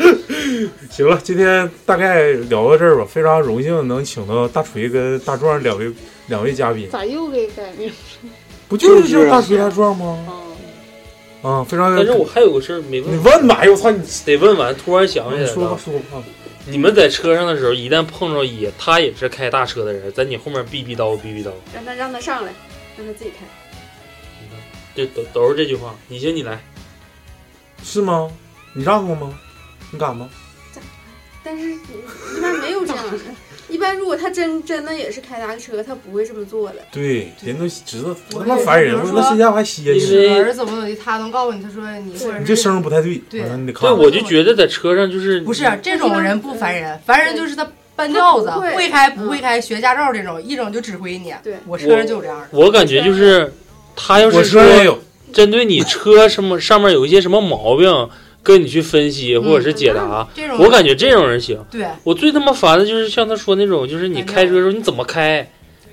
C: 行了，今天大概聊到这儿吧。非常荣幸能请到大锤跟大壮两位两位嘉宾，
J: 咋又给改名了？
C: 不就是
I: 就是
C: 叫
I: 啊
C: 大锤大壮吗？啊，非常。
E: 但是我还有个事儿没
C: 你
E: 问，
C: 问吧，哎呦我操你！
E: 得问完，突然想起
C: 你
E: 来
C: 说吧
E: 了。
C: 说吧，
E: 你们在车上的时候，一旦碰着也他也是开大车的人，在你后面逼逼叨逼逼叨，
H: 让他让他上来，让他自己开，
E: 这都都是这句话。你行，你来，
C: 是吗？你让过吗？你敢吗？
H: 但是一般没有这样的，一般如果他真真的也是开大车，他不会这么做的，
C: 对，人都知道多
G: 我
C: 他妈
G: 也
C: 烦
G: 是
C: 人，
G: 比
C: 我
G: 如
C: 说那
G: 说
C: 谁家还 歇
E: 因
C: 呢？
E: 为
G: 儿子怎么怎么地，他能告诉你，他说你或者
C: 你
G: 是
C: 这声儿不太对，
G: 对
C: 完了你得看
E: 对，。我就觉得在车上就是
G: 不是啊这种人不烦人，烦人就是他半吊子，
H: 他不会
G: 会开不会开，学驾照这种，一整就指挥你。
H: 对
G: 我车上就有这样的，
E: 我感觉就是他要
C: 我
E: 是
C: 车
E: 说
C: 上也有，
E: 针对你车什么上面有一些什么毛病，跟你去分
G: 嗯
E: 析或者是解答，
G: 这种
E: 我感觉这种人行。
G: 对
E: 我最他妈烦的就是像他说那种，就是你开车的时候你怎么开，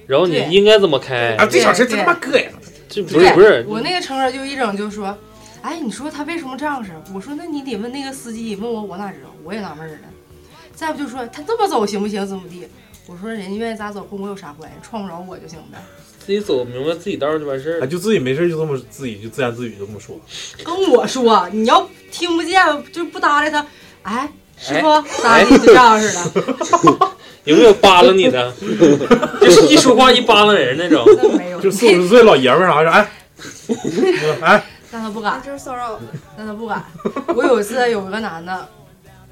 E: 然后你
G: 对
E: 应该怎么开
C: 啊，，这小车
G: 对
C: 真他妈膈应。
E: 这不是
G: 对，
E: 不是，
G: 我那个乘客就一整就说，哎，你说他为什么这样式儿？我说那你得问那个司机，问我我哪知道？我也纳闷儿了。再不就说他这么走行不行？怎么地？我说人家愿意咋走跟我有啥关系？撞不着我就行呗，
E: 自己走明白自己道儿就完事儿
C: 啊，
E: 了。
C: 就自己没事就这么自己就自言自语这 么说，
G: 跟我说你要听不见就不搭理他，哎。师傅咋
E: 哎，
G: 地就这样似的？
E: 有没有扒拉你的？ 就是一说话一扒拉人那种。
G: 那没有，
C: 就四五 十岁老爷们儿啥的，哎，哎，
G: 那他不
H: 那
G: 敢。
H: 就是骚扰。
G: 那他不敢。我有一次有一个男的，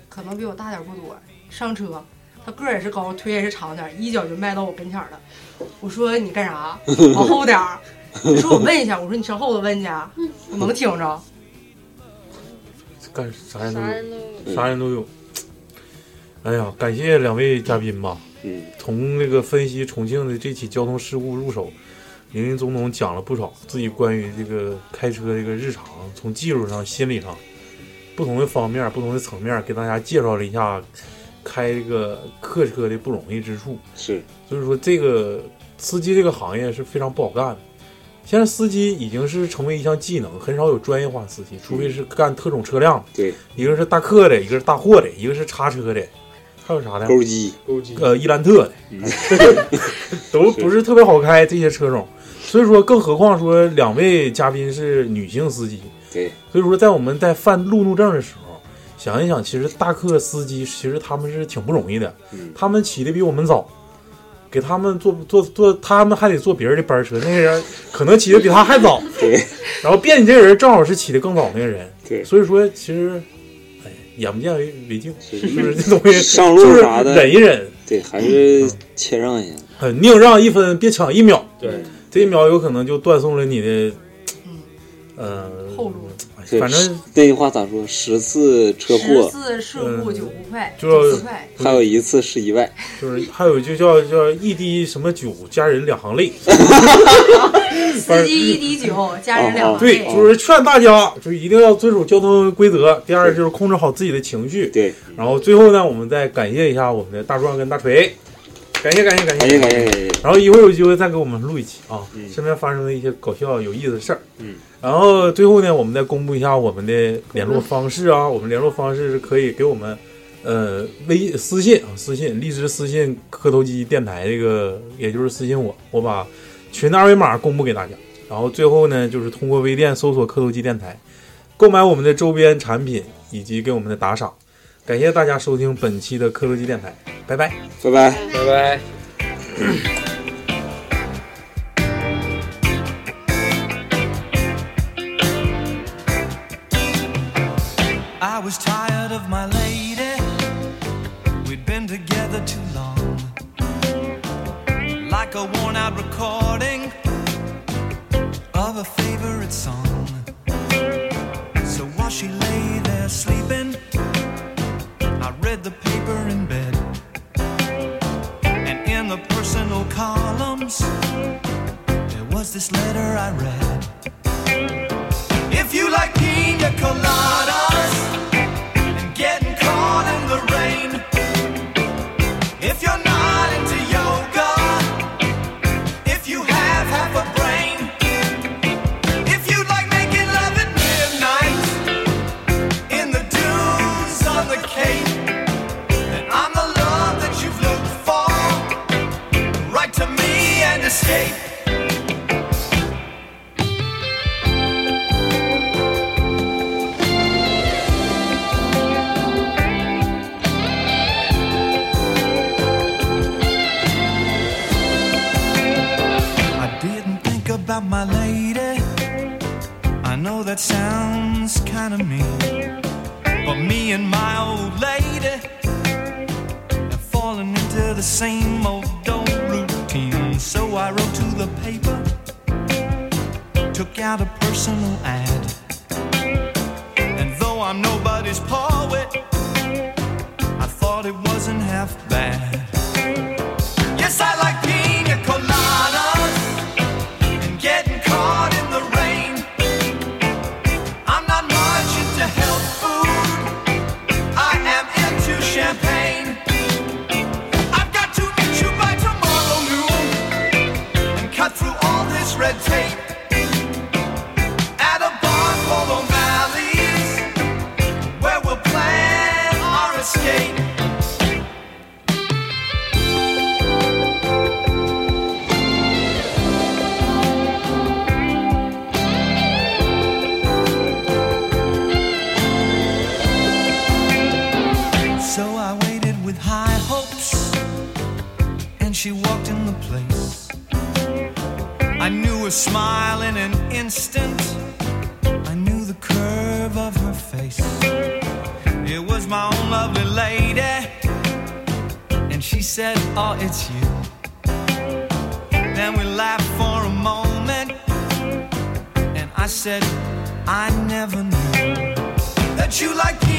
G: 可能比我大点儿不多，上车，他个儿也是高，腿也是长点儿，一脚就迈到我跟前儿了。我说你干啥？往后点儿。他说我问一下，我说你上后头问去啊，我能挺着？
C: 干啥人都
J: 啥
C: 有。
J: 人都有。
C: 啥人都有。哎呀，感谢两位嘉宾吧。
I: 嗯，
C: 从这个分析重庆的这起交通事故入手，林林总总讲了不少自己关于这个开车这个日常，从技术上、心理上不同的方面、不同的层面，给大家介绍了一下开这个客车的不容易之处。
I: 是，
C: 所以说，这个司机这个行业是非常不好干的。现在司机已经是成为一项技能，很少有专业化司机，除非是干特种车辆。
I: 嗯对，
C: 一个是大客的，一个是大货的，一个是叉车的，还有啥的？
I: 钩机，
E: 勾机
C: 呃，伊兰特的
I: 嗯，
C: 都不是特别好开这些车种，所以说，更何况说两位嘉宾是女性司机，
I: 对，
C: 所以说在我们在犯路怒症的时候，想一想，其实大客司机其实他们是挺不容易的，
I: 嗯，
C: 他们起的比我们早，给他们坐坐坐，他们还得坐别人的班车，那个人可能起的比他还早，
I: 对，
C: 然后别你这人正好是起的更早那个人，
I: 对，
C: 所以说其实，哎，眼不见为为净，
I: 是
C: 是不是这东西
I: 嗯 上
C: 就
I: 路
C: 是
I: 啥的，
C: 忍一忍，
I: 对，还是谦让一下，嗯
C: 呃，宁让一分别抢一秒，
E: 对，
C: 这一秒有可能就断送了你的
G: 嗯，
C: 呃
G: 后路。
C: 哎，
I: 对
C: 反正
I: 那句话咋说？十次车祸，
G: 十次事故九不快，
C: 就
G: 九次快。
I: 还有一次是意外。
C: 就是还有就叫叫一滴什么酒，家人两行泪。
G: 司机一滴酒，家人两行
C: 对，
G: 泪。
C: 就是劝大家，就是一定要遵守交通规则。第二就是控制好自己的情绪。
I: 对，
C: 然后最后呢，我们再感谢一下我们的大壮跟大锤，感谢感谢感谢
I: 感谢感谢感谢
C: 然后一会儿有机会再给我们录一期啊，身边发生的一些搞笑有意思的事儿。
I: 嗯，
C: 然后最后呢，我们再公布一下我们的联络方式啊，我们联络方式是可以给我们。呃，微私信啊，私信荔枝私信磕头机电台这个，也就是私信我，我把群的二维码公布给大家。然后最后呢，就是通过微店搜索“磕头机电台”，购买我们的周边产品以及给我们的打赏。感谢大家收听本期的磕头机电台，拜拜，
I: 拜拜。
E: 拜拜。
M: I was tired of my lady. We'd been together too long. Like a worn out recording of a favorite song. So while she lay there sleeping, I read the paper in bed. And in the personal columns, there was this letter I read. If you like pina coladas and getting caught in the rain, if you're not into yoga, if you have half a brain, if you like making love at midnight in the dunes on the cape, then I'm the love that you've looked for. Write to me and escape. I didn't think about my lady. I know that sounds kind of mean, but me and my old lady have fallen into the same old old routine. So I wrote to the paper, took out a personal ad, and though I'm nobody's poet, I thought it wasn't half bad. Yes, I like pina coladas and getting caught in the rain. I'm not much into health food. I am into champagne. I've got to meet you by tomorrow noon and cut through all this red tape. At a bar called O'Malley's, where we'll plan our escape. So I waited with high hopes, and she walked in the place. I knew her smile in an instant, I knew the curve of her face. It was my own lovely lady, and she said, Oh, it's you. Then we laughed for a moment, and I said, I never knew that you like me.